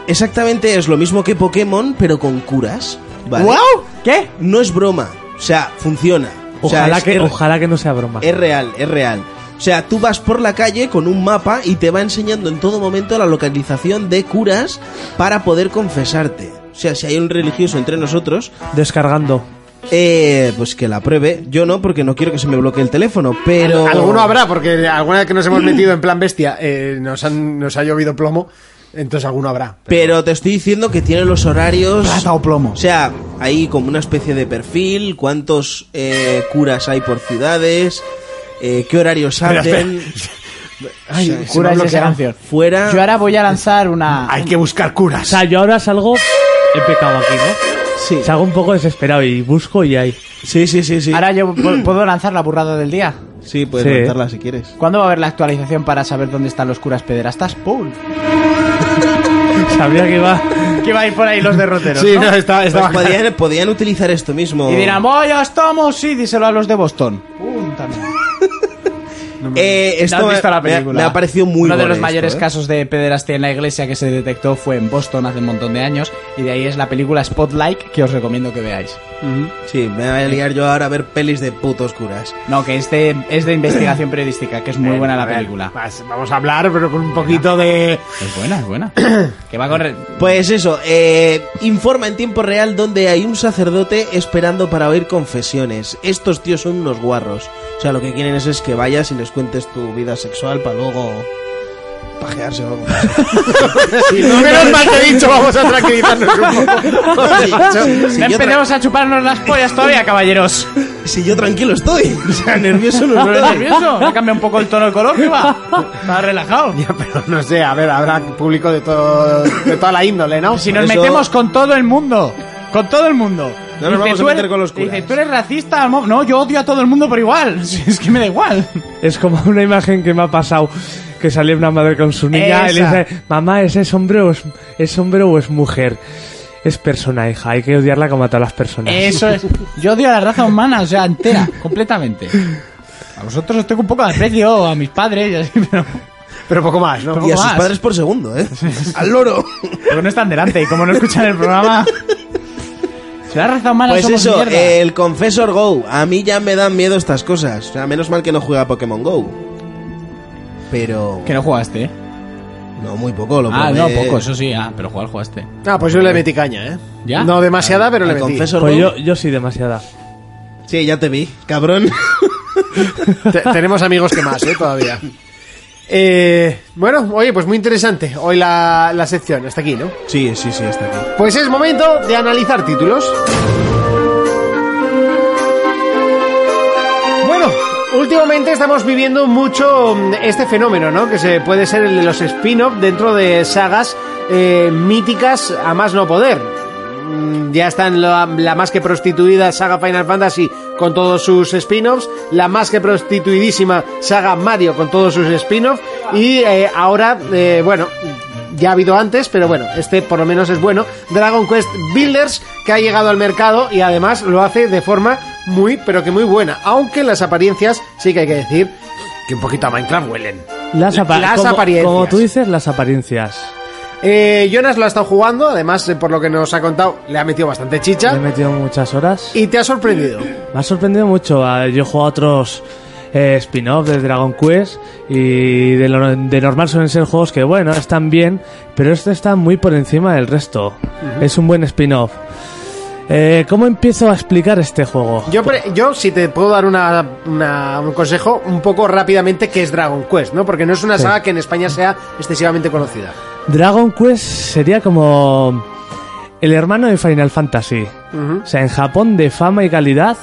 Speaker 5: exactamente es lo mismo que Pokémon, pero con curas. ¿vale?
Speaker 3: ¿Guau? ¿Qué?
Speaker 5: No es broma, o sea, funciona. O sea,
Speaker 6: Ojalá,
Speaker 5: es-
Speaker 6: que,
Speaker 5: es-
Speaker 6: ojalá que no sea broma.
Speaker 5: Es real, es real. O sea, tú vas por la calle con un mapa y te va enseñando en todo momento la localización de curas para poder confesarte. O sea, si hay un religioso entre nosotros,
Speaker 6: Descargando.
Speaker 5: eh, pues que la pruebe. Yo no, porque no quiero que se me bloquee el teléfono, pero...
Speaker 7: Alguno habrá, porque alguna vez que nos hemos metido en plan bestia, eh, nos, han, nos ha llovido plomo, entonces alguno habrá.
Speaker 5: Pero te estoy diciendo que tiene los horarios...
Speaker 3: Plata o plomo.
Speaker 5: O sea, hay como una especie de perfil, cuántos eh, curas hay por ciudades, eh, qué horarios abren...
Speaker 3: Ay,
Speaker 5: O sea,
Speaker 3: cura es esa canción.
Speaker 5: Fuera...
Speaker 3: Yo ahora voy a lanzar una.
Speaker 7: Hay que buscar curas.
Speaker 6: O sea, yo ahora salgo. He pecado aquí, ¿no?
Speaker 5: Sí.
Speaker 6: Salgo un poco desesperado y busco y hay.
Speaker 5: sí, sí, sí, sí.
Speaker 3: Ahora yo po- puedo lanzar la burrada del día.
Speaker 5: Sí, puedes
Speaker 6: Sí.
Speaker 5: lanzarla si quieres.
Speaker 3: ¿Cuándo va a haber la actualización para saber dónde están los curas pederastas? Paul.
Speaker 6: Sabía que iba.
Speaker 4: Que va a ir por ahí los derroteros.
Speaker 7: sí, no, está,
Speaker 5: Pues podían, podían utilizar esto mismo. Eh,
Speaker 3: Y dirán, voy a Stomos y díselo a los de Boston. Pum, también.
Speaker 5: Eh, esto
Speaker 3: ¿No
Speaker 5: me-
Speaker 3: has visto la
Speaker 5: me ha-
Speaker 3: película?
Speaker 5: Me ha, parecido muy
Speaker 3: Uno de
Speaker 5: bueno
Speaker 3: los
Speaker 5: esto,
Speaker 3: mayores
Speaker 5: ¿eh?
Speaker 3: casos de pederastia en la iglesia que se detectó fue en Boston hace un montón de años. Y de ahí es la película Spotlight que os recomiendo que veáis.
Speaker 5: Sí, me voy a liar yo ahora a ver pelis de putos curas.
Speaker 3: No, que este es de investigación periodística, que es muy buena la película.
Speaker 7: Vas- Vamos a hablar, pero con un poquito de.
Speaker 3: Es buena, es buena. que va a correr.
Speaker 5: Pues eso, eh, informa en tiempo real donde hay un sacerdote esperando para oír confesiones. Estos tíos son unos guarros. O sea, lo que quieren es, es que vayas y les cuentes tu vida sexual para luego pajearse o algo.
Speaker 7: Menos mal que he dicho, vamos a tranquilizarnos un poco.
Speaker 5: Sí, sí,
Speaker 3: No
Speaker 5: yo tra-
Speaker 3: empecemos a chuparnos las pollas todavía, caballeros.
Speaker 5: si yo tranquilo estoy. O sea, nervioso no
Speaker 3: ¿No eres
Speaker 5: estoy.
Speaker 3: nervioso? ¿Le cambia un poco el tono de color? ¿Qué va? Está relajado.
Speaker 7: Ya, pero no sé, a ver, habrá público de, todo, de toda la índole, ¿no?
Speaker 3: Si nos
Speaker 5: Por eso-
Speaker 3: metemos con todo el mundo. Con todo el mundo.
Speaker 5: No nos
Speaker 3: Dice,
Speaker 5: vamos a
Speaker 3: "Tú
Speaker 5: meter
Speaker 3: eres-
Speaker 5: con los curas".
Speaker 3: Dice, tú eres racista. mo-". No, yo odio a todo el mundo por igual. Sí, Es que me da igual.
Speaker 6: Es como una imagen que me ha pasado. Que salía una madre con su niña
Speaker 3: Esa.
Speaker 6: y le dice: Mamá, ¿ese es hombre o es, es hombre o es mujer? Es persona, hija. Hay que odiarla como a todas las personas.
Speaker 3: Eso es. Yo odio a la raza humana, o sea, entera, completamente. A vosotros os tengo un poco de aprecio, a mis padres, y así, pero,
Speaker 7: Pero poco más, ¿no?
Speaker 5: Y a sus
Speaker 3: más.
Speaker 5: padres por segundo, ¿eh? Al loro.
Speaker 3: pero no están delante. Y como no escuchan el programa. Si la raza humana
Speaker 5: Pues
Speaker 3: somos
Speaker 5: eso,
Speaker 3: mierda.
Speaker 5: el Confessor Go. A mí ya me dan miedo estas cosas. O sea, menos mal que no juega a Pokémon Go. Pero.
Speaker 3: Que no jugaste, ¿eh?
Speaker 5: No, muy poco, lo
Speaker 3: Ah, no,
Speaker 5: probé.
Speaker 3: poco, eso sí. Ah, pero jugar jugaste.
Speaker 7: Ah, pues yo le metí caña, ¿eh?
Speaker 3: ¿Ya?
Speaker 7: No demasiada, pero le
Speaker 5: Al
Speaker 7: metí.
Speaker 5: Confessor
Speaker 6: Pues
Speaker 5: Go.
Speaker 6: yo, yo sí, demasiada.
Speaker 5: Sí, ya te vi, cabrón.
Speaker 7: Te- tenemos amigos que más, ¿eh? Todavía. Eh, bueno, oye, pues muy interesante. Hoy la, la sección, hasta aquí, ¿no?
Speaker 5: sí, sí, sí, está aquí.
Speaker 7: Pues es momento de analizar títulos. Bueno, últimamente estamos viviendo mucho mm, este fenómeno, ¿no? Que se puede ser el de los spin-off dentro de sagas eh, míticas a más no poder. Mm, Ya están la, la más que prostituida saga Final Fantasy con todos sus spin-offs, la más que prostituidísima saga Mario con todos sus spin-offs y eh, ahora, eh, bueno, ya ha habido antes, pero bueno, este por lo menos es bueno. Dragon Quest Builders, que ha llegado al mercado y además lo hace de forma muy, pero que muy buena. Aunque las apariencias, sí que hay que decir, que un poquito a Minecraft huelen.
Speaker 6: Las, apa-
Speaker 7: Las
Speaker 6: como-
Speaker 7: apariencias.
Speaker 6: Como tú dices, las apariencias.
Speaker 7: Eh, Jonas lo ha estado jugando, además, eh, por lo que nos ha contado, le ha metido bastante
Speaker 6: Le he
Speaker 7: chicha.
Speaker 6: metido muchas horas.
Speaker 7: Y te ha sorprendido.
Speaker 6: Me ha sorprendido mucho. Ah, Yo he jugado a otros eh, spin-off de Dragon Quest y de, lo- de normal suelen ser juegos que, bueno, están bien, pero este está muy por encima del resto. Es un buen spin-off. Eh, ¿Cómo empiezo a explicar este juego?
Speaker 7: Yo, pre- yo si te puedo dar una, una- un consejo, un poco rápidamente, que es Dragon Quest, ¿no? Porque no es una
Speaker 6: Sí.
Speaker 7: saga que en España sea excesivamente conocida.
Speaker 6: Dragon Quest sería como el hermano de Final Fantasy.
Speaker 7: Ujú.
Speaker 6: O sea, en Japón de fama y calidad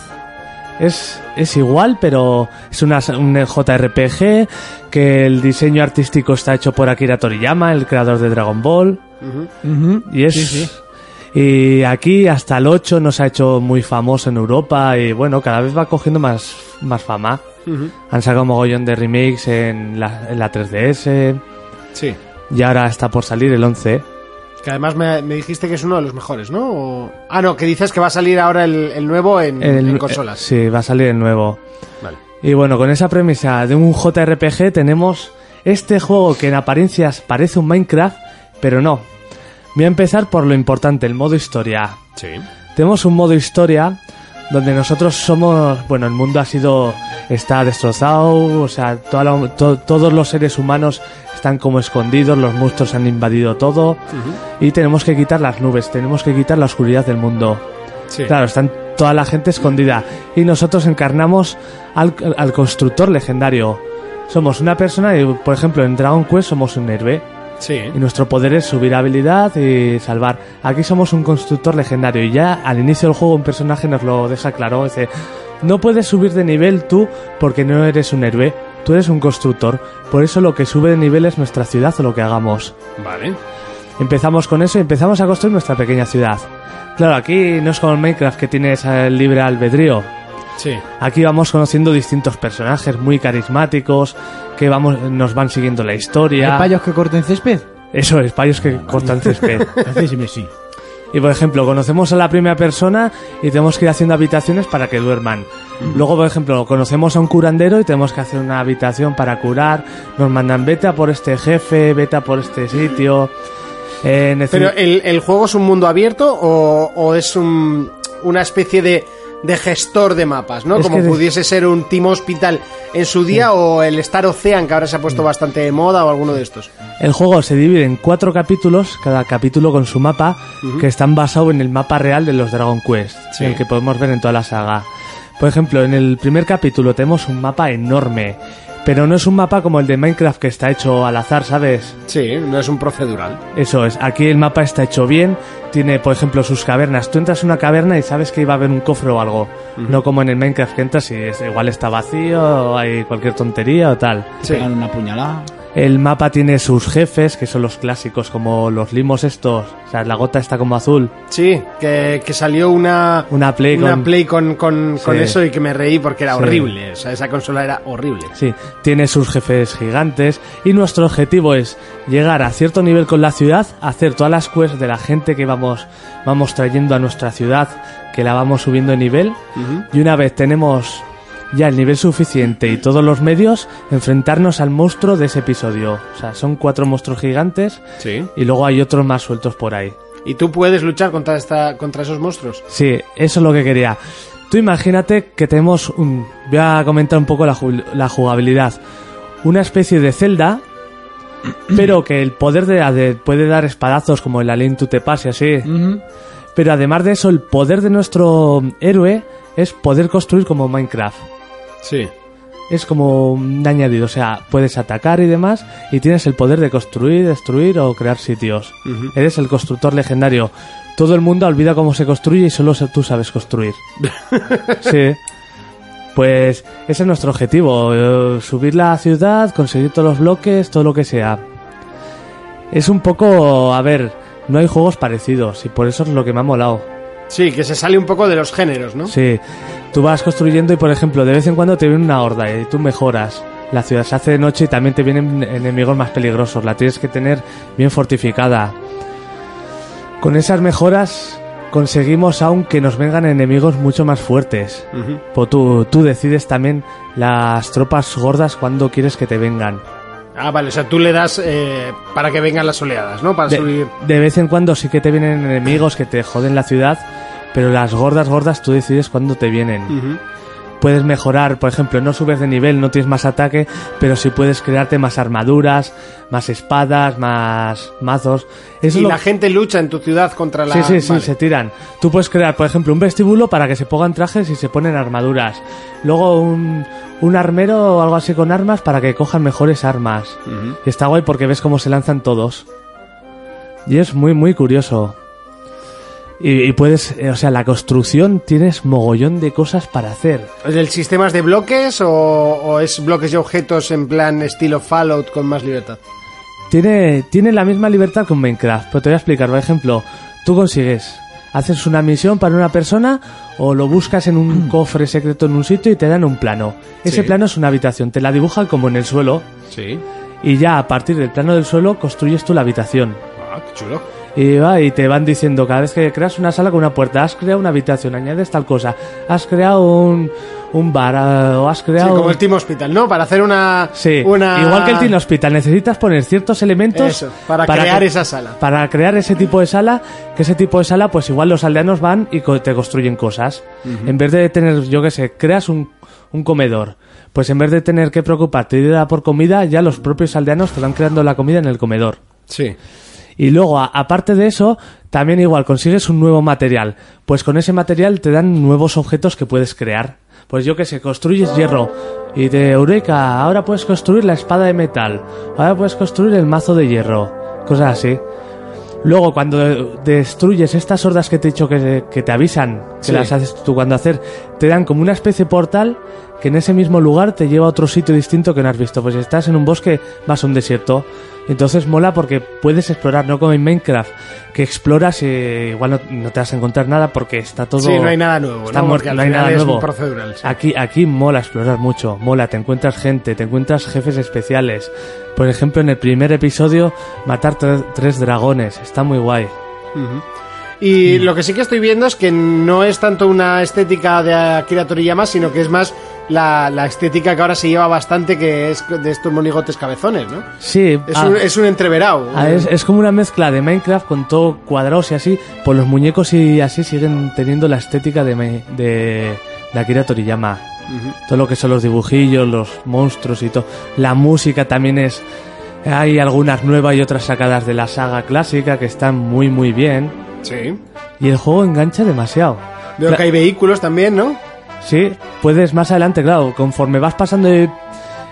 Speaker 6: es, es igual, pero es una, un JRPG, que el diseño artístico está hecho por Akira Toriyama, el creador de Dragon Ball. Y es... Y aquí hasta el 8 nos ha hecho muy famoso en Europa y bueno, cada vez va cogiendo más, más fama. Han sacado un mogollón de remakes en la, en la 3DS
Speaker 7: Sí.
Speaker 6: y ahora está por salir el 11.
Speaker 7: Que además me, me dijiste que es uno de los mejores, ¿no? O- Ah, no, que dices que va a salir ahora el, el eh, nuevo en,
Speaker 6: El-
Speaker 7: en
Speaker 6: eh,
Speaker 7: consolas.
Speaker 6: sí, va a salir el nuevo.
Speaker 7: Vale.
Speaker 6: Y bueno, con esa premisa de un JRPG tenemos este juego que en apariencias parece un Minecraft, pero no. Voy a empezar por lo importante, el modo historia.
Speaker 7: Sí.
Speaker 6: Tenemos un modo historia donde nosotros somos, bueno, el mundo ha sido, está destrozado, o sea, toda la- to- todos los seres humanos están como escondidos, los monstruos han invadido todo y tenemos que quitar las nubes, tenemos que quitar la oscuridad del mundo.
Speaker 12: Sí.
Speaker 6: Claro, están toda la gente escondida y nosotros encarnamos al, al constructor legendario. Somos una persona y, por ejemplo, en Dragon Quest somos un héroe.
Speaker 12: Sí.
Speaker 6: Y nuestro poder es subir habilidad y salvar. Aquí somos un constructor legendario y ya al inicio del juego un personaje nos lo deja claro. Dice, no puedes subir de nivel tú porque no eres un héroe, tú eres un constructor. Por eso lo que sube de nivel es nuestra ciudad o lo que hagamos.
Speaker 12: Vale.
Speaker 6: Empezamos con eso y empezamos a construir nuestra pequeña ciudad. Claro, aquí no es como en Minecraft que tienes eh, libre albedrío.
Speaker 12: Sí.
Speaker 6: Aquí vamos conociendo distintos personajes muy carismáticos que vamos, nos van siguiendo la historia.
Speaker 3: ¿Hay payos que corten césped? Ah,
Speaker 6: Eso es, payos que cortan césped.
Speaker 4: Hacéseme sí.
Speaker 6: Y por ejemplo, conocemos a la primera persona y tenemos que ir haciendo habitaciones para que duerman.
Speaker 3: Mm.
Speaker 6: Luego, por ejemplo, conocemos a un curandero y tenemos que hacer una habitación para curar. Nos mandan beta por este jefe, beta por este sitio. Eh, necesi-
Speaker 7: Pero el, el juego es un mundo abierto o, o es un- una especie de, de gestor de mapas, ¿no?
Speaker 6: Es
Speaker 7: Como
Speaker 6: que de-
Speaker 7: pudiese ser un Team Hospital en su día o el Star Ocean, que ahora se ha puesto bastante de moda o alguno de estos.
Speaker 6: El juego se divide en cuatro capítulos, cada capítulo con su mapa, que están basados en el mapa real de los Dragon Quest, el que podemos ver en toda la saga. Por ejemplo, en el primer capítulo tenemos un mapa enorme, pero no es un mapa como el de Minecraft que está hecho al azar, ¿sabes?
Speaker 7: Sí, no es un procedural.
Speaker 6: Eso es, aquí el mapa está hecho bien, tiene por ejemplo sus cavernas. Tú entras a una caverna y sabes que iba a haber un cofre o algo. No como en el Minecraft que entras y es- igual está vacío o hay cualquier tontería o tal.
Speaker 3: Pegan una puñalada.
Speaker 6: El mapa tiene sus jefes, que son los clásicos, como los limos estos. O sea, la gota está como azul.
Speaker 7: Sí, que, que salió una,
Speaker 6: Una Play
Speaker 7: una
Speaker 6: con-
Speaker 7: Play con, con- con
Speaker 6: Sí.
Speaker 7: eso y que me reí porque era
Speaker 6: Sí.
Speaker 7: horrible. O sea, esa consola era horrible.
Speaker 6: Sí, tiene sus jefes gigantes. Y nuestro objetivo es llegar a cierto nivel con la ciudad, hacer todas las quests de la gente que vamos, vamos trayendo a nuestra ciudad, que la vamos subiendo de nivel. Y una vez tenemos ya el nivel suficiente y todos los medios, enfrentarnos al monstruo de ese episodio. O sea, son cuatro monstruos gigantes
Speaker 12: Sí.
Speaker 6: y luego hay otros más sueltos por ahí.
Speaker 7: Y tú puedes luchar contra, esta, contra esos monstruos.
Speaker 6: Sí, eso es lo que quería. Tú imagínate que tenemos un... Voy a comentar un poco la, ju- la jugabilidad. Una especie de celda, pero que el poder de, la de- puede dar espadazos como el Alien to the Pass y así. Pero además de eso, el poder de nuestro héroe es poder construir como Minecraft.
Speaker 12: Sí.
Speaker 6: Es como un añadido, o sea, puedes atacar y demás, y tienes el poder de construir, destruir o crear sitios. Eres el constructor legendario. Todo el mundo olvida cómo se construye y solo se- tú sabes construir. sí. Pues ese es nuestro objetivo, eh, subir la ciudad, conseguir todos los bloques, todo lo que sea. Es un poco, a ver, no hay juegos parecidos y por eso es lo que me ha molado.
Speaker 7: Sí, que se sale un poco de los géneros, ¿no?
Speaker 6: Sí, tú vas construyendo y por ejemplo de vez en cuando te viene una horda y tú mejoras. La ciudad se hace de noche y también te vienen enemigos más peligrosos. La tienes que tener bien fortificada. Con esas mejoras conseguimos aún que nos vengan enemigos mucho más fuertes. Pues tú, tú decides también las tropas gordas cuando quieres que te vengan.
Speaker 7: Ah, vale, o sea, tú le das eh, para que vengan las oleadas, ¿no? Para
Speaker 6: De,
Speaker 7: subir.
Speaker 6: de vez en cuando sí que te vienen enemigos que te joden la ciudad, pero las gordas gordas tú decides cuándo te vienen. puedes mejorar, por ejemplo, no subes de nivel, no tienes más ataque, pero sí puedes crearte más armaduras, más espadas, más mazos. Eso
Speaker 7: Y
Speaker 6: es lo
Speaker 7: la gente lucha en tu ciudad contra la.
Speaker 6: Sí, sí, sí,
Speaker 7: Vale.
Speaker 6: se tiran. Tú puedes crear, por ejemplo, un vestíbulo para que se pongan trajes y se ponen armaduras. Luego un, un armero o algo así con armas para que cojan mejores armas. Y está guay porque ves cómo se lanzan todos. Y es muy, muy curioso. Y, y puedes, eh, o sea, la construcción tienes mogollón de cosas para hacer.
Speaker 7: ¿El sistema es de bloques o, o es bloques y objetos en plan estilo Fallout con más libertad?
Speaker 6: Tiene, tiene la misma libertad que un Minecraft, pero te voy a explicar. Por ejemplo, tú consigues, haces una misión para una persona o lo buscas en
Speaker 12: Mm.
Speaker 6: un cofre secreto en un sitio y te dan un plano. Ese plano es una habitación, te la dibujan como en el suelo
Speaker 12: Sí.
Speaker 6: y ya a partir del plano del suelo construyes tú la habitación.
Speaker 12: Ah, qué chulo.
Speaker 6: Y, va, y te van diciendo cada vez que creas una sala con una puerta, has creado una habitación, añades tal cosa, has creado un, un bar ah, o has
Speaker 7: Sí,
Speaker 6: creado...
Speaker 7: como
Speaker 6: un-
Speaker 7: el Team Hospital, ¿no? Para hacer una...
Speaker 6: Sí,
Speaker 7: una-
Speaker 6: igual que el Teen Hospital, necesitas poner ciertos elementos
Speaker 7: Eso, para crear esa sala.
Speaker 6: Para crear ese tipo de sala, que ese tipo de sala, pues igual los aldeanos van y co- te construyen cosas. En vez de tener, yo qué sé, creas un, un comedor. Pues en vez de tener que preocuparte de ir a por comida, ya los propios aldeanos te van creando la comida en el comedor.
Speaker 7: Sí.
Speaker 6: Y luego, a- aparte de eso, también igual consigues un nuevo material. Pues con ese material te dan nuevos objetos que puedes crear. Pues yo que sé, construyes hierro. Y de Eureka, ahora puedes construir la espada de metal. Ahora puedes construir el mazo de hierro. Cosas así. Luego, cuando destruyes estas hordas que te he dicho que, que te avisan, que las haces tú cuando hacer, te dan como una especie de portal que en ese mismo lugar te lleva a otro sitio distinto que no has visto. Pues si estás en un bosque, vas a un desierto. Entonces mola porque puedes explorar, no como en Minecraft, que exploras y igual no, no te vas a encontrar nada porque está todo...
Speaker 7: Sí, no hay nada nuevo,
Speaker 6: Está
Speaker 7: ¿no? Porque
Speaker 6: muerto,
Speaker 7: al
Speaker 6: no hay
Speaker 7: final
Speaker 6: nada
Speaker 7: es
Speaker 6: nuevo.
Speaker 7: procedural, sí.
Speaker 6: Aquí, aquí mola explorar mucho, mola, te encuentras gente, te encuentras jefes especiales. Por ejemplo, en el primer episodio, matar tre- tres dragones, está muy guay. Mm.
Speaker 7: Y lo que sí que estoy viendo es que no es tanto una estética de Akira Toriyama, sino que es más la, la estética que ahora se lleva bastante, que es de estos monigotes cabezones, ¿no?
Speaker 6: Sí,
Speaker 7: Es,
Speaker 6: ah,
Speaker 7: un, es un entreverado.
Speaker 6: ah, es- es como una mezcla de Minecraft con todo cuadrados y así, pues los muñecos y así siguen teniendo la estética de, Mi- de, de Akira Toriyama. Todo lo que son los dibujillos, los monstruos y todo. La música también es... Hay algunas nuevas y otras sacadas de la saga clásica que están muy muy bien.
Speaker 7: Sí.
Speaker 6: Y el juego engancha demasiado.
Speaker 7: Veo
Speaker 6: Cla-
Speaker 7: que hay vehículos también, ¿no?
Speaker 6: Sí, puedes más adelante, claro, conforme vas pasando... de-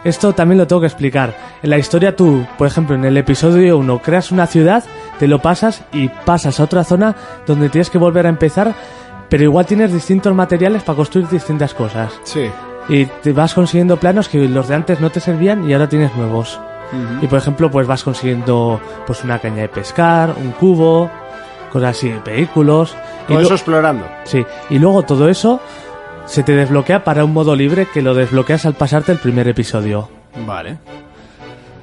Speaker 6: Esto también lo tengo que explicar. En la historia tú, por ejemplo, en el episodio 1, creas una ciudad, te lo pasas y pasas a otra zona donde tienes que volver a empezar, pero igual tienes distintos materiales para construir distintas cosas.
Speaker 7: Sí.
Speaker 6: Y te vas consiguiendo planos que los de antes no te servían y ahora tienes nuevos. Y por ejemplo, pues vas consiguiendo pues una caña de pescar, un cubo, cosas así, vehículos. y
Speaker 7: Todo
Speaker 6: lo-
Speaker 7: eso explorando.
Speaker 6: Sí, y luego todo eso se te desbloquea para un modo libre que lo desbloqueas al pasarte el primer episodio.
Speaker 7: Vale.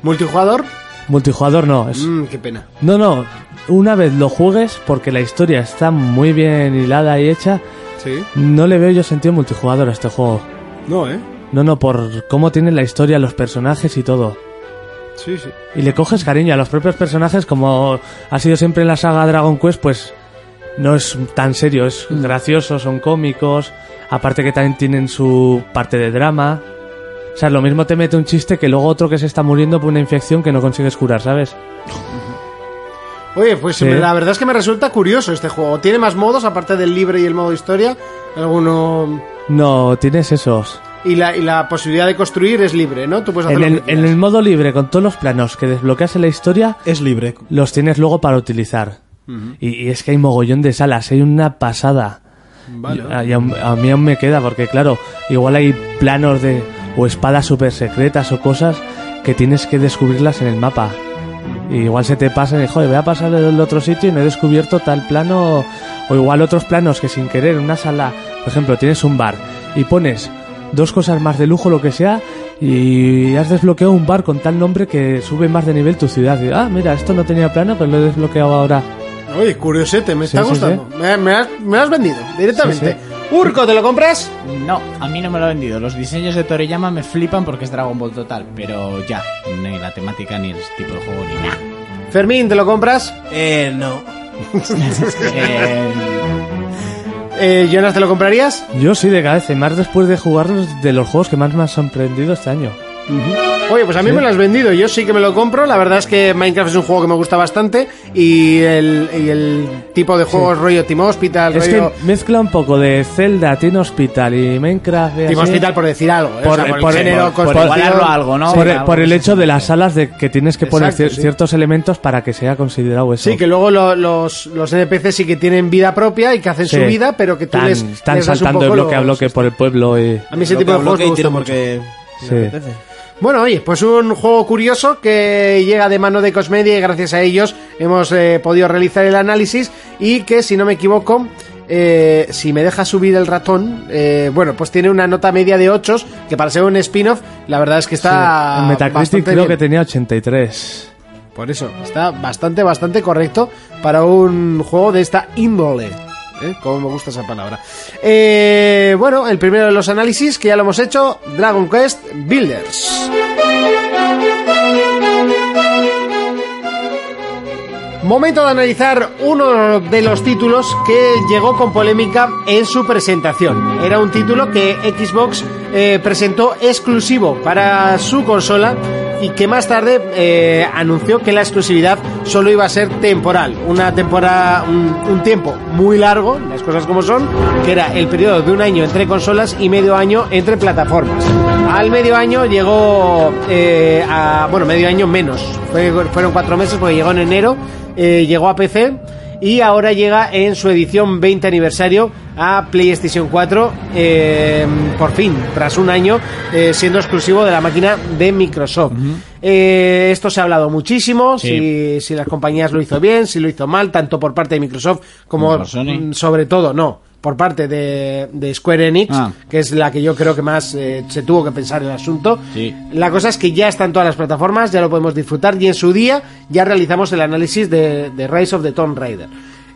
Speaker 7: ¿Multijugador?
Speaker 6: Multijugador no, es...
Speaker 7: Mm, qué pena.
Speaker 6: No, no, una vez lo juegues, porque la historia está muy bien hilada y hecha,
Speaker 7: Sí.
Speaker 6: no le veo yo sentido multijugador a este juego.
Speaker 7: No, ¿eh?
Speaker 6: No, no, por cómo tiene la historia, los personajes y todo.
Speaker 7: Sí, sí.
Speaker 6: Y le coges cariño a los propios personajes, como ha sido siempre en la saga Dragon Quest, pues no es tan serio, es
Speaker 7: Mm.
Speaker 6: gracioso, son cómicos, aparte que también tienen su parte de drama. O sea, lo mismo te mete un chiste que luego otro que se está muriendo por una infección que no consigues curar, ¿sabes?
Speaker 7: Oye, pues
Speaker 6: Sí.
Speaker 7: la verdad es que me resulta curioso este juego. Tiene más modos, aparte del libre y el modo historia. Alguno...
Speaker 6: No, tienes esos.
Speaker 7: Y la, y la posibilidad de construir es libre, ¿no? Tú puedes hacer
Speaker 6: En
Speaker 7: lo
Speaker 6: el,
Speaker 7: que
Speaker 6: en el
Speaker 7: quieras.
Speaker 6: modo libre, con todos los planos que desbloqueas en la historia,
Speaker 5: Es libre.
Speaker 6: los tienes luego para utilizar. y, y es que hay mogollón de salas, hay una pasada. Y- y aún- a mí aún me queda, porque claro, igual hay planos de o espadas super secretas o cosas que tienes que descubrirlas en el mapa. Y igual se te pasa y joder, voy a pasar al otro sitio y no he descubierto tal plano. O igual otros planos que sin querer, una sala, por ejemplo, tienes un bar y pones dos cosas más de lujo, lo que sea, y has desbloqueado un bar con tal nombre que sube más de nivel tu ciudad. Y, ah, mira, esto no tenía plano, pero lo he desbloqueado ahora.
Speaker 7: Oye, curiosete, me
Speaker 6: Sí,
Speaker 7: está
Speaker 6: sí,
Speaker 7: gustando. Me, me has, me has vendido directamente. Urco, ¿te lo compras?
Speaker 3: No, a mí no me lo ha vendido. Los diseños de Toriyama me flipan porque es Dragon Ball total, pero ya, ni la temática, ni el tipo de juego, ni nada.
Speaker 7: Fermín, ¿te lo compras?
Speaker 5: Eh, no.
Speaker 3: Eh,
Speaker 7: Eh, Jonas, ¿te lo comprarías?
Speaker 6: Yo sí, de cabeza, y más después de jugarlos de los juegos que más me han sorprendido este año.
Speaker 7: Oye, pues a mí me lo has vendido. Yo sí que me lo compro. La verdad es que Minecraft es un juego que me gusta bastante. Y el, y el tipo de juegos rollo Team Hospital,
Speaker 6: Es que
Speaker 7: rollo...
Speaker 6: mezcla un poco de Zelda, Teen Hospital y Minecraft. y
Speaker 7: Team
Speaker 6: así.
Speaker 7: Hospital por decir algo. ¿eh? O sea, el
Speaker 6: por-
Speaker 7: género,
Speaker 6: por- por
Speaker 7: construcción.
Speaker 3: igualarlo a algo, ¿no?
Speaker 6: Por, e-
Speaker 3: Sí, algo
Speaker 6: por el
Speaker 3: así.
Speaker 6: hecho de las salas de que tienes que poner
Speaker 7: Exacto,
Speaker 6: cier-
Speaker 7: sí.
Speaker 6: ciertos elementos para que sea considerado eso.
Speaker 7: Sí, que luego lo- los, los NPCs sí que tienen vida propia y que hacen
Speaker 6: Sí.
Speaker 7: su vida, pero que tú
Speaker 6: Están-
Speaker 7: les,
Speaker 6: Están
Speaker 7: les das un
Speaker 6: saltando de
Speaker 7: poco
Speaker 6: bloque a
Speaker 7: los- Ah,
Speaker 6: bloque por el pueblo y...
Speaker 7: A mí ese tipo de juegos me gusta mucho.
Speaker 5: porque
Speaker 6: Sí.
Speaker 5: me apetece.
Speaker 7: Bueno, oye, pues un juego curioso que llega de mano de Cosmedia y gracias a ellos hemos eh, podido realizar el análisis y que, si no me equivoco, eh, si me deja subir el ratón, eh, bueno, pues tiene una nota media de 8, que para ser un spin-off, la verdad es que está...
Speaker 6: En Metacritic
Speaker 7: bastante
Speaker 6: creo
Speaker 7: bien.
Speaker 6: que tenía 83.
Speaker 3: Por eso.
Speaker 7: Está bastante, bastante correcto para un juego de esta índole. ¿eh? Como me gusta esa palabra. Eh, bueno, el primero de los análisis, que ya lo hemos hecho, Dragon Quest Builders. Momento de analizar uno de los títulos que llegó con polémica en su presentación. Era un título que Xbox eh, presentó exclusivo para su consola y que más tarde eh, anunció que la exclusividad solo iba a ser temporal. Una temporada, un, un tiempo muy largo, las cosas como son, que era el periodo de un año entre consolas y medio año entre plataformas. Al medio año llegó eh, a. Bueno, medio año menos. Fue- fueron cuatro meses porque llegó en enero, eh, llegó a PC y ahora llega en su edición 20 aniversario a PlayStation 4, eh, por fin, tras un año, eh, siendo exclusivo de la máquina de Microsoft. Eh, esto se ha hablado muchísimo, si, si las compañías lo hizo bien, si lo hizo mal, tanto por parte de Microsoft como
Speaker 3: Por Sony.
Speaker 7: mm, sobre todo, no, por parte de, de Square Enix,
Speaker 3: Ah.
Speaker 7: que es la que yo creo que más eh, se tuvo que pensar en el asunto.
Speaker 3: Sí.
Speaker 7: La cosa es que ya están todas las plataformas, ya lo podemos disfrutar y en su día ya realizamos el análisis de, de Rise of the Tomb Raider.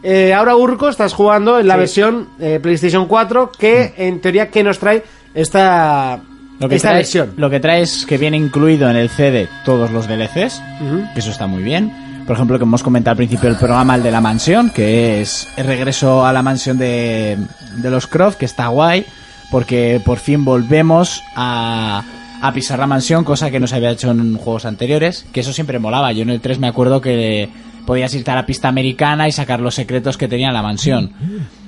Speaker 7: Eh, ahora Urco, estás jugando en la versión eh, PlayStation 4 que en teoría que nos trae esta,
Speaker 3: Mm. Lo que,
Speaker 7: esta
Speaker 3: trae,
Speaker 7: versión.
Speaker 3: lo que trae es que viene incluido en el CD todos los DLCs,
Speaker 7: Ujú.
Speaker 3: que eso está muy bien. Por ejemplo, que hemos comentado al principio el programa, el de la mansión, que es el regreso a la mansión de, de los Croft, que está guay, porque por fin volvemos a, a pisar la mansión, cosa que no se había hecho en juegos anteriores, que eso siempre molaba. Yo en el 3 me acuerdo que podías irte a la pista americana y sacar los secretos que tenía la mansión.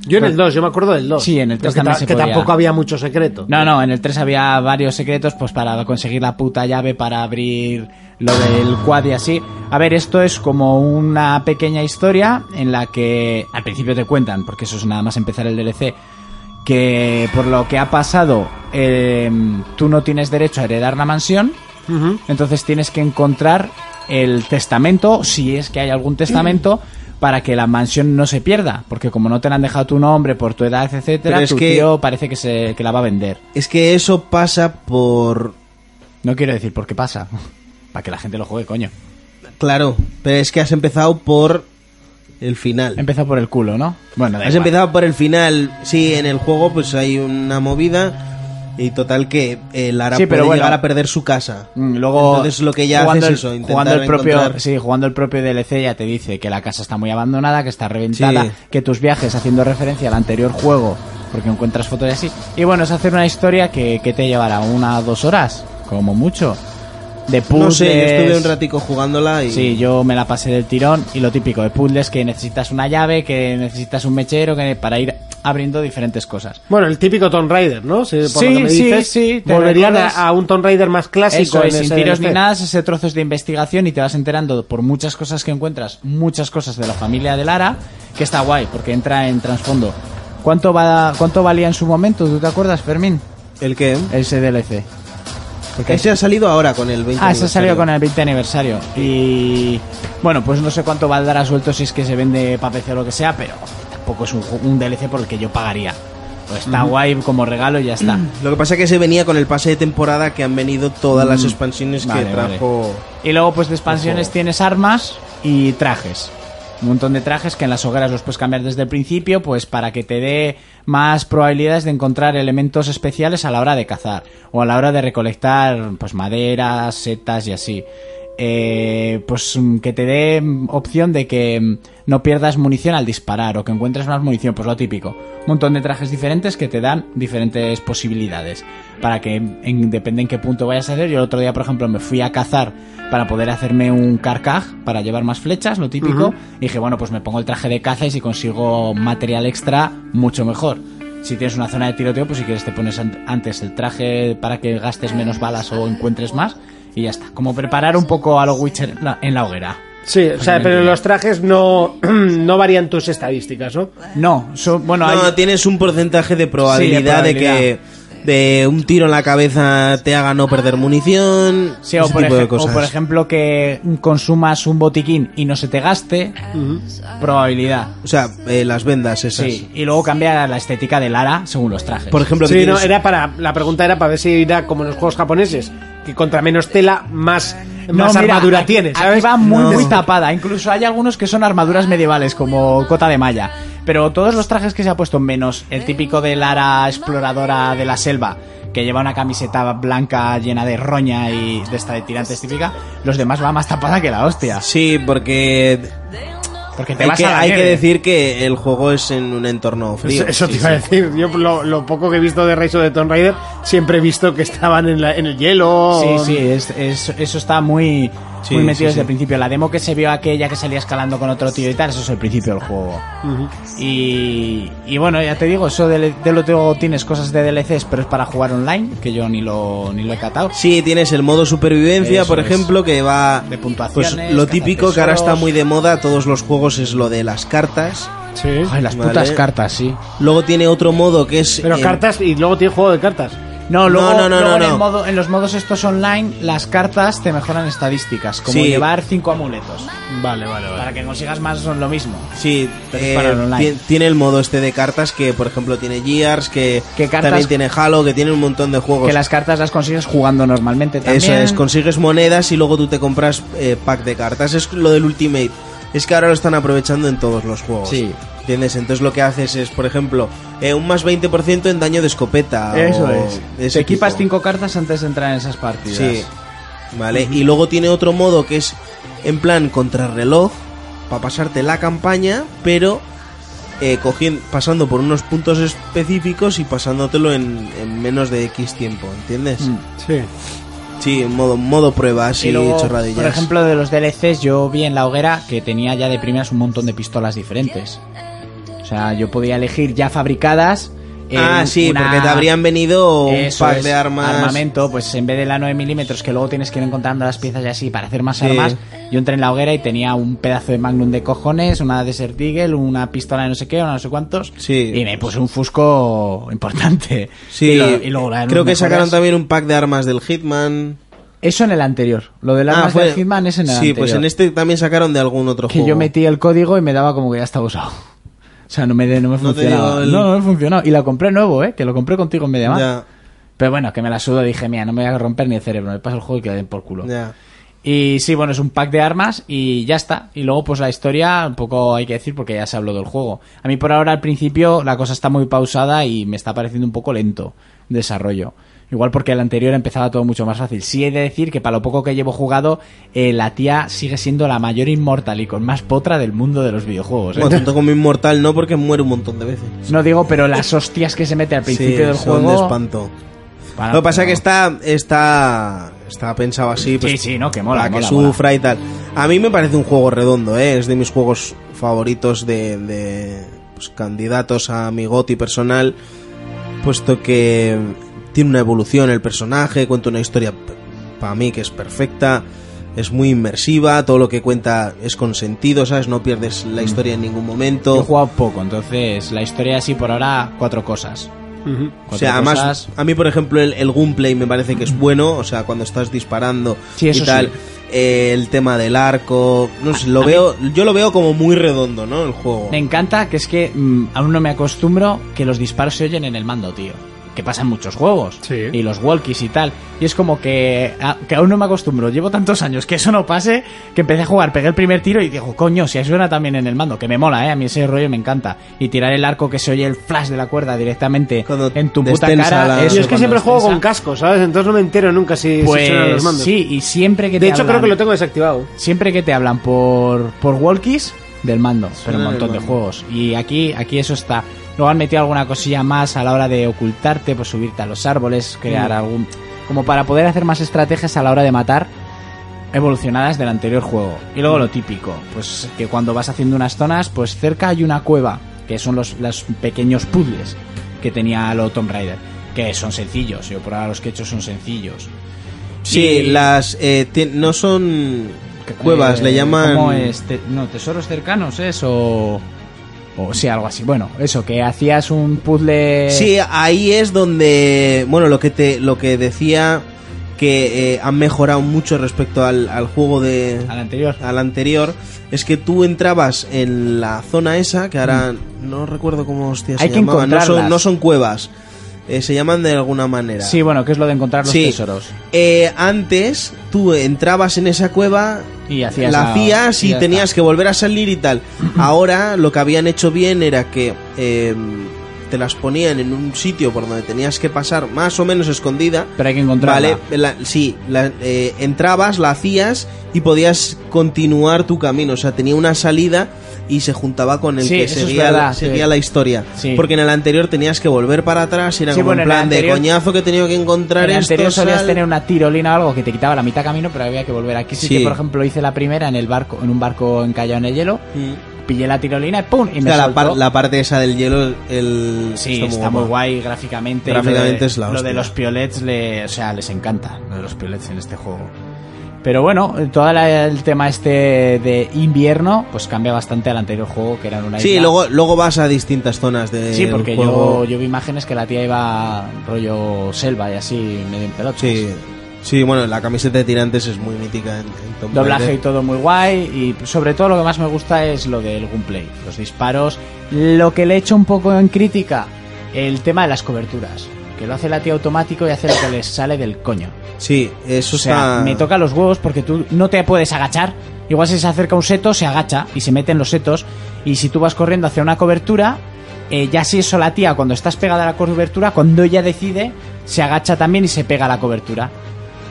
Speaker 7: Yo en el 2, yo me acuerdo del 2.
Speaker 3: Pues Sí, en el tres
Speaker 7: que,
Speaker 3: también se
Speaker 7: que
Speaker 3: podía.
Speaker 7: tampoco había mucho secreto.
Speaker 3: No, no, en el 3 había varios secretos pues para conseguir la puta llave, para abrir lo del quad y así. A ver, esto es como una pequeña historia en la que al principio te cuentan, porque eso es nada más empezar el DLC, que por lo que ha pasado eh, tú no tienes derecho a heredar la mansión, entonces tienes que encontrar el testamento, si es que hay algún testamento, para que la mansión no se pierda, porque como no te la han dejado tu nombre por tu edad, etcétera,
Speaker 5: Pero es
Speaker 3: tu
Speaker 5: que-
Speaker 3: tío parece que se que la va a vender.
Speaker 5: Es que eso pasa por...
Speaker 3: No quiero decir por qué pasa. Para que la gente lo juegue, coño.
Speaker 5: Claro, pero es que has empezado por el final.
Speaker 3: Empezó por el culo, ¿no? Bueno, Em, da
Speaker 5: Has
Speaker 3: igual.
Speaker 5: empezado por el final. Sí, en el juego pues hay una movida y total que eh, Lara
Speaker 3: Sí, pero
Speaker 5: puede
Speaker 3: bueno.
Speaker 5: llegar a perder su casa.
Speaker 3: Mm, Luego,
Speaker 5: Entonces lo que ya haces es eso, intentar
Speaker 3: jugando el propio,
Speaker 5: encontrar-
Speaker 3: sí, jugando el propio DLC ya te dice que la casa está muy abandonada, que está reventada,
Speaker 5: Sí.
Speaker 3: que tus viajes haciendo referencia al anterior juego, porque encuentras fotos y así. Y bueno, es hacer una historia que, que te llevará una dos horas, como mucho. De puzzles.
Speaker 5: No sé, yo estuve un ratico jugándola y...
Speaker 3: Sí, yo me la pasé del tirón y lo típico de puzzles que necesitas una llave, que necesitas un mechero, que para ir abriendo diferentes cosas.
Speaker 7: Bueno, el típico Tomb Raider, ¿no? Si- por
Speaker 3: Sí,
Speaker 7: lo que me
Speaker 3: sí,
Speaker 7: dices,
Speaker 3: sí, te
Speaker 7: Volverían a,
Speaker 3: recuerdas-
Speaker 7: a un Tomb Raider más clásico.
Speaker 3: Eso
Speaker 7: en este.
Speaker 3: es, eh, sin
Speaker 7: ese
Speaker 3: tiros ni
Speaker 7: DLC.
Speaker 3: nada, ese trozos de investigación y te vas enterando por muchas cosas que encuentras, muchas cosas de la familia de Lara, que está guay, porque entra en trasfondo. ¿Cuánto, va, ¿Cuánto valía en su momento? ¿Tú te acuerdas, Fermín?
Speaker 5: ¿El qué?
Speaker 3: Ese DLC. Porque
Speaker 5: Ese ha salido ahora con el 20
Speaker 3: Ah, se ha salido
Speaker 5: aniversario.
Speaker 3: con el 20 aniversario. Y bueno, pues no sé cuánto valdrá suelto si es que se vende para PC o lo que sea, pero tampoco es un, ju- un DLC por el que yo pagaría. Pues está guay como regalo y ya está.
Speaker 5: Lo que pasa es que se venía con el pase de temporada que han venido todas las expansiones
Speaker 3: Mm, Vale,
Speaker 5: que
Speaker 3: vale.
Speaker 5: trajo...
Speaker 3: Y luego, pues de expansiones tienes armas y trajes. Un montón de trajes que en las hogueras los puedes cambiar desde el principio, pues para que te dé más probabilidades de encontrar elementos especiales a la hora de cazar o a la hora de recolectar, pues maderas, setas y así. Eh, pues mm, que te dé mm, opción de que mm, no pierdas munición al disparar o que encuentres más munición, pues lo típico. Un montón de trajes diferentes que te dan diferentes posibilidades para que en, depende en qué punto vayas a hacer. Yo el otro día, por ejemplo, me fui a cazar para poder hacerme un carcaj, para llevar más flechas, lo típico. Y dije, bueno, pues me pongo el traje de caza y si consigo material extra, mucho mejor. Si tienes una zona de tiroteo, pues si quieres te pones an- antes el traje para que gastes menos balas o encuentres más. Y ya está. Como preparar un poco a los Witcher en la- en la hoguera.
Speaker 7: Sí, o sea,
Speaker 3: Porque
Speaker 7: pero
Speaker 3: mentira.
Speaker 7: los trajes no, no varían tus estadísticas, ¿no?
Speaker 3: No, so- bueno, hay-
Speaker 5: No, tienes un porcentaje de probabilidad, de,
Speaker 3: probabilidad.
Speaker 5: que de un tiro en la cabeza te haga no perder munición,
Speaker 3: Sí, o
Speaker 5: ese
Speaker 3: por,
Speaker 5: tipo de
Speaker 3: ej- o
Speaker 5: cosas.
Speaker 3: por ejemplo que consumas un botiquín y no se te gaste, probabilidad.
Speaker 5: O sea, eh, las vendas esas.
Speaker 3: Sí, y luego cambia la estética de Lara según los trajes.
Speaker 5: Por ejemplo, que
Speaker 7: Sí, no,
Speaker 5: tienes-
Speaker 7: era para, la pregunta era para ver si era como en los juegos japoneses, que contra menos tela, más más armadura
Speaker 3: aquí-
Speaker 7: tiene,
Speaker 3: Aquí
Speaker 7: ¿sabes?
Speaker 3: va muy,
Speaker 5: No.
Speaker 3: muy tapada. Incluso hay algunos que son armaduras medievales, como cota de malla. Pero todos los trajes que se ha puesto, menos el típico de Lara exploradora de la selva, que lleva una camiseta blanca llena de roña y de esta de tirantes típica, los demás va más tapada que la hostia.
Speaker 5: Sí, porque
Speaker 3: Porque te
Speaker 5: hay
Speaker 3: vas
Speaker 5: que,
Speaker 3: a la
Speaker 5: hay que
Speaker 3: nieve.
Speaker 5: decir que el juego es en un entorno frío.
Speaker 7: Eso, eso te
Speaker 5: Sí,
Speaker 7: iba a decir. Yo lo, lo poco que he visto de Rise of the Tomb Raider, siempre he visto que estaban en, la- en el hielo.
Speaker 3: Sí, sí, es- es- eso está muy,
Speaker 5: Sí,
Speaker 3: muy metido
Speaker 5: sí,
Speaker 3: desde
Speaker 5: sí.
Speaker 3: el principio. La demo que se vio aquella que salía escalando con otro tío y tal, eso es el principio del juego. y, y bueno, ya te digo, eso de, de lo tengo- tienes cosas de DLCs, pero es para jugar online, que yo ni lo, ni lo he catado.
Speaker 5: Sí, tienes el modo supervivencia,
Speaker 3: Eso
Speaker 5: por
Speaker 3: es.
Speaker 5: ejemplo, que va...
Speaker 3: De puntuaciones,
Speaker 5: Pues lo
Speaker 3: cazar
Speaker 5: típico que ahora
Speaker 3: tesoros.
Speaker 5: está muy de moda, todos los juegos, es lo de las cartas.
Speaker 3: Ay, las
Speaker 5: Vale.
Speaker 3: putas cartas, sí.
Speaker 5: Luego tiene otro modo que es...
Speaker 7: Pero
Speaker 5: eh,
Speaker 7: cartas, y luego tiene juego de cartas.
Speaker 3: No, luego,
Speaker 5: no, no,
Speaker 3: luego
Speaker 5: no,
Speaker 3: en, el
Speaker 5: no.
Speaker 3: modo- en los modos estos online, las cartas te mejoran estadísticas, como
Speaker 5: Sí.
Speaker 3: llevar cinco amuletos,
Speaker 7: Vale, vale, vale.
Speaker 3: para que consigas más son lo mismo.
Speaker 5: Sí,
Speaker 3: Pero es
Speaker 5: eh,
Speaker 3: para el online.
Speaker 5: ti- tiene el modo este de cartas que, por ejemplo, tiene Gears, que
Speaker 3: Que cartas-
Speaker 5: también tiene Halo, que tiene un montón de juegos.
Speaker 3: Que las cartas las consigues jugando normalmente también.
Speaker 5: Eso es, consigues monedas y luego tú te compras eh, pack de cartas. Es lo del Ultimate. Es que ahora lo están aprovechando en todos los juegos.
Speaker 3: Sí.
Speaker 5: ¿Entiendes? Entonces lo que haces es, por ejemplo, eh, un más 20% en daño de escopeta.
Speaker 3: Eso
Speaker 5: o
Speaker 3: es.
Speaker 5: de ese
Speaker 3: Te equipas
Speaker 5: tipo.
Speaker 3: cinco cartas antes de entrar en esas partidas.
Speaker 5: Sí. Vale. Y luego tiene otro modo que es en plan contrarreloj para pasarte la campaña, pero eh, cogien- pasando por unos puntos específicos y pasándotelo en, en menos de X tiempo, ¿entiendes?
Speaker 7: Sí.
Speaker 5: Sí, en modo, modo pruebas y,
Speaker 3: Mm. Y luego,
Speaker 5: chorradillas.
Speaker 3: por ejemplo, de los DLCs, yo vi en la hoguera que tenía ya de primeras un montón de pistolas diferentes. O sea, yo podía elegir ya fabricadas. eh,
Speaker 5: ah, sí,
Speaker 3: una-
Speaker 5: porque te habrían venido un
Speaker 3: Eso
Speaker 5: pack
Speaker 3: es,
Speaker 5: de armas.
Speaker 3: Armamento, pues en vez de la 9 milímetros que luego tienes que ir encontrando las piezas y así para hacer más
Speaker 5: Sí.
Speaker 3: armas, yo entré en la hoguera y tenía un pedazo de Magnum de cojones, una Desert Eagle, una pistola de no sé qué, una no sé cuántos.
Speaker 5: Sí.
Speaker 3: Y me puse un fusco importante.
Speaker 5: Sí,
Speaker 3: Y lo- y luego la-
Speaker 5: creo que
Speaker 3: mejoras-
Speaker 5: sacaron también un pack de armas del Hitman.
Speaker 3: Eso en el anterior. Lo del armas
Speaker 5: Ah, fue-
Speaker 3: del Hitman es en el
Speaker 5: Sí,
Speaker 3: anterior.
Speaker 5: pues en este también sacaron de algún otro
Speaker 3: que
Speaker 5: juego.
Speaker 3: yo metí el código y me daba como que ya estaba usado. O sea, no me, de- no me
Speaker 5: No te
Speaker 3: funcionaba.
Speaker 5: dio el-
Speaker 3: No, no me funcionó. Y la compré nuevo, ¿eh? Que lo compré contigo en Mediamar.
Speaker 5: Ya,
Speaker 3: Pero bueno, que me la sudo. Dije, mira, no me voy a romper ni el cerebro. Me paso el juego y que le den por culo.
Speaker 5: ya.
Speaker 3: Y sí, bueno, es un pack de armas y ya está. Y luego, pues la historia, un poco hay que decir porque ya se habló del juego. A mí por ahora, al principio, la cosa está muy pausada y me está pareciendo un poco lento el desarrollo. Igual porque el anterior empezaba todo mucho más fácil. Sí he de decir que para lo poco que llevo jugado, eh, la tía sigue siendo la mayor inmortal y con más potra del mundo de los videojuegos. ¿eh?
Speaker 5: Bueno, tanto como inmortal no, porque muere un montón de veces.
Speaker 3: No digo, pero las hostias que se mete al principio
Speaker 5: Sí,
Speaker 3: del
Speaker 5: son
Speaker 3: juego...
Speaker 5: de espanto.
Speaker 3: Bueno,
Speaker 5: Lo que pasa es
Speaker 3: pero-
Speaker 5: que está, está, está pensado así. Pues,
Speaker 3: sí, no, que mola,
Speaker 5: Para que
Speaker 3: mola, mola.
Speaker 5: sufra y tal. A mí me parece un juego redondo, ¿eh? Es de mis juegos favoritos de, de, pues, candidatos a mi goti personal. Puesto que tiene una evolución el personaje, cuenta una historia para mí que es perfecta. Es muy inmersiva, todo lo que cuenta es con sentido, ¿sabes? No pierdes la historia en ningún
Speaker 3: Mm. Yo
Speaker 5: momento.
Speaker 3: he jugado poco, entonces la historia así por ahora, cuatro cosas.
Speaker 5: O sea,
Speaker 3: Cuatro
Speaker 5: además,
Speaker 3: cosas.
Speaker 5: a mí, por ejemplo, el, el gunplay me parece que es bueno. O sea, cuando estás disparando
Speaker 3: Sí, eso
Speaker 5: y tal.
Speaker 3: sí.
Speaker 5: eh, el tema del arco. No sé, lo veo, yo lo veo como muy redondo, ¿no? El juego.
Speaker 3: Me encanta que es que mm, aún no me acostumbro que los disparos se oyen en el mando, tío. Que pasa en muchos juegos.
Speaker 7: Sí.
Speaker 3: Y los walkies y tal. Y es como que, a- que aún no me acostumbro. Llevo tantos años que eso no pase que empecé a jugar, pegué el primer tiro y digo, coño, si suena también en el mando. Que me mola, ¿eh? A mí ese rollo me encanta. Y tirar el arco que se oye el flash de la cuerda directamente
Speaker 5: Cuando
Speaker 3: en tu puta
Speaker 5: destensa
Speaker 3: cara.
Speaker 5: la-
Speaker 3: eso,
Speaker 7: Yo es que
Speaker 3: cuando
Speaker 7: siempre juego con
Speaker 3: destensa.
Speaker 7: casco, ¿sabes? Entonces no me entero nunca si, si suenan los
Speaker 3: Pues
Speaker 7: mandos.
Speaker 3: sí, y siempre que
Speaker 7: De
Speaker 3: te
Speaker 7: hecho, creo
Speaker 3: hablan-
Speaker 7: que lo tengo desactivado.
Speaker 3: siempre que te hablan por, por walkies del mando, pero un
Speaker 5: del
Speaker 3: montón de
Speaker 5: mando.
Speaker 3: juegos. Y aquí, aquí eso está. Luego han metido alguna cosilla más a la hora de ocultarte, pues subirte a los árboles,
Speaker 5: Mm.
Speaker 3: crear algún. como para poder hacer más estrategias a la hora de matar evolucionadas del anterior juego. Y
Speaker 5: Mm.
Speaker 3: luego lo típico, pues que cuando vas haciendo unas zonas, pues cerca hay una cueva, que son los, los pequeños puzzles que tenía lo Tomb Raider, que son sencillos. Yo por ahora los que he hecho son sencillos.
Speaker 5: sí,
Speaker 3: y-
Speaker 5: las. eh, ti- no son cuevas,
Speaker 3: Eh,
Speaker 5: le llaman.
Speaker 3: ¿cómo es? Te- no, tesoros cercanos, ¿es? O, o sí, algo así. Bueno, eso, que hacías un puzzle...
Speaker 5: Sí, ahí es donde. Bueno, lo que, te, lo que decía que eh, han mejorado mucho respecto al, al juego de.
Speaker 3: Al anterior.
Speaker 5: al anterior es que tú entrabas en la zona esa que ahora no recuerdo cómo hostia,
Speaker 3: Mm.
Speaker 5: se
Speaker 3: Hay que
Speaker 5: llamaba, no son,
Speaker 3: encontrarlas.
Speaker 5: no son cuevas eh, se llaman de alguna manera.
Speaker 3: Sí, bueno, que es lo de encontrar los
Speaker 5: Sí.
Speaker 3: tesoros.
Speaker 5: Eh, antes tú entrabas en esa cueva,
Speaker 3: Y hacías
Speaker 5: la
Speaker 3: la-
Speaker 5: hacías
Speaker 3: y
Speaker 5: y
Speaker 3: ya
Speaker 5: tenías
Speaker 3: está.
Speaker 5: que volver a salir y tal. Ahora lo que habían hecho bien era que eh, te las ponían en un sitio por donde tenías que pasar más o menos escondida.
Speaker 3: Pero hay que encontrarla.
Speaker 5: Vale, la- sí, la- eh, entrabas, la hacías y podías continuar tu camino. O sea, tenía una salida y se juntaba con el
Speaker 3: Sí,
Speaker 5: que
Speaker 3: eso es
Speaker 5: seguía,
Speaker 3: verdad,
Speaker 5: la, seguía
Speaker 3: sí.
Speaker 5: la historia.
Speaker 3: Sí.
Speaker 5: Porque en el anterior tenías que volver para atrás y era
Speaker 3: Sí,
Speaker 5: como
Speaker 3: bueno, en
Speaker 5: en
Speaker 3: el
Speaker 5: plan
Speaker 3: anterior-
Speaker 5: de coñazo que he tenido que encontrar
Speaker 3: En el
Speaker 5: esto,
Speaker 3: anterior solías
Speaker 5: sal".
Speaker 3: tener una tirolina o algo que te quitaba la mitad camino, pero había que volver. Aquí sí,
Speaker 5: Sí.
Speaker 3: que, por ejemplo, hice la primera en el barco, en un barco encallado en el hielo,
Speaker 5: Mm.
Speaker 3: pillé la tirolina y ¡pum! Y me
Speaker 5: Claro, la,
Speaker 3: soltó.
Speaker 5: par- la parte esa del hielo, el...
Speaker 3: Sí, está, muy
Speaker 5: guapo.
Speaker 3: guay gráficamente. y
Speaker 5: Gráficamente
Speaker 3: lo de,
Speaker 5: es la
Speaker 3: lo
Speaker 5: hostia.
Speaker 3: de los piolets, le, o sea, les encanta lo de los piolets en este juego. Pero bueno, todo la- el tema este de invierno, pues cambia bastante al anterior juego, que era en una
Speaker 5: Sí,
Speaker 3: isla.
Speaker 5: luego, luego vas a distintas zonas de
Speaker 3: Sí, porque
Speaker 5: juego.
Speaker 3: yo, yo vi imágenes que la tía iba rollo selva y así, medio en pelotas.
Speaker 5: Sí. Sí, bueno, la camiseta de tirantes es muy mítica en, en Tomb
Speaker 3: Doblaje y
Speaker 5: Raider.
Speaker 3: todo muy guay. Y sobre todo lo que más me gusta es lo del gunplay, los disparos. Lo que le he hecho un poco en crítica, el tema de las coberturas. Que lo hace la tía automático y hace lo que les sale del coño.
Speaker 5: Sí, eso
Speaker 3: O sea,
Speaker 5: está...
Speaker 3: me toca los huevos porque tú no te puedes agachar. Igual si se acerca un seto, se agacha y se mete en los setos. Y si tú vas corriendo hacia una cobertura, eh, ya si eso la tía, cuando estás pegada a la cobertura, cuando ella decide, se agacha también y se pega a la cobertura.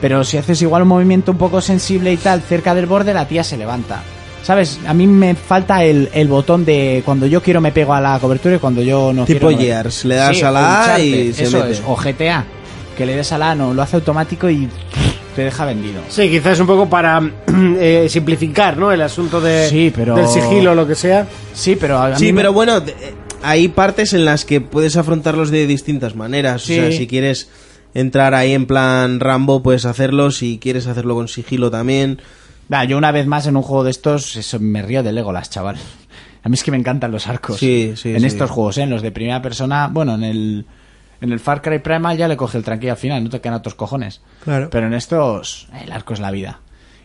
Speaker 3: Pero si haces igual un movimiento un poco sensible y tal, cerca del borde, la tía se levanta. ¿Sabes? A mí me falta el, el botón de cuando yo quiero me pego a la cobertura y cuando yo no
Speaker 5: Tipo
Speaker 3: quiero. no me-
Speaker 5: Gears, le das
Speaker 3: Sí,
Speaker 5: a la A
Speaker 3: o
Speaker 5: y
Speaker 3: Uncharted,
Speaker 5: se
Speaker 3: eso
Speaker 5: mete.
Speaker 3: es, o GTA, que le des a la A, no, lo hace automático y te deja vendido.
Speaker 7: Sí, quizás un poco para eh, simplificar, ¿no? El asunto de,
Speaker 3: Sí, pero-
Speaker 7: del sigilo o lo que sea.
Speaker 3: Sí, pero a- a
Speaker 5: Sí,
Speaker 3: mí me-
Speaker 5: pero bueno, de- eh, hay partes en las que puedes afrontarlos de distintas maneras. O sea, si quieres entrar ahí en plan Rambo, puedes hacerlo. Si quieres hacerlo con sigilo también.
Speaker 3: Nah, yo una vez más en un juego de estos eso, me río de Legolas, chaval. A mí es que me encantan los arcos.
Speaker 5: Sí, sí,
Speaker 3: En
Speaker 5: sí.
Speaker 3: estos juegos, ¿eh? en los de primera persona, bueno, en el en el Far Cry Primal ya le coge el tranquillo al final, no te quedan otros cojones.
Speaker 5: Claro.
Speaker 3: Pero en estos el arco es la vida.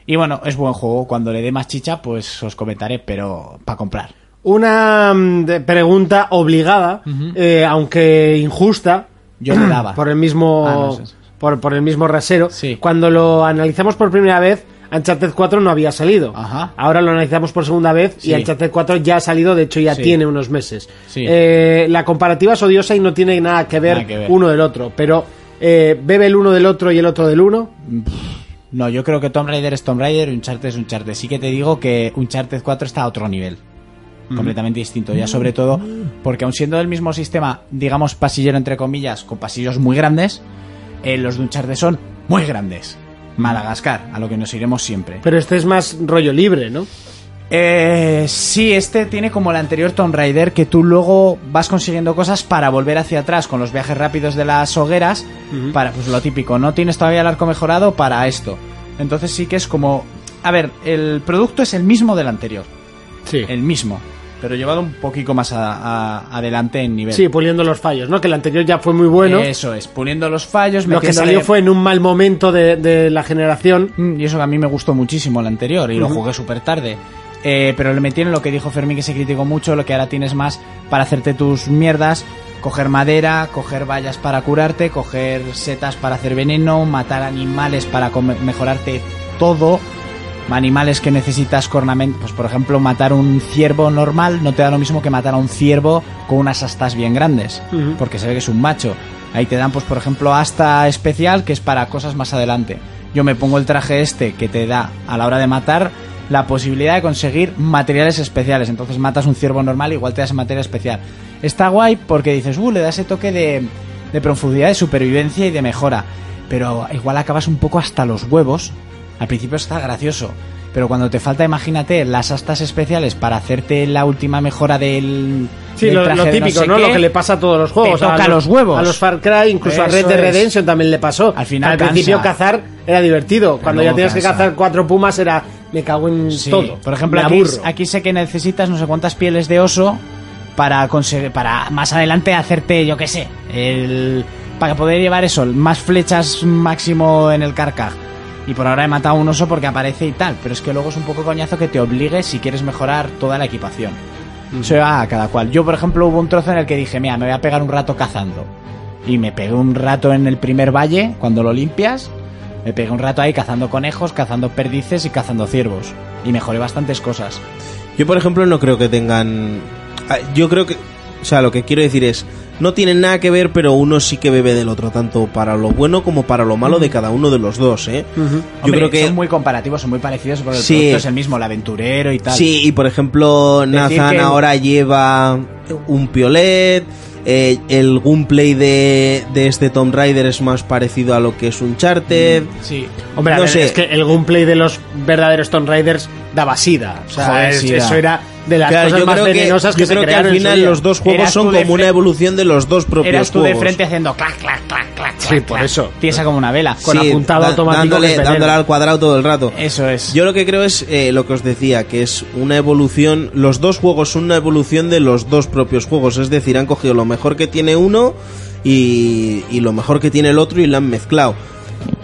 Speaker 3: Y bueno, es buen juego, cuando le dé más chicha pues os comentaré, pero para comprar.
Speaker 7: Una mm, de- pregunta obligada, eh, aunque injusta.
Speaker 3: Yo le daba.
Speaker 7: Por el mismo.
Speaker 3: Ah, no, eso es.
Speaker 7: por, por el mismo rasero.
Speaker 3: Sí.
Speaker 7: Cuando lo analizamos por primera vez, Uncharted 4 no había salido.
Speaker 3: Ajá.
Speaker 7: Ahora lo analizamos por segunda vez
Speaker 3: Sí.
Speaker 7: y Uncharted 4 ya ha salido, de hecho ya
Speaker 3: Sí.
Speaker 7: tiene unos meses.
Speaker 3: Sí.
Speaker 7: Eh, la comparativa es odiosa y no tiene nada que ver,
Speaker 3: Nada que ver.
Speaker 7: uno del otro, pero eh, bebe el uno del otro y el otro del uno.
Speaker 3: No, yo creo que Tomb Raider es Tomb Raider y Uncharted es Uncharted. Sí que te digo que Uncharted 4 está a otro nivel. Completamente distinto. Ya sobre todo porque aun siendo el mismo sistema, digamos pasillero entre comillas, con pasillos muy grandes, eh, los de Uncharted son muy grandes. Madagascar, a lo que nos iremos siempre.
Speaker 7: Pero este es más rollo libre, ¿no?
Speaker 3: Eh, sí, este tiene como el anterior Tomb Raider que tú luego vas consiguiendo cosas para volver hacia atrás con los viajes rápidos de las hogueras, para pues lo típico, no tienes todavía el arco mejorado para esto. Entonces sí que es como, a ver, el producto es el mismo del anterior,
Speaker 7: Sí.
Speaker 3: el mismo, pero llevado un poquito más a- a- adelante en nivel.
Speaker 7: Sí, puliendo los fallos, ¿no? Que el anterior ya fue muy bueno.
Speaker 3: Eso es, poniendo los fallos,
Speaker 7: lo que
Speaker 3: metiéndole-
Speaker 7: salió fue en un mal momento de, de la generación.
Speaker 3: Mm, Y eso que a mí me gustó muchísimo el anterior y lo jugué súper tarde. Eh, pero le metieron lo que dijo Fermín que se criticó mucho, lo que ahora tienes más para hacerte tus mierdas, coger madera, coger vallas para curarte, coger setas para hacer veneno, matar animales para come- mejorarte todo, animales que necesitas con ornamen- pues por ejemplo matar un ciervo normal no te da lo mismo que matar a un ciervo con unas astas bien grandes,
Speaker 7: Ujú.
Speaker 3: porque se ve que es un macho. Ahí te dan pues por ejemplo asta especial que es para cosas más adelante. Yo me pongo el traje este que te da a la hora de matar la posibilidad de conseguir materiales especiales. Entonces matas un ciervo normal, igual te das materia especial. Está guay porque dices, uh, le da ese toque de, de profundidad, de supervivencia y de mejora. Pero igual acabas un poco hasta los huevos al principio está gracioso, pero cuando te falta, imagínate, las astas especiales para hacerte la última mejora del.
Speaker 7: Sí,
Speaker 3: del
Speaker 7: lo,
Speaker 3: traje
Speaker 7: lo
Speaker 3: de
Speaker 7: típico,
Speaker 3: sé
Speaker 7: ¿no?
Speaker 3: qué,
Speaker 7: Lo que le pasa a todos los juegos.
Speaker 3: Te toca
Speaker 7: a
Speaker 3: los huevos.
Speaker 7: A los Far Cry, incluso a
Speaker 3: Eso
Speaker 7: Red Dead
Speaker 3: es.
Speaker 7: Redemption también le pasó.
Speaker 3: Al final
Speaker 7: Al
Speaker 3: cansa.
Speaker 7: principio cazar era divertido. Cuando ya
Speaker 3: luego
Speaker 7: tenías que
Speaker 3: cansa.
Speaker 7: cazar cuatro pumas era... Me cago en
Speaker 3: Sí,
Speaker 7: todo.
Speaker 3: Por ejemplo,
Speaker 7: Me
Speaker 3: aquí,
Speaker 7: aburro.
Speaker 3: aquí sé que necesitas no sé cuántas pieles de oso para conseguir. para más adelante hacerte, yo qué sé, el. para poder llevar eso, más flechas máximo en el carcaj. Y por ahora he matado a un oso porque aparece y tal, pero es que luego es un poco coñazo que te obligue si quieres mejorar toda la equipación. Eso va a cada cual. Yo, por ejemplo, hubo un trozo en el que dije, mira, me voy a pegar un rato cazando. Y me pegué un rato en el primer valle, cuando lo limpias. Me pegué un rato ahí cazando conejos, cazando perdices y cazando ciervos. Y mejoré bastantes cosas.
Speaker 5: Yo, por ejemplo, no creo que tengan. Ah, Yo creo que. O sea, lo que quiero decir es. No tienen nada que ver, pero uno sí que bebe del otro, tanto para lo bueno como para lo malo de cada uno de los dos, ¿eh? Yo
Speaker 3: Mm. Hombre,
Speaker 5: creo que.
Speaker 3: son muy comparativos, son muy parecidos, porque
Speaker 5: Sí.
Speaker 3: el producto es el mismo, el aventurero y tal.
Speaker 5: Sí, y por ejemplo,
Speaker 3: Decir
Speaker 5: Nathan
Speaker 3: que-
Speaker 5: ahora lleva un piolet. eh, el gameplay de, de este Tomb Raider es más parecido a lo que es un
Speaker 7: Mm.
Speaker 5: charter.
Speaker 3: Sí.
Speaker 7: Hombre, a
Speaker 5: No
Speaker 7: ver,
Speaker 5: sé.
Speaker 7: es que el gameplay de los verdaderos Tomb Raiders daba sida. O sea,
Speaker 3: Joder,
Speaker 7: es-
Speaker 3: sida.
Speaker 7: eso era de las
Speaker 5: Claro,
Speaker 7: cosas
Speaker 5: yo
Speaker 7: más
Speaker 5: creo que,
Speaker 7: venenosas que,
Speaker 5: yo
Speaker 7: se
Speaker 5: creo que
Speaker 7: crearon
Speaker 5: al
Speaker 7: en su
Speaker 5: final
Speaker 7: día.
Speaker 5: los dos juegos
Speaker 3: Eras
Speaker 5: son
Speaker 3: tú de
Speaker 5: como una
Speaker 3: frente-
Speaker 5: evolución de los dos propios
Speaker 3: Eras tú de
Speaker 5: juegos.
Speaker 3: frente haciendo clac, clac, clac, clac,
Speaker 7: Sí,
Speaker 3: clac,
Speaker 7: por
Speaker 3: clac.
Speaker 7: eso.
Speaker 3: Piensa como una vela.
Speaker 7: Con apuntado automático que
Speaker 5: dándole,
Speaker 7: es veneno.
Speaker 5: dándole al cuadrado todo el rato.
Speaker 3: Eso es.
Speaker 5: Yo lo que creo es eh, lo que os decía, que es una evolución, los dos juegos son una evolución de los dos propios juegos, es decir, han cogido lo mejor que tiene uno y, y lo mejor que tiene el otro y lo han mezclado.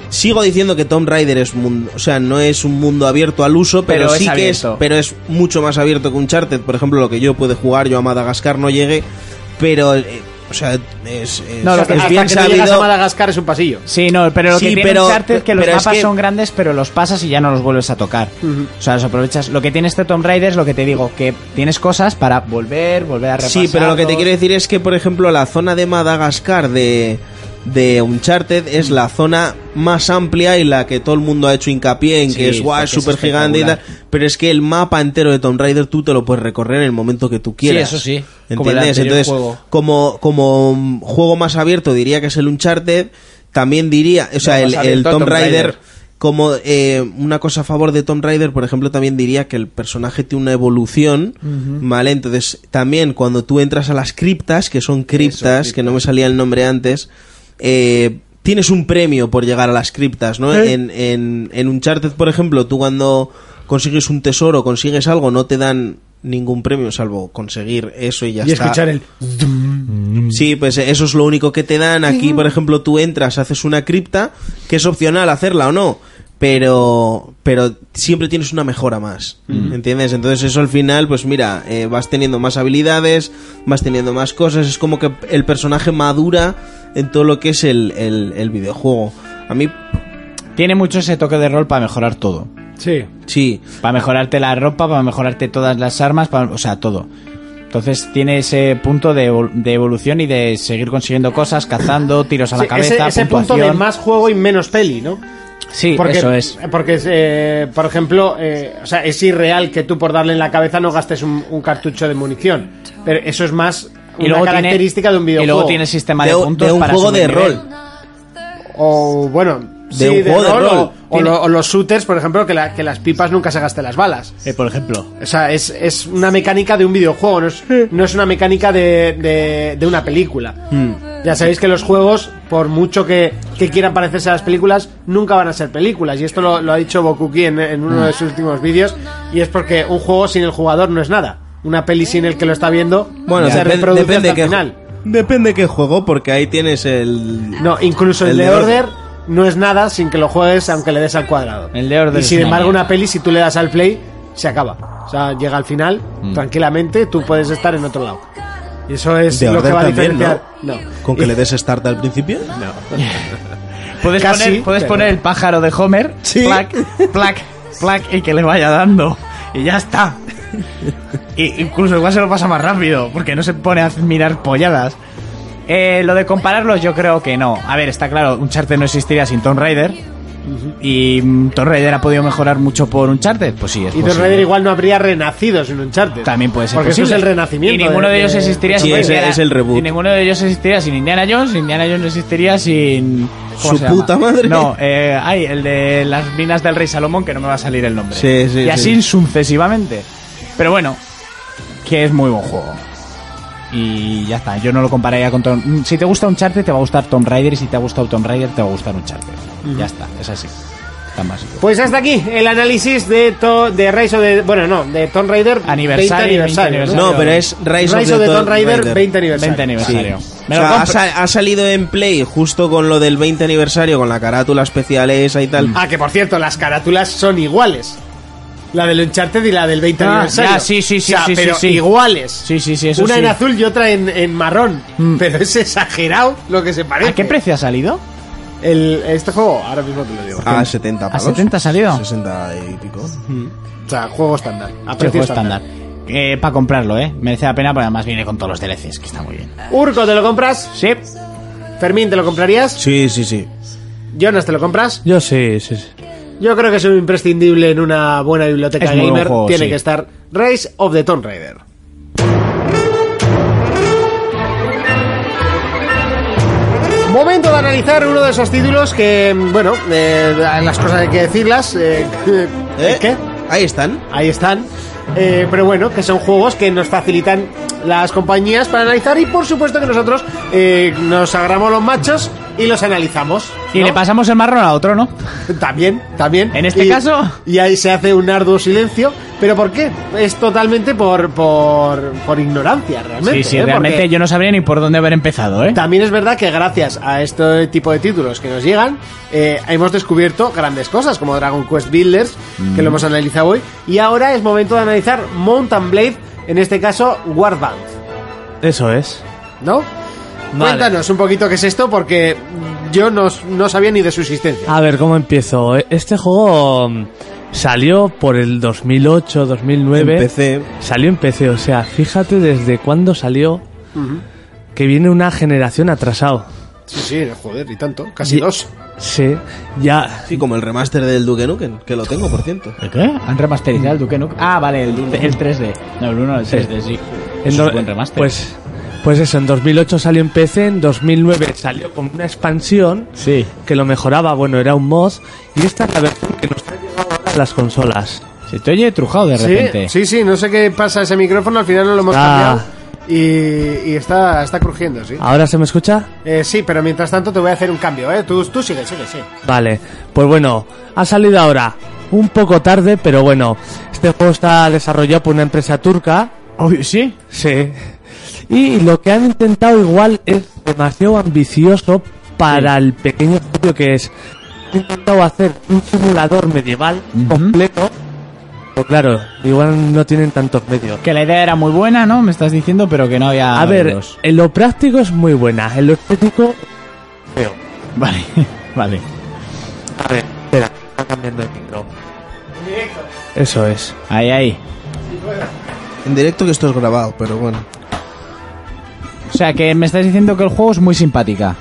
Speaker 5: Sigo diciendo que Tomb Raider es mundo, o sea, no es un mundo abierto al uso, pero,
Speaker 3: Pero es
Speaker 5: sí que es,
Speaker 3: abierto.
Speaker 5: pero es mucho más abierto que Uncharted, por ejemplo, lo que yo pude jugar, yo a Madagascar no llegué, pero eh, o sea, es, es-
Speaker 3: No, lo
Speaker 5: es
Speaker 3: que-
Speaker 7: Hasta
Speaker 5: bien
Speaker 7: que no llegas a
Speaker 5: sabido.
Speaker 7: Madagascar es un pasillo.
Speaker 3: Sí, no, pero lo
Speaker 5: Sí,
Speaker 3: que tiene
Speaker 5: pero-
Speaker 3: Uncharted es que los
Speaker 5: pero es
Speaker 3: mapas
Speaker 5: que-
Speaker 3: son grandes, pero los pasas y ya no los vuelves a tocar. O sea, los aprovechas. Lo que tiene este Tomb Raider es lo que te digo, que tienes cosas para volver, volver a repasar.
Speaker 5: Sí, pero lo que te quiero decir es que, por ejemplo, la zona de Madagascar de, de Uncharted es la zona más amplia y la que todo el mundo ha hecho hincapié en
Speaker 3: Sí,
Speaker 5: que es guay,
Speaker 3: porque es
Speaker 5: súper gigante y tal. Pero es que el mapa entero de Tomb Raider tú te lo puedes recorrer en el momento que tú quieras.
Speaker 3: eso sí, como el
Speaker 5: ¿Entiendes?
Speaker 3: anterior
Speaker 5: Entonces,
Speaker 3: juego.
Speaker 5: como, como mm, juego más abierto diría que es el Uncharted, también diría, o sea,
Speaker 3: No,
Speaker 5: el,
Speaker 3: más
Speaker 5: el
Speaker 3: abierto
Speaker 5: Tomb
Speaker 3: Tomb
Speaker 5: Raider...
Speaker 3: Raider.
Speaker 5: Como eh, una cosa a favor de Tomb Raider, por ejemplo, también diría que el personaje tiene una evolución, ¿vale? Entonces, también cuando tú entras a las criptas, que son criptas, que no me salía el nombre antes, eh, tienes un premio por llegar a las criptas, ¿no?
Speaker 7: Eh.
Speaker 5: En, en, en Uncharted, por ejemplo, tú cuando consigues un tesoro, consigues algo, no te dan ningún premio salvo conseguir eso y ya
Speaker 7: Y
Speaker 5: está.
Speaker 7: escuchar el...
Speaker 5: Sí, pues eso es lo único que te dan. Aquí, por ejemplo, tú entras, haces una cripta, que es opcional hacerla o no, pero, pero siempre tienes una mejora más, ¿entiendes? Entonces eso al final, pues mira, eh, vas teniendo más habilidades, vas teniendo más cosas, es como que el personaje madura en todo lo que es el, el, el videojuego. A mí,
Speaker 3: Tiene mucho ese toque de rol para mejorar todo.
Speaker 7: Sí.
Speaker 5: sí,
Speaker 3: Para mejorarte la ropa, para mejorarte todas las armas, para, o sea, todo. Entonces tiene ese punto de, evol- de evolución y de seguir consiguiendo cosas, cazando, tiros a la
Speaker 7: Sí,
Speaker 3: cabeza,
Speaker 7: ese, ese punto
Speaker 3: puntuación.
Speaker 7: de más juego y menos peli, ¿no?
Speaker 3: Sí,
Speaker 7: Porque,
Speaker 3: eso es.
Speaker 7: Porque, eh, por ejemplo, eh, o sea, es irreal que tú por darle en la cabeza no gastes un, un cartucho de munición. Pero eso es más una
Speaker 3: tiene-
Speaker 7: característica de un videojuego.
Speaker 3: Y luego tiene sistema de,
Speaker 5: de, un-
Speaker 3: puntos
Speaker 5: de un
Speaker 3: para
Speaker 5: juego de
Speaker 3: subnivel.
Speaker 5: rol.
Speaker 7: O, bueno...
Speaker 5: De
Speaker 7: sí,
Speaker 5: un juego de
Speaker 7: o-
Speaker 5: rol.
Speaker 7: O, lo- o los shooters, por ejemplo, que, la- que las pipas nunca se gasten las balas.
Speaker 3: Eh, por ejemplo.
Speaker 7: O sea, es, es una mecánica de un videojuego, no es, no es una mecánica de, de- de una película.
Speaker 5: Hmm.
Speaker 7: Ya sabéis que los juegos, por mucho que, que quieran parecerse a las películas, nunca van a ser películas. Y esto lo, lo ha dicho Bokuki en, en uno
Speaker 5: Hmm.
Speaker 7: de sus últimos vídeos. Y es porque un juego sin el jugador no es nada. Una peli sin el que lo está viendo
Speaker 5: Bueno,
Speaker 7: se
Speaker 5: depende,
Speaker 7: reproduce
Speaker 5: depende
Speaker 7: hasta
Speaker 5: qué
Speaker 7: el
Speaker 5: ju-
Speaker 7: final.
Speaker 5: depende qué juego, porque ahí tienes el...
Speaker 7: No, incluso el,
Speaker 5: El
Speaker 7: de,
Speaker 5: de
Speaker 7: Order no es nada sin que lo juegues aunque le des al cuadrado.
Speaker 3: El de Order
Speaker 7: Y
Speaker 3: es
Speaker 7: sin
Speaker 3: una
Speaker 7: embargo,
Speaker 3: mierda.
Speaker 7: una peli, si tú le das al play, se acaba. O sea, llega al final, tranquilamente, tú puedes estar en otro lado. Y eso es
Speaker 5: De
Speaker 7: lo que
Speaker 5: Order
Speaker 7: va a
Speaker 5: también,
Speaker 7: diferenciar. No.
Speaker 5: ¿Con que le des start al principio? No.
Speaker 3: Puedes,
Speaker 7: Casi,
Speaker 3: poner, puedes
Speaker 7: pero-
Speaker 3: poner el pájaro de Homer,
Speaker 5: Sí.
Speaker 3: plac, plac, plac, y que le vaya dando. Y ya está. Y incluso igual se lo pasa más rápido, porque no se pone a mirar polladas. Eh, lo de compararlos, yo creo que no. A ver, está claro, Uncharted no existiría sin Tomb Raider. Y mm, Tomb Raider ha podido mejorar mucho por Uncharted. Pues sí, es
Speaker 7: Y Tomb
Speaker 3: posible.
Speaker 7: Raider igual no habría renacido sin Uncharted.
Speaker 3: También puede ser
Speaker 7: Porque eso
Speaker 3: posible.
Speaker 7: es el renacimiento.
Speaker 3: Y ninguno de, ellos existiría
Speaker 5: Sí,
Speaker 3: sin
Speaker 5: es el-
Speaker 3: Indiana-
Speaker 5: es el reboot.
Speaker 3: Y ninguno de ellos existiría sin Indiana Jones. Indiana Jones no existiría sin. ¿cómo
Speaker 5: Su
Speaker 3: se llama?
Speaker 5: puta madre.
Speaker 3: No, eh, ay, el de las minas del Rey Salomón, que no me va a salir el nombre.
Speaker 5: Sí, sí,
Speaker 3: Y así
Speaker 5: sí.
Speaker 3: sucesivamente. Pero bueno, que es muy buen juego. Y ya está, yo no lo compararía con Tom. mm, Si te gusta Uncharted, te va a gustar Tomb Raider. Y si te ha gustado Tomb Raider, te va a gustar Uncharted. Ya está, es así. Está más.
Speaker 7: Pues hasta aquí el análisis de, to- de Rise of the- Bueno, no, de Tomb Raider 20
Speaker 3: Aniversario,
Speaker 7: aniversario.
Speaker 3: 20
Speaker 5: No, pero es Rise,
Speaker 7: Rise of the Tomb Raider 20 aniversario.
Speaker 3: 20 aniversario.
Speaker 5: Sí.
Speaker 3: Me
Speaker 5: O
Speaker 3: lo
Speaker 5: sea, ha,
Speaker 3: compro.
Speaker 5: sa- ha salido en Play justo con lo del 20
Speaker 7: Mm.
Speaker 5: aniversario, con la carátula especial esa y tal.
Speaker 7: Ah, que por cierto, las carátulas son iguales. La del Uncharted y la del 20
Speaker 3: Ah,
Speaker 7: aniversario.
Speaker 3: ya, sí, sí, sí,
Speaker 7: O sea,
Speaker 3: sí, sí,
Speaker 7: pero
Speaker 3: sí.
Speaker 7: iguales.
Speaker 3: Sí, sí, sí, eso
Speaker 7: Una
Speaker 3: sí. Mm.
Speaker 7: en azul y otra en, en marrón. Pero es exagerado lo que se parece.
Speaker 3: ¿A qué precio ha salido?
Speaker 7: El, este juego, ahora mismo te lo digo.
Speaker 3: Ah.
Speaker 5: A 70
Speaker 3: ¿A
Speaker 5: palos.
Speaker 3: 70 ha salido?
Speaker 5: 60 y pico.
Speaker 7: O sea, juego estándar. A
Speaker 3: Precio
Speaker 7: precio
Speaker 3: estándar. para comprarlo, ¿eh? Merece la pena, porque además viene con todos los DLCs, que está muy bien.
Speaker 7: Urco, ¿te lo compras?
Speaker 3: Sí.
Speaker 7: Fermín, ¿te lo comprarías?
Speaker 5: Sí, sí, sí.
Speaker 7: Jonas, ¿te lo compras?
Speaker 6: Yo sí, sí, sí.
Speaker 7: Yo creo que es un imprescindible en una buena biblioteca
Speaker 3: Es muy buen
Speaker 7: gamer.
Speaker 3: juego,
Speaker 7: Tiene
Speaker 3: sí.
Speaker 7: que estar Race of the Tomb Raider. Momento de analizar uno de esos títulos que, bueno, eh, las cosas hay que decirlas. eh,
Speaker 5: ¿Eh?
Speaker 7: ¿Qué?
Speaker 5: Ahí están.
Speaker 7: Ahí están. Eh, pero bueno, que son juegos que nos facilitan las compañías para analizar y por supuesto que nosotros eh, nos agarramos los machos y los analizamos.
Speaker 3: Y
Speaker 7: ¿no?
Speaker 3: le pasamos el marrón a otro, ¿no?
Speaker 7: También, también.
Speaker 3: En este
Speaker 7: Y-
Speaker 3: caso-
Speaker 7: Y ahí se hace un arduo silencio. ¿Pero por qué? Es totalmente por, por, por ignorancia, realmente.
Speaker 3: Sí, sí,
Speaker 7: ¿eh?
Speaker 3: realmente
Speaker 7: Porque
Speaker 3: yo no sabría ni por dónde haber empezado, ¿eh?
Speaker 7: También es verdad que gracias a este tipo de títulos que nos llegan, eh, hemos descubierto grandes cosas, como Dragon Quest Builders, que
Speaker 3: Mm.
Speaker 7: lo hemos analizado hoy. Y ahora es momento de analizar Mountain Blade, en este caso Warband,
Speaker 6: Eso es.
Speaker 7: ¿no? Cuéntanos un poquito qué es esto, porque yo no, no sabía ni de su existencia.
Speaker 6: A ver, ¿cómo empiezo? Este juego mm, salió por el 2008, 2009.
Speaker 5: Empecé.
Speaker 6: Salió en PC, o sea, fíjate desde cuándo salió que viene una generación atrasado.
Speaker 7: Sí, sí, joder, y tanto, casi
Speaker 6: Y-
Speaker 7: dos.
Speaker 6: Sí, ya
Speaker 5: Sí, como el remaster del Duke Nukem, que lo tengo, por cierto.
Speaker 3: ¿El qué? ¿Han remasterizado el Duke Nukem? Ah, vale, el, el 3D. No, el 1, el 3D, sí.
Speaker 6: En
Speaker 3: Eso
Speaker 6: do-
Speaker 3: es buen remaster.
Speaker 6: Pues, pues eso, en 2008 salió en PC, en 2009 salió con una expansión
Speaker 3: Sí.
Speaker 6: que lo mejoraba, bueno, era un mod, y esta es la versión que nos ha llegado ahora a las consolas.
Speaker 3: Se te oye trujado de repente. Ah.
Speaker 7: Sí, sí, sí, no sé qué pasa a ese micrófono, al final no lo hemos
Speaker 6: Está-
Speaker 7: cambiado y, y está, está crujiendo, sí.
Speaker 6: ¿Ahora se me escucha?
Speaker 7: Eh, sí, pero mientras tanto te voy a hacer un cambio, ¿eh? Tú, tú sigue, sigue, sí.
Speaker 6: Vale, pues bueno, ha salido ahora, un poco tarde, pero bueno, este juego está desarrollado por una empresa turca,
Speaker 3: Uy, sí.
Speaker 6: sí, y lo que han intentado igual es demasiado ambicioso para el pequeño estudio que es. Han intentado hacer un simulador medieval completo, pues claro, igual no tienen tantos medios.
Speaker 3: Que la idea era muy buena, ¿no? Me estás diciendo, pero que no había.
Speaker 6: A ver,
Speaker 3: euros.
Speaker 6: en lo práctico es muy buena, en lo estético
Speaker 3: Vale, vale.
Speaker 6: A ver, espera, está cambiando el micro. Eso es.
Speaker 3: Ahí, ahí.
Speaker 5: En directo que esto es grabado, pero bueno.
Speaker 3: O sea, que me estás diciendo que el juego es muy simpática.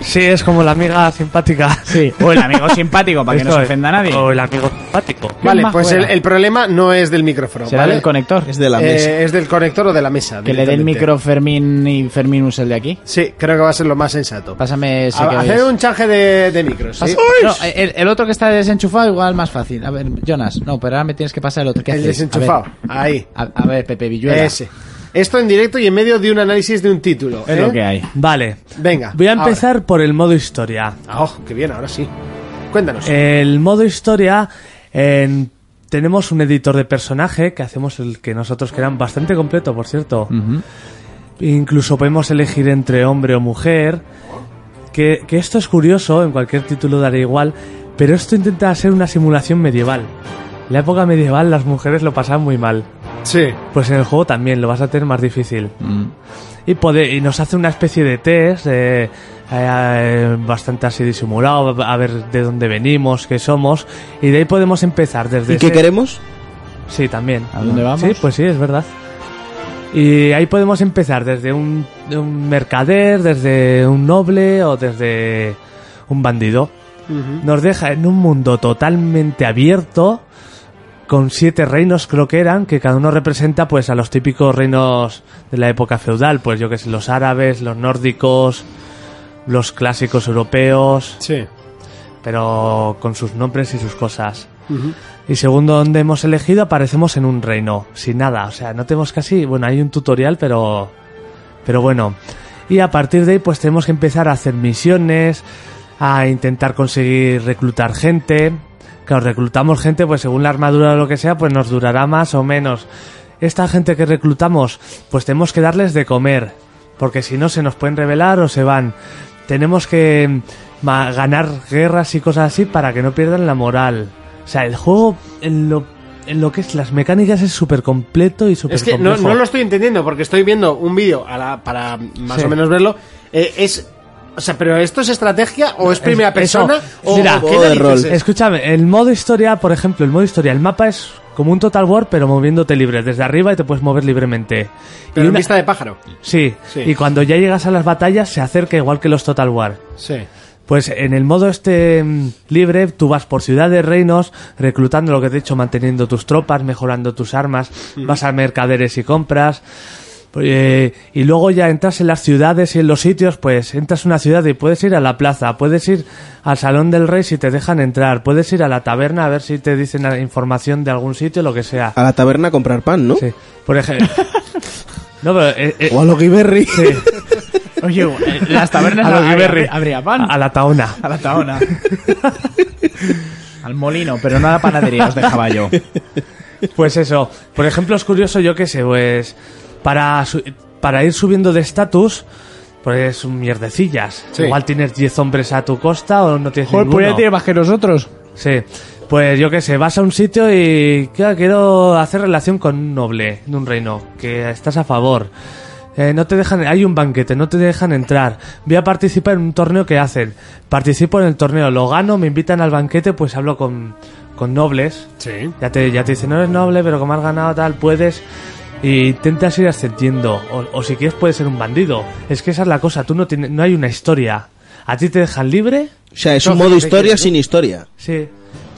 Speaker 6: Sí, es como la amiga simpática.
Speaker 3: Sí. O el amigo simpático, para que no
Speaker 6: Eso
Speaker 3: se
Speaker 6: es.
Speaker 3: ofenda a nadie.
Speaker 6: O el amigo simpático.
Speaker 7: Vale,
Speaker 3: más
Speaker 7: pues el,
Speaker 3: juega?
Speaker 7: el problema no es del micrófono,
Speaker 3: Será
Speaker 7: ¿vale?
Speaker 3: del conector.
Speaker 5: Es de la
Speaker 7: Eh,
Speaker 5: mesa.
Speaker 7: es del conector o de la mesa.
Speaker 3: Que le dé el
Speaker 7: directamente.
Speaker 3: micro Fermín y Fermín usa el de aquí.
Speaker 7: Sí, creo que va a ser lo más sensato.
Speaker 3: Pásame ese
Speaker 7: A-
Speaker 3: que
Speaker 7: hacer
Speaker 3: oyes.
Speaker 7: un charge de, de micros, ¿sí?
Speaker 3: Pasa- No, el, el otro que está desenchufado igual más fácil. A ver, Jonas, no, pero ahora me tienes que pasar el otro. ¿Qué
Speaker 7: El
Speaker 3: haces? A ver,
Speaker 7: desenchufado. Ahí.
Speaker 3: A, a ver, Pepe Villuela.
Speaker 7: Ese. Esto en directo y en medio de un análisis de un título.
Speaker 3: Es
Speaker 7: ¿eh?
Speaker 3: lo que hay.
Speaker 6: Vale.
Speaker 7: Venga.
Speaker 6: Voy a empezar por el modo historia.
Speaker 7: ahora. Oh, qué bien, ahora sí. Cuéntanos.
Speaker 3: Eh,
Speaker 6: El modo historia en- tenemos un editor de personaje que hacemos el que nosotros queramos bastante completo, por cierto. Incluso podemos elegir entre hombre o mujer. Que, que esto es curioso, en cualquier título daré igual, pero esto intenta ser una simulación medieval. En la época medieval las mujeres lo pasaban muy mal.
Speaker 7: sí.
Speaker 6: Pues en el juego también lo vas a tener más difícil.
Speaker 4: Mm.
Speaker 6: Y, pode- y nos hace una especie de test, eh, eh, bastante así disimulado, a ver de dónde venimos, qué somos. Y de ahí podemos empezar desde...
Speaker 5: ¿Y qué
Speaker 6: ese-
Speaker 5: queremos?
Speaker 6: Sí, también.
Speaker 3: ¿A dónde vamos?
Speaker 6: Sí, pues sí, es verdad. Y ahí podemos empezar desde un, de un mercader, desde un noble o desde un bandido. Nos deja en un mundo totalmente abierto, con siete reinos creo que eran, que cada uno representa pues a los típicos reinos de la época feudal, pues yo que sé, los árabes, los nórdicos, los clásicos europeos,
Speaker 7: Sí.
Speaker 6: pero con sus nombres y sus cosas. Y según donde hemos elegido, aparecemos en un reino, sin nada. O sea, no tenemos casi. Bueno, hay un tutorial, pero. Pero bueno. Y a partir de ahí, pues tenemos que empezar a hacer misiones, a intentar conseguir reclutar gente. Claro, reclutamos gente, pues según la armadura o lo que sea, pues nos durará más o menos. Esta gente que reclutamos, pues tenemos que darles de comer, porque si no se nos pueden rebelar o se van. Tenemos que mm, ma- ganar guerras y cosas así para que no pierdan la moral. O sea, el juego en lo en lo que es las mecánicas es súper completo y súper
Speaker 7: Es que no, no lo estoy entendiendo porque estoy viendo un vídeo a la- para más
Speaker 6: Sí.
Speaker 7: o menos verlo. Eh, es, o sea, pero esto es estrategia o es primera
Speaker 6: eso.
Speaker 7: persona o
Speaker 6: Mira,
Speaker 7: ¿qué
Speaker 5: juego de
Speaker 7: narices
Speaker 5: rol.
Speaker 7: es?
Speaker 6: Escúchame, el modo historia, por ejemplo, el modo historia, el mapa es como un Total War, pero moviéndote libre, desde arriba y te puedes mover libremente.
Speaker 7: Pero
Speaker 6: y
Speaker 7: en
Speaker 6: una-
Speaker 7: vista de pájaro.
Speaker 6: sí,
Speaker 7: Sí.
Speaker 6: y cuando ya llegas a las batallas se acerca igual que los Total War.
Speaker 7: Sí.
Speaker 6: Pues en el modo este mm, libre, tú vas por ciudades, reinos, reclutando lo que te he dicho, manteniendo tus tropas, mejorando tus armas, vas a mercaderes y compras. eh, y luego ya entras en las ciudades y en los sitios, pues entras a una ciudad y puedes ir a la plaza, puedes ir al salón del rey si te dejan entrar, puedes ir a la taberna a ver si te dicen la información de algún sitio, lo que sea.
Speaker 5: A la taberna a comprar pan, ¿no?
Speaker 6: Sí. Por ejemplo. no, pero, eh, eh,
Speaker 5: O a lo Berry.
Speaker 4: Oye, eh, las tabernas
Speaker 6: A lo
Speaker 4: habría-
Speaker 6: Guiberri.
Speaker 4: habría pan.
Speaker 6: a la taona.
Speaker 4: A la taona. Al molino, pero no a la panadería, os dejaba yo.
Speaker 6: Pues eso, por ejemplo, es curioso, yo qué sé, pues para, su- para ir subiendo de estatus, pues mierdecillas.
Speaker 7: Sí.
Speaker 6: Igual tienes 10 hombres a tu costa o no tienes
Speaker 3: Joder, pues ya
Speaker 6: ninguno.
Speaker 3: tiene más que nosotros.
Speaker 6: Sí, pues yo qué sé, vas a un sitio y claro, quiero hacer relación con un noble de un reino, que estás a favor. Eh, no te dejan, hay un banquete, no te dejan entrar. Voy a participar en un torneo que hacen. Participo en el torneo, lo gano, me invitan al banquete, pues hablo con, con nobles.
Speaker 7: Sí.
Speaker 6: Ya te, ya te dicen, no eres noble, pero como has ganado tal, puedes. Y intentas ir ascendiendo. O, o si quieres, puedes ser un bandido. Es que esa es la cosa, tú no, tienes, no hay una historia. A ti te dejan libre,
Speaker 5: O sea, es un modo historia sin historia.
Speaker 6: sí.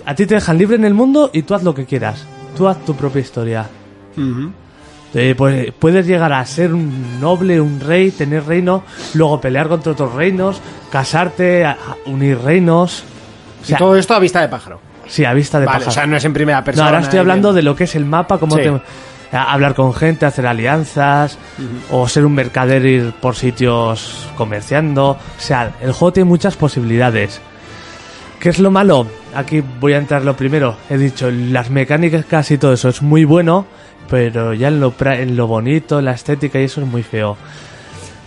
Speaker 6: A ti te dejan libre en el mundo y tú haz lo que quieras. Tú haz tu propia historia. Eh, pues, puedes llegar a ser un noble, un rey, tener reino, luego pelear contra otros reinos, casarte, a- a unir reinos. O
Speaker 7: Y
Speaker 6: sea,
Speaker 7: todo esto a vista de pájaro.
Speaker 6: sí, a vista de
Speaker 7: vale,
Speaker 6: pájaro.
Speaker 7: o sea, no es en primera persona.
Speaker 6: No, ahora estoy
Speaker 7: y
Speaker 6: hablando
Speaker 7: bien.
Speaker 6: de lo que es el mapa, cómo
Speaker 7: Sí.
Speaker 6: te- a- hablar con gente, hacer alianzas, o ser un mercader, ir por sitios comerciando. O sea, el juego tiene muchas posibilidades. ¿Qué es lo malo? Aquí voy a entrar lo primero. He dicho, las mecánicas casi todo eso es muy bueno, pero ya en lo, pra- en lo bonito, en la estética y eso es muy feo.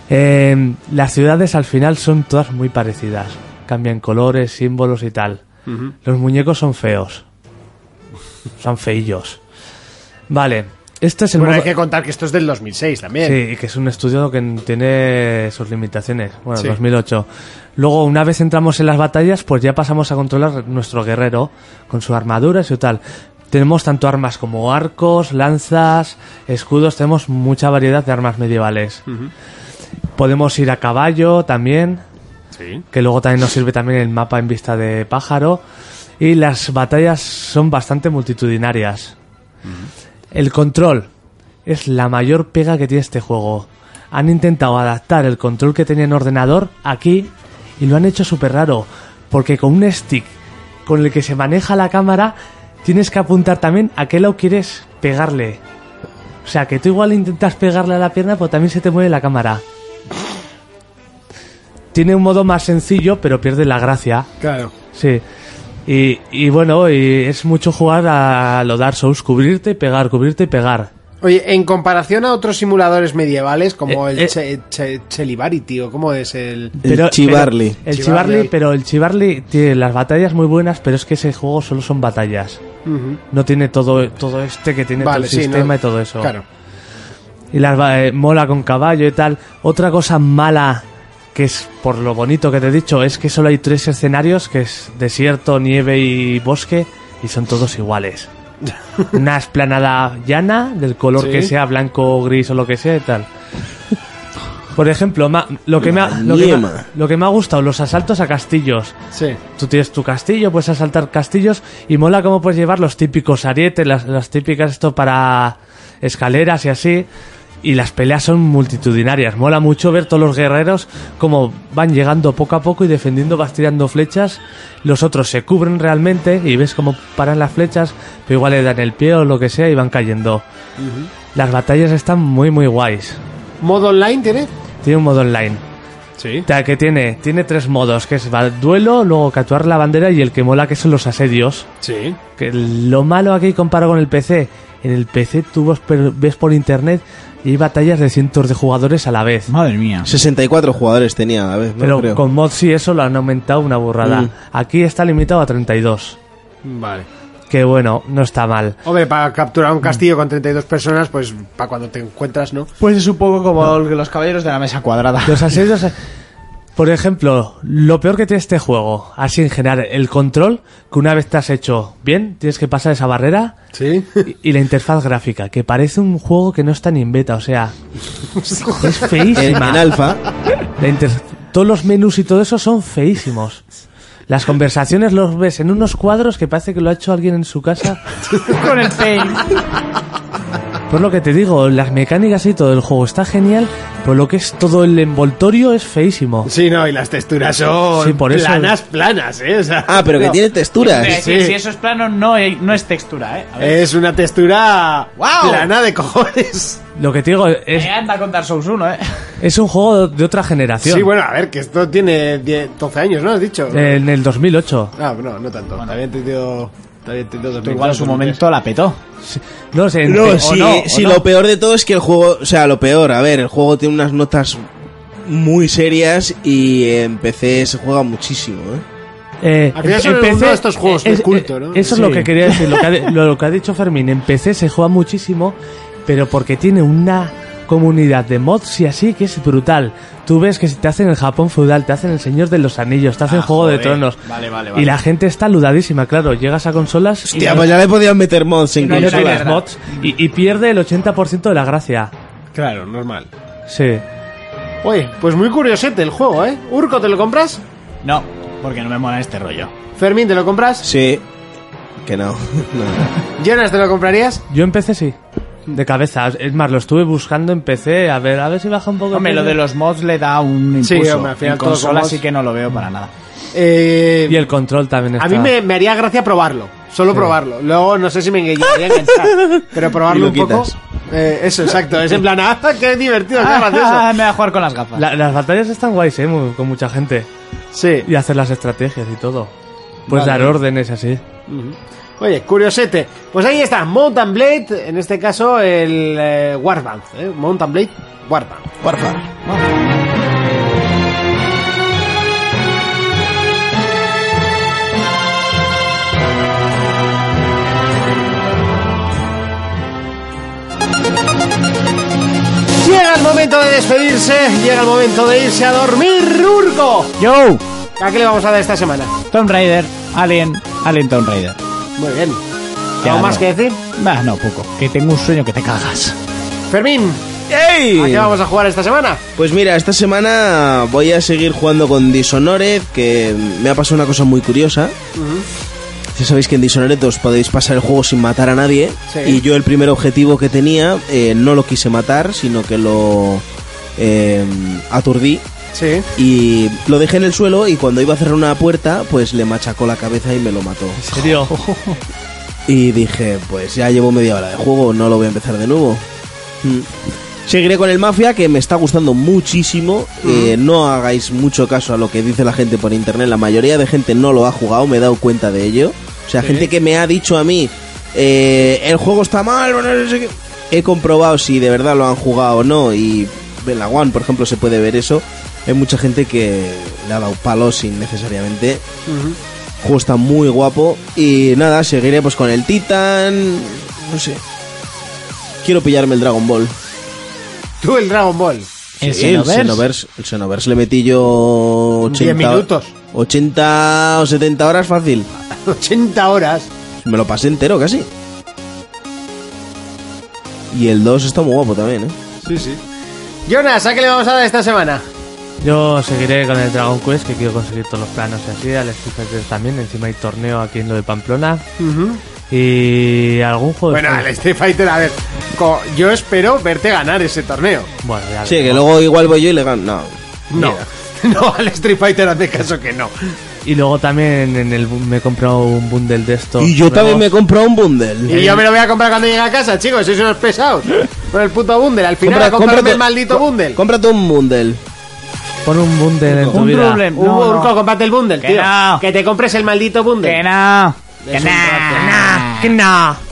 Speaker 6: Eh, las ciudades al final son todas muy parecidas. Cambian colores, símbolos y tal. Los muñecos son feos. Son feillos. Vale, este es el
Speaker 7: Bueno, hay
Speaker 6: modo-
Speaker 7: que contar que esto es del 2006 también.
Speaker 6: Sí, y que es un estudio que tiene sus limitaciones. Bueno,
Speaker 7: Sí.
Speaker 6: 2008. Luego, una vez entramos en las batallas, pues ya pasamos a controlar nuestro guerrero con su armadura y su tal. Tenemos tanto armas como arcos, lanzas, escudos, tenemos mucha variedad de armas medievales. Podemos ir a caballo también, que luego también nos sirve también el mapa en vista de pájaro. Y las batallas son bastante multitudinarias. El control es la mayor pega que tiene este juego. Han intentado adaptar el control que tenía en ordenador aquí y lo han hecho súper raro, porque con un stick con el que se maneja la cámara tienes que apuntar también a qué lado quieres pegarle. O sea, que tú igual intentas pegarle a la pierna, pero también se te mueve la cámara. Tiene un modo más sencillo, pero pierde la gracia.
Speaker 7: Claro.
Speaker 6: Sí. Y, y bueno, y es mucho jugar a lo Dark Souls, cubrirte y pegar, cubrirte y pegar.
Speaker 7: Oye, en comparación a otros simuladores medievales como
Speaker 6: Eh,
Speaker 7: el
Speaker 6: eh.
Speaker 7: che, che- Chelivari, tío, ¿cómo es el...?
Speaker 5: El Chivarly.
Speaker 6: pero-
Speaker 7: Chivarly.
Speaker 6: el Chivarly, pero el Chivarly tiene las batallas muy buenas, pero es que ese juego solo son batallas.
Speaker 7: Ujú.
Speaker 6: No tiene todo, todo este que tiene todo
Speaker 7: Vale,
Speaker 6: el
Speaker 7: sí,
Speaker 6: sistema
Speaker 7: no-
Speaker 6: y todo eso.
Speaker 7: Claro.
Speaker 6: Y las va- eh, mola con caballo y tal. Otra cosa mala, que es por lo bonito que te he dicho, es que solo hay tres escenarios, que es desierto, nieve y bosque, y son todos iguales. Una esplanada llana, del color
Speaker 7: Sí.
Speaker 6: que sea, blanco, gris o lo que sea y tal. Por ejemplo, ma- lo, que me ha- lo, que me
Speaker 5: Niema.
Speaker 6: ha, lo que me ha gustado, los asaltos a castillos.
Speaker 7: Sí.
Speaker 6: Tú tienes tu castillo, puedes asaltar castillos y mola cómo puedes llevar los típicos arietes, las, las típicas esto para escaleras y así. Y las peleas son multitudinarias. Mola mucho ver todos los guerreros como van llegando poco a poco y defendiendo, vas tirando flechas. Los otros se cubren realmente y ves cómo paran las flechas, pero igual le dan el pie o lo que sea y van cayendo. Las batallas están muy, muy guays.
Speaker 7: ¿Modo online tiene?
Speaker 6: Tiene un modo online.
Speaker 7: Sí.
Speaker 6: Ta- que tiene, tiene tres modos, que es va- duelo, luego capturar la bandera y el que mola que son los asedios.
Speaker 7: Sí.
Speaker 6: Que lo malo aquí comparado con el PC, en el PC tú vos per- ves por internet y hay batallas de cientos de jugadores a la vez.
Speaker 3: Madre mía.
Speaker 5: 64 jugadores tenía a la vez, ¿no?
Speaker 6: Pero
Speaker 5: Creo.
Speaker 6: con mods sí eso lo han aumentado una burrada.
Speaker 5: Mm.
Speaker 6: Aquí está limitado a 32.
Speaker 7: Vale.
Speaker 6: que bueno, no está mal.
Speaker 7: Hombre, para capturar un castillo con 32 personas, pues para cuando te encuentras, ¿no?
Speaker 3: Pues es un poco como los caballeros de la mesa cuadrada.
Speaker 6: Los asedios. Por ejemplo, lo peor que tiene este juego, así en general, el control, que una vez te has hecho bien, tienes que pasar esa barrera
Speaker 7: Sí.
Speaker 6: y, y la interfaz gráfica, que parece un juego que no está ni en beta, o sea, es
Speaker 5: En,
Speaker 6: feísima.
Speaker 5: en alfa.
Speaker 6: La inter- Todos los menús y todo eso son feísimos. Las conversaciones los ves en unos cuadros que parece que lo ha hecho alguien en su casa.
Speaker 3: Con el paint.
Speaker 6: Por lo que te digo, las mecánicas y todo el juego está genial, por lo que es todo el envoltorio es feísimo.
Speaker 7: Sí, no, y las texturas son
Speaker 6: Sí, por eso-
Speaker 7: planas, planas, ¿eh? O sea,
Speaker 5: Ah, pero que tiene texturas.
Speaker 7: Sí.
Speaker 3: Si eso es plano, no, es- no es textura, ¿eh? A ver.
Speaker 7: es una textura plana de cojones.
Speaker 6: Lo que te digo es,
Speaker 3: Eh, anda con Dark Souls 1, ¿eh?
Speaker 6: es un juego de otra generación.
Speaker 7: Sí, bueno, a ver, que esto tiene 10, 12 años, ¿no? Has dicho.
Speaker 6: En el 2008.
Speaker 7: Ah, no, no tanto. También te dio. También te dio 2002,
Speaker 3: Igual en su
Speaker 7: 2003.
Speaker 3: momento la petó.
Speaker 6: No sé, en-
Speaker 5: No,
Speaker 6: o
Speaker 5: sí,
Speaker 6: no, o
Speaker 5: sí,
Speaker 6: no.
Speaker 5: lo peor de todo es que el juego, o sea, lo peor, a ver, el juego tiene unas notas muy serias y en PC se juega muchísimo, ¿eh?
Speaker 6: Eh,
Speaker 7: Al final
Speaker 6: en-
Speaker 7: son
Speaker 6: en
Speaker 7: uno
Speaker 6: PC,
Speaker 7: de estos juegos de culto, ¿no?
Speaker 6: Eso es lo que quería decir, lo que, ha, de- lo que ha dicho Fermín. En PC se juega muchísimo, pero porque tiene una comunidad de mods y así que es brutal. Tú ves que si te hacen el Japón feudal, te hacen el Señor de los Anillos, te hacen Juego de Tronos.
Speaker 7: Ah, Vale, vale, vale.
Speaker 6: Y la gente está ludadísima, claro. Llegas a consolas y
Speaker 5: Hostia,
Speaker 6: no-
Speaker 5: pues ya le podían meter mods en
Speaker 6: y no
Speaker 5: consola.
Speaker 6: tienes mods y, y pierde el 80% de la gracia.
Speaker 7: Claro, normal.
Speaker 6: Sí.
Speaker 7: Oye, pues muy curiosete el juego, ¿eh? Urco, ¿te lo compras?
Speaker 3: No, porque no me mola este rollo.
Speaker 7: Fermín, ¿te lo compras?
Speaker 5: Sí. Que no. no.
Speaker 7: Jonas, ¿te lo comprarías?
Speaker 6: Yo empecé sí. De cabeza. Es más, lo estuve buscando en PC a ver, a ver si baja un poco.
Speaker 3: Hombre, lo de los mods le da un impulso.
Speaker 7: Sí, hombre, al final
Speaker 3: en
Speaker 7: todo
Speaker 3: consola
Speaker 7: con mods.
Speaker 3: sí que no lo veo para nada.
Speaker 7: Eh,
Speaker 6: Y el control también está.
Speaker 7: a mí me, me haría gracia probarlo. Solo probarlo. Luego no sé si me engue- llegaría a enganchar. pero probarlo
Speaker 5: Y
Speaker 7: un
Speaker 5: lo
Speaker 7: poco.
Speaker 5: quitas.
Speaker 7: Eh, eso, exacto. Es en plan, ¡ah, qué divertido, qué
Speaker 3: Ah,
Speaker 7: gracioso!
Speaker 3: me voy a jugar con las gafas.
Speaker 6: La- las batallas están guays, ¿eh? Mu- Con mucha gente.
Speaker 7: Sí.
Speaker 6: Y hacer las estrategias y todo. Pues
Speaker 7: Vale.
Speaker 6: dar órdenes así.
Speaker 7: Oye, curiosete. Pues ahí está, Mountain Blade, en este caso el eh, Warband. ¿eh? Mountain Blade, Warband.
Speaker 5: Porfa.
Speaker 7: Llega el momento de despedirse, llega el momento de irse a dormir, Urco.
Speaker 3: Yo,
Speaker 7: ¿A qué le vamos a dar esta semana?
Speaker 3: Tomb Raider, Alien, Alien Tomb Raider.
Speaker 7: Muy bien.
Speaker 3: Ya,
Speaker 7: ¿Algo más
Speaker 3: no.
Speaker 7: que decir?
Speaker 3: Bah, no, poco. Que tengo un sueño que te cagas.
Speaker 7: Fermín, ¿a
Speaker 5: ¡Ey!
Speaker 7: qué vamos a jugar esta semana?
Speaker 5: Pues mira, esta semana voy a seguir jugando con Dishonored, que me ha pasado una cosa muy curiosa. Ya sabéis que en Dishonored os podéis pasar el juego sin matar a nadie.
Speaker 7: Sí.
Speaker 5: Y yo el primer objetivo que tenía eh, no lo quise matar, sino que lo eh, aturdí.
Speaker 7: Sí.
Speaker 5: Y lo dejé en el suelo y cuando iba a cerrar una puerta, pues le machacó la cabeza y me lo mató.
Speaker 6: ¿En serio?
Speaker 5: Y dije, pues ya llevo media hora de juego, no lo voy a empezar de nuevo. Mm. Seguiré con el Mafia, que me está gustando muchísimo. Eh, no hagáis mucho caso a lo que dice la gente por internet. La mayoría de gente no lo ha jugado, me he dado cuenta de ello. O sea, gente que me ha dicho a mí, eh, el juego está mal, bueno, no sé qué. He comprobado si de verdad lo han jugado o no. Y en la One, por ejemplo, se puede ver eso. Hay mucha gente que le ha dado palos innecesariamente juego está muy guapo y nada, seguiré pues con el Titan, no sé. Quiero pillarme el Dragon Ball.
Speaker 7: Tú el Dragon Ball.
Speaker 3: El
Speaker 5: Sí, el
Speaker 3: Xenoverse.
Speaker 5: Xenoverse. El Xenoverse le metí yo 80
Speaker 7: Diez minutos.
Speaker 5: 80 o 70 horas fácil.
Speaker 7: 80 horas.
Speaker 5: Me lo pasé entero casi. Y el 2 está muy guapo también, ¿eh?
Speaker 7: Jonas, ¿a qué le vamos a dar esta semana?
Speaker 6: Yo seguiré con el Dragon Quest, que quiero conseguir todos los planos y así. Al Street Fighter también. Encima hay torneo aquí en lo de Pamplona. Y algún juego
Speaker 7: Bueno,
Speaker 6: de...
Speaker 7: al Street Fighter, a ver. co- Yo espero verte ganar ese torneo.
Speaker 6: Bueno, ya
Speaker 5: Sí, que
Speaker 6: veremos.
Speaker 5: luego igual voy yo y le gano. No.
Speaker 7: No. No, al Street Fighter hace caso que no.
Speaker 6: Y luego también en el bu- me he comprado un bundle de estos.
Speaker 5: Y yo también me he
Speaker 6: nuevos.
Speaker 5: comprado un bundle.
Speaker 7: Y yo me lo voy a comprar cuando llegue a casa, chicos. Sois unos pesados. Con el puto bundle. Al final, a comprarme el maldito
Speaker 5: co-
Speaker 7: bundle.
Speaker 5: Cómprate un bundle.
Speaker 6: Pon un bundle en tu
Speaker 3: Un
Speaker 6: vida.
Speaker 3: problem.
Speaker 7: Hugo,
Speaker 3: No, no.
Speaker 7: Uh, Urco, cómprate el bundle,
Speaker 3: Que
Speaker 7: tío.
Speaker 3: no.
Speaker 7: Que te compres el maldito bundle.
Speaker 3: Que no. Que
Speaker 7: Es
Speaker 3: no.
Speaker 7: un rato.
Speaker 3: Que no.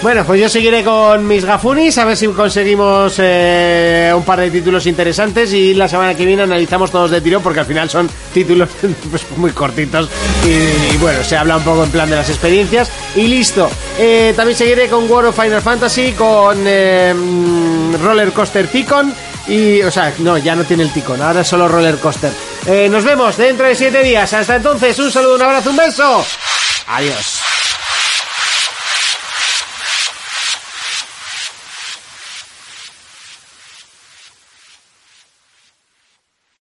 Speaker 7: Bueno, pues yo seguiré con mis gafunis, a ver si conseguimos eh, un par de títulos interesantes y la semana que viene analizamos todos de tirón porque al final son títulos pues, muy cortitos y, y bueno, se habla un poco en plan de las experiencias y listo. Eh, también seguiré con World of Final Fantasy, con eh, mm, Roller Coaster Ticon y, o sea, no, ya no tiene el Ticon, ahora es solo Roller
Speaker 3: ¿eh?
Speaker 7: Coaster. Eh, nos vemos dentro de siete días, hasta entonces un saludo, un abrazo, un beso. Adiós.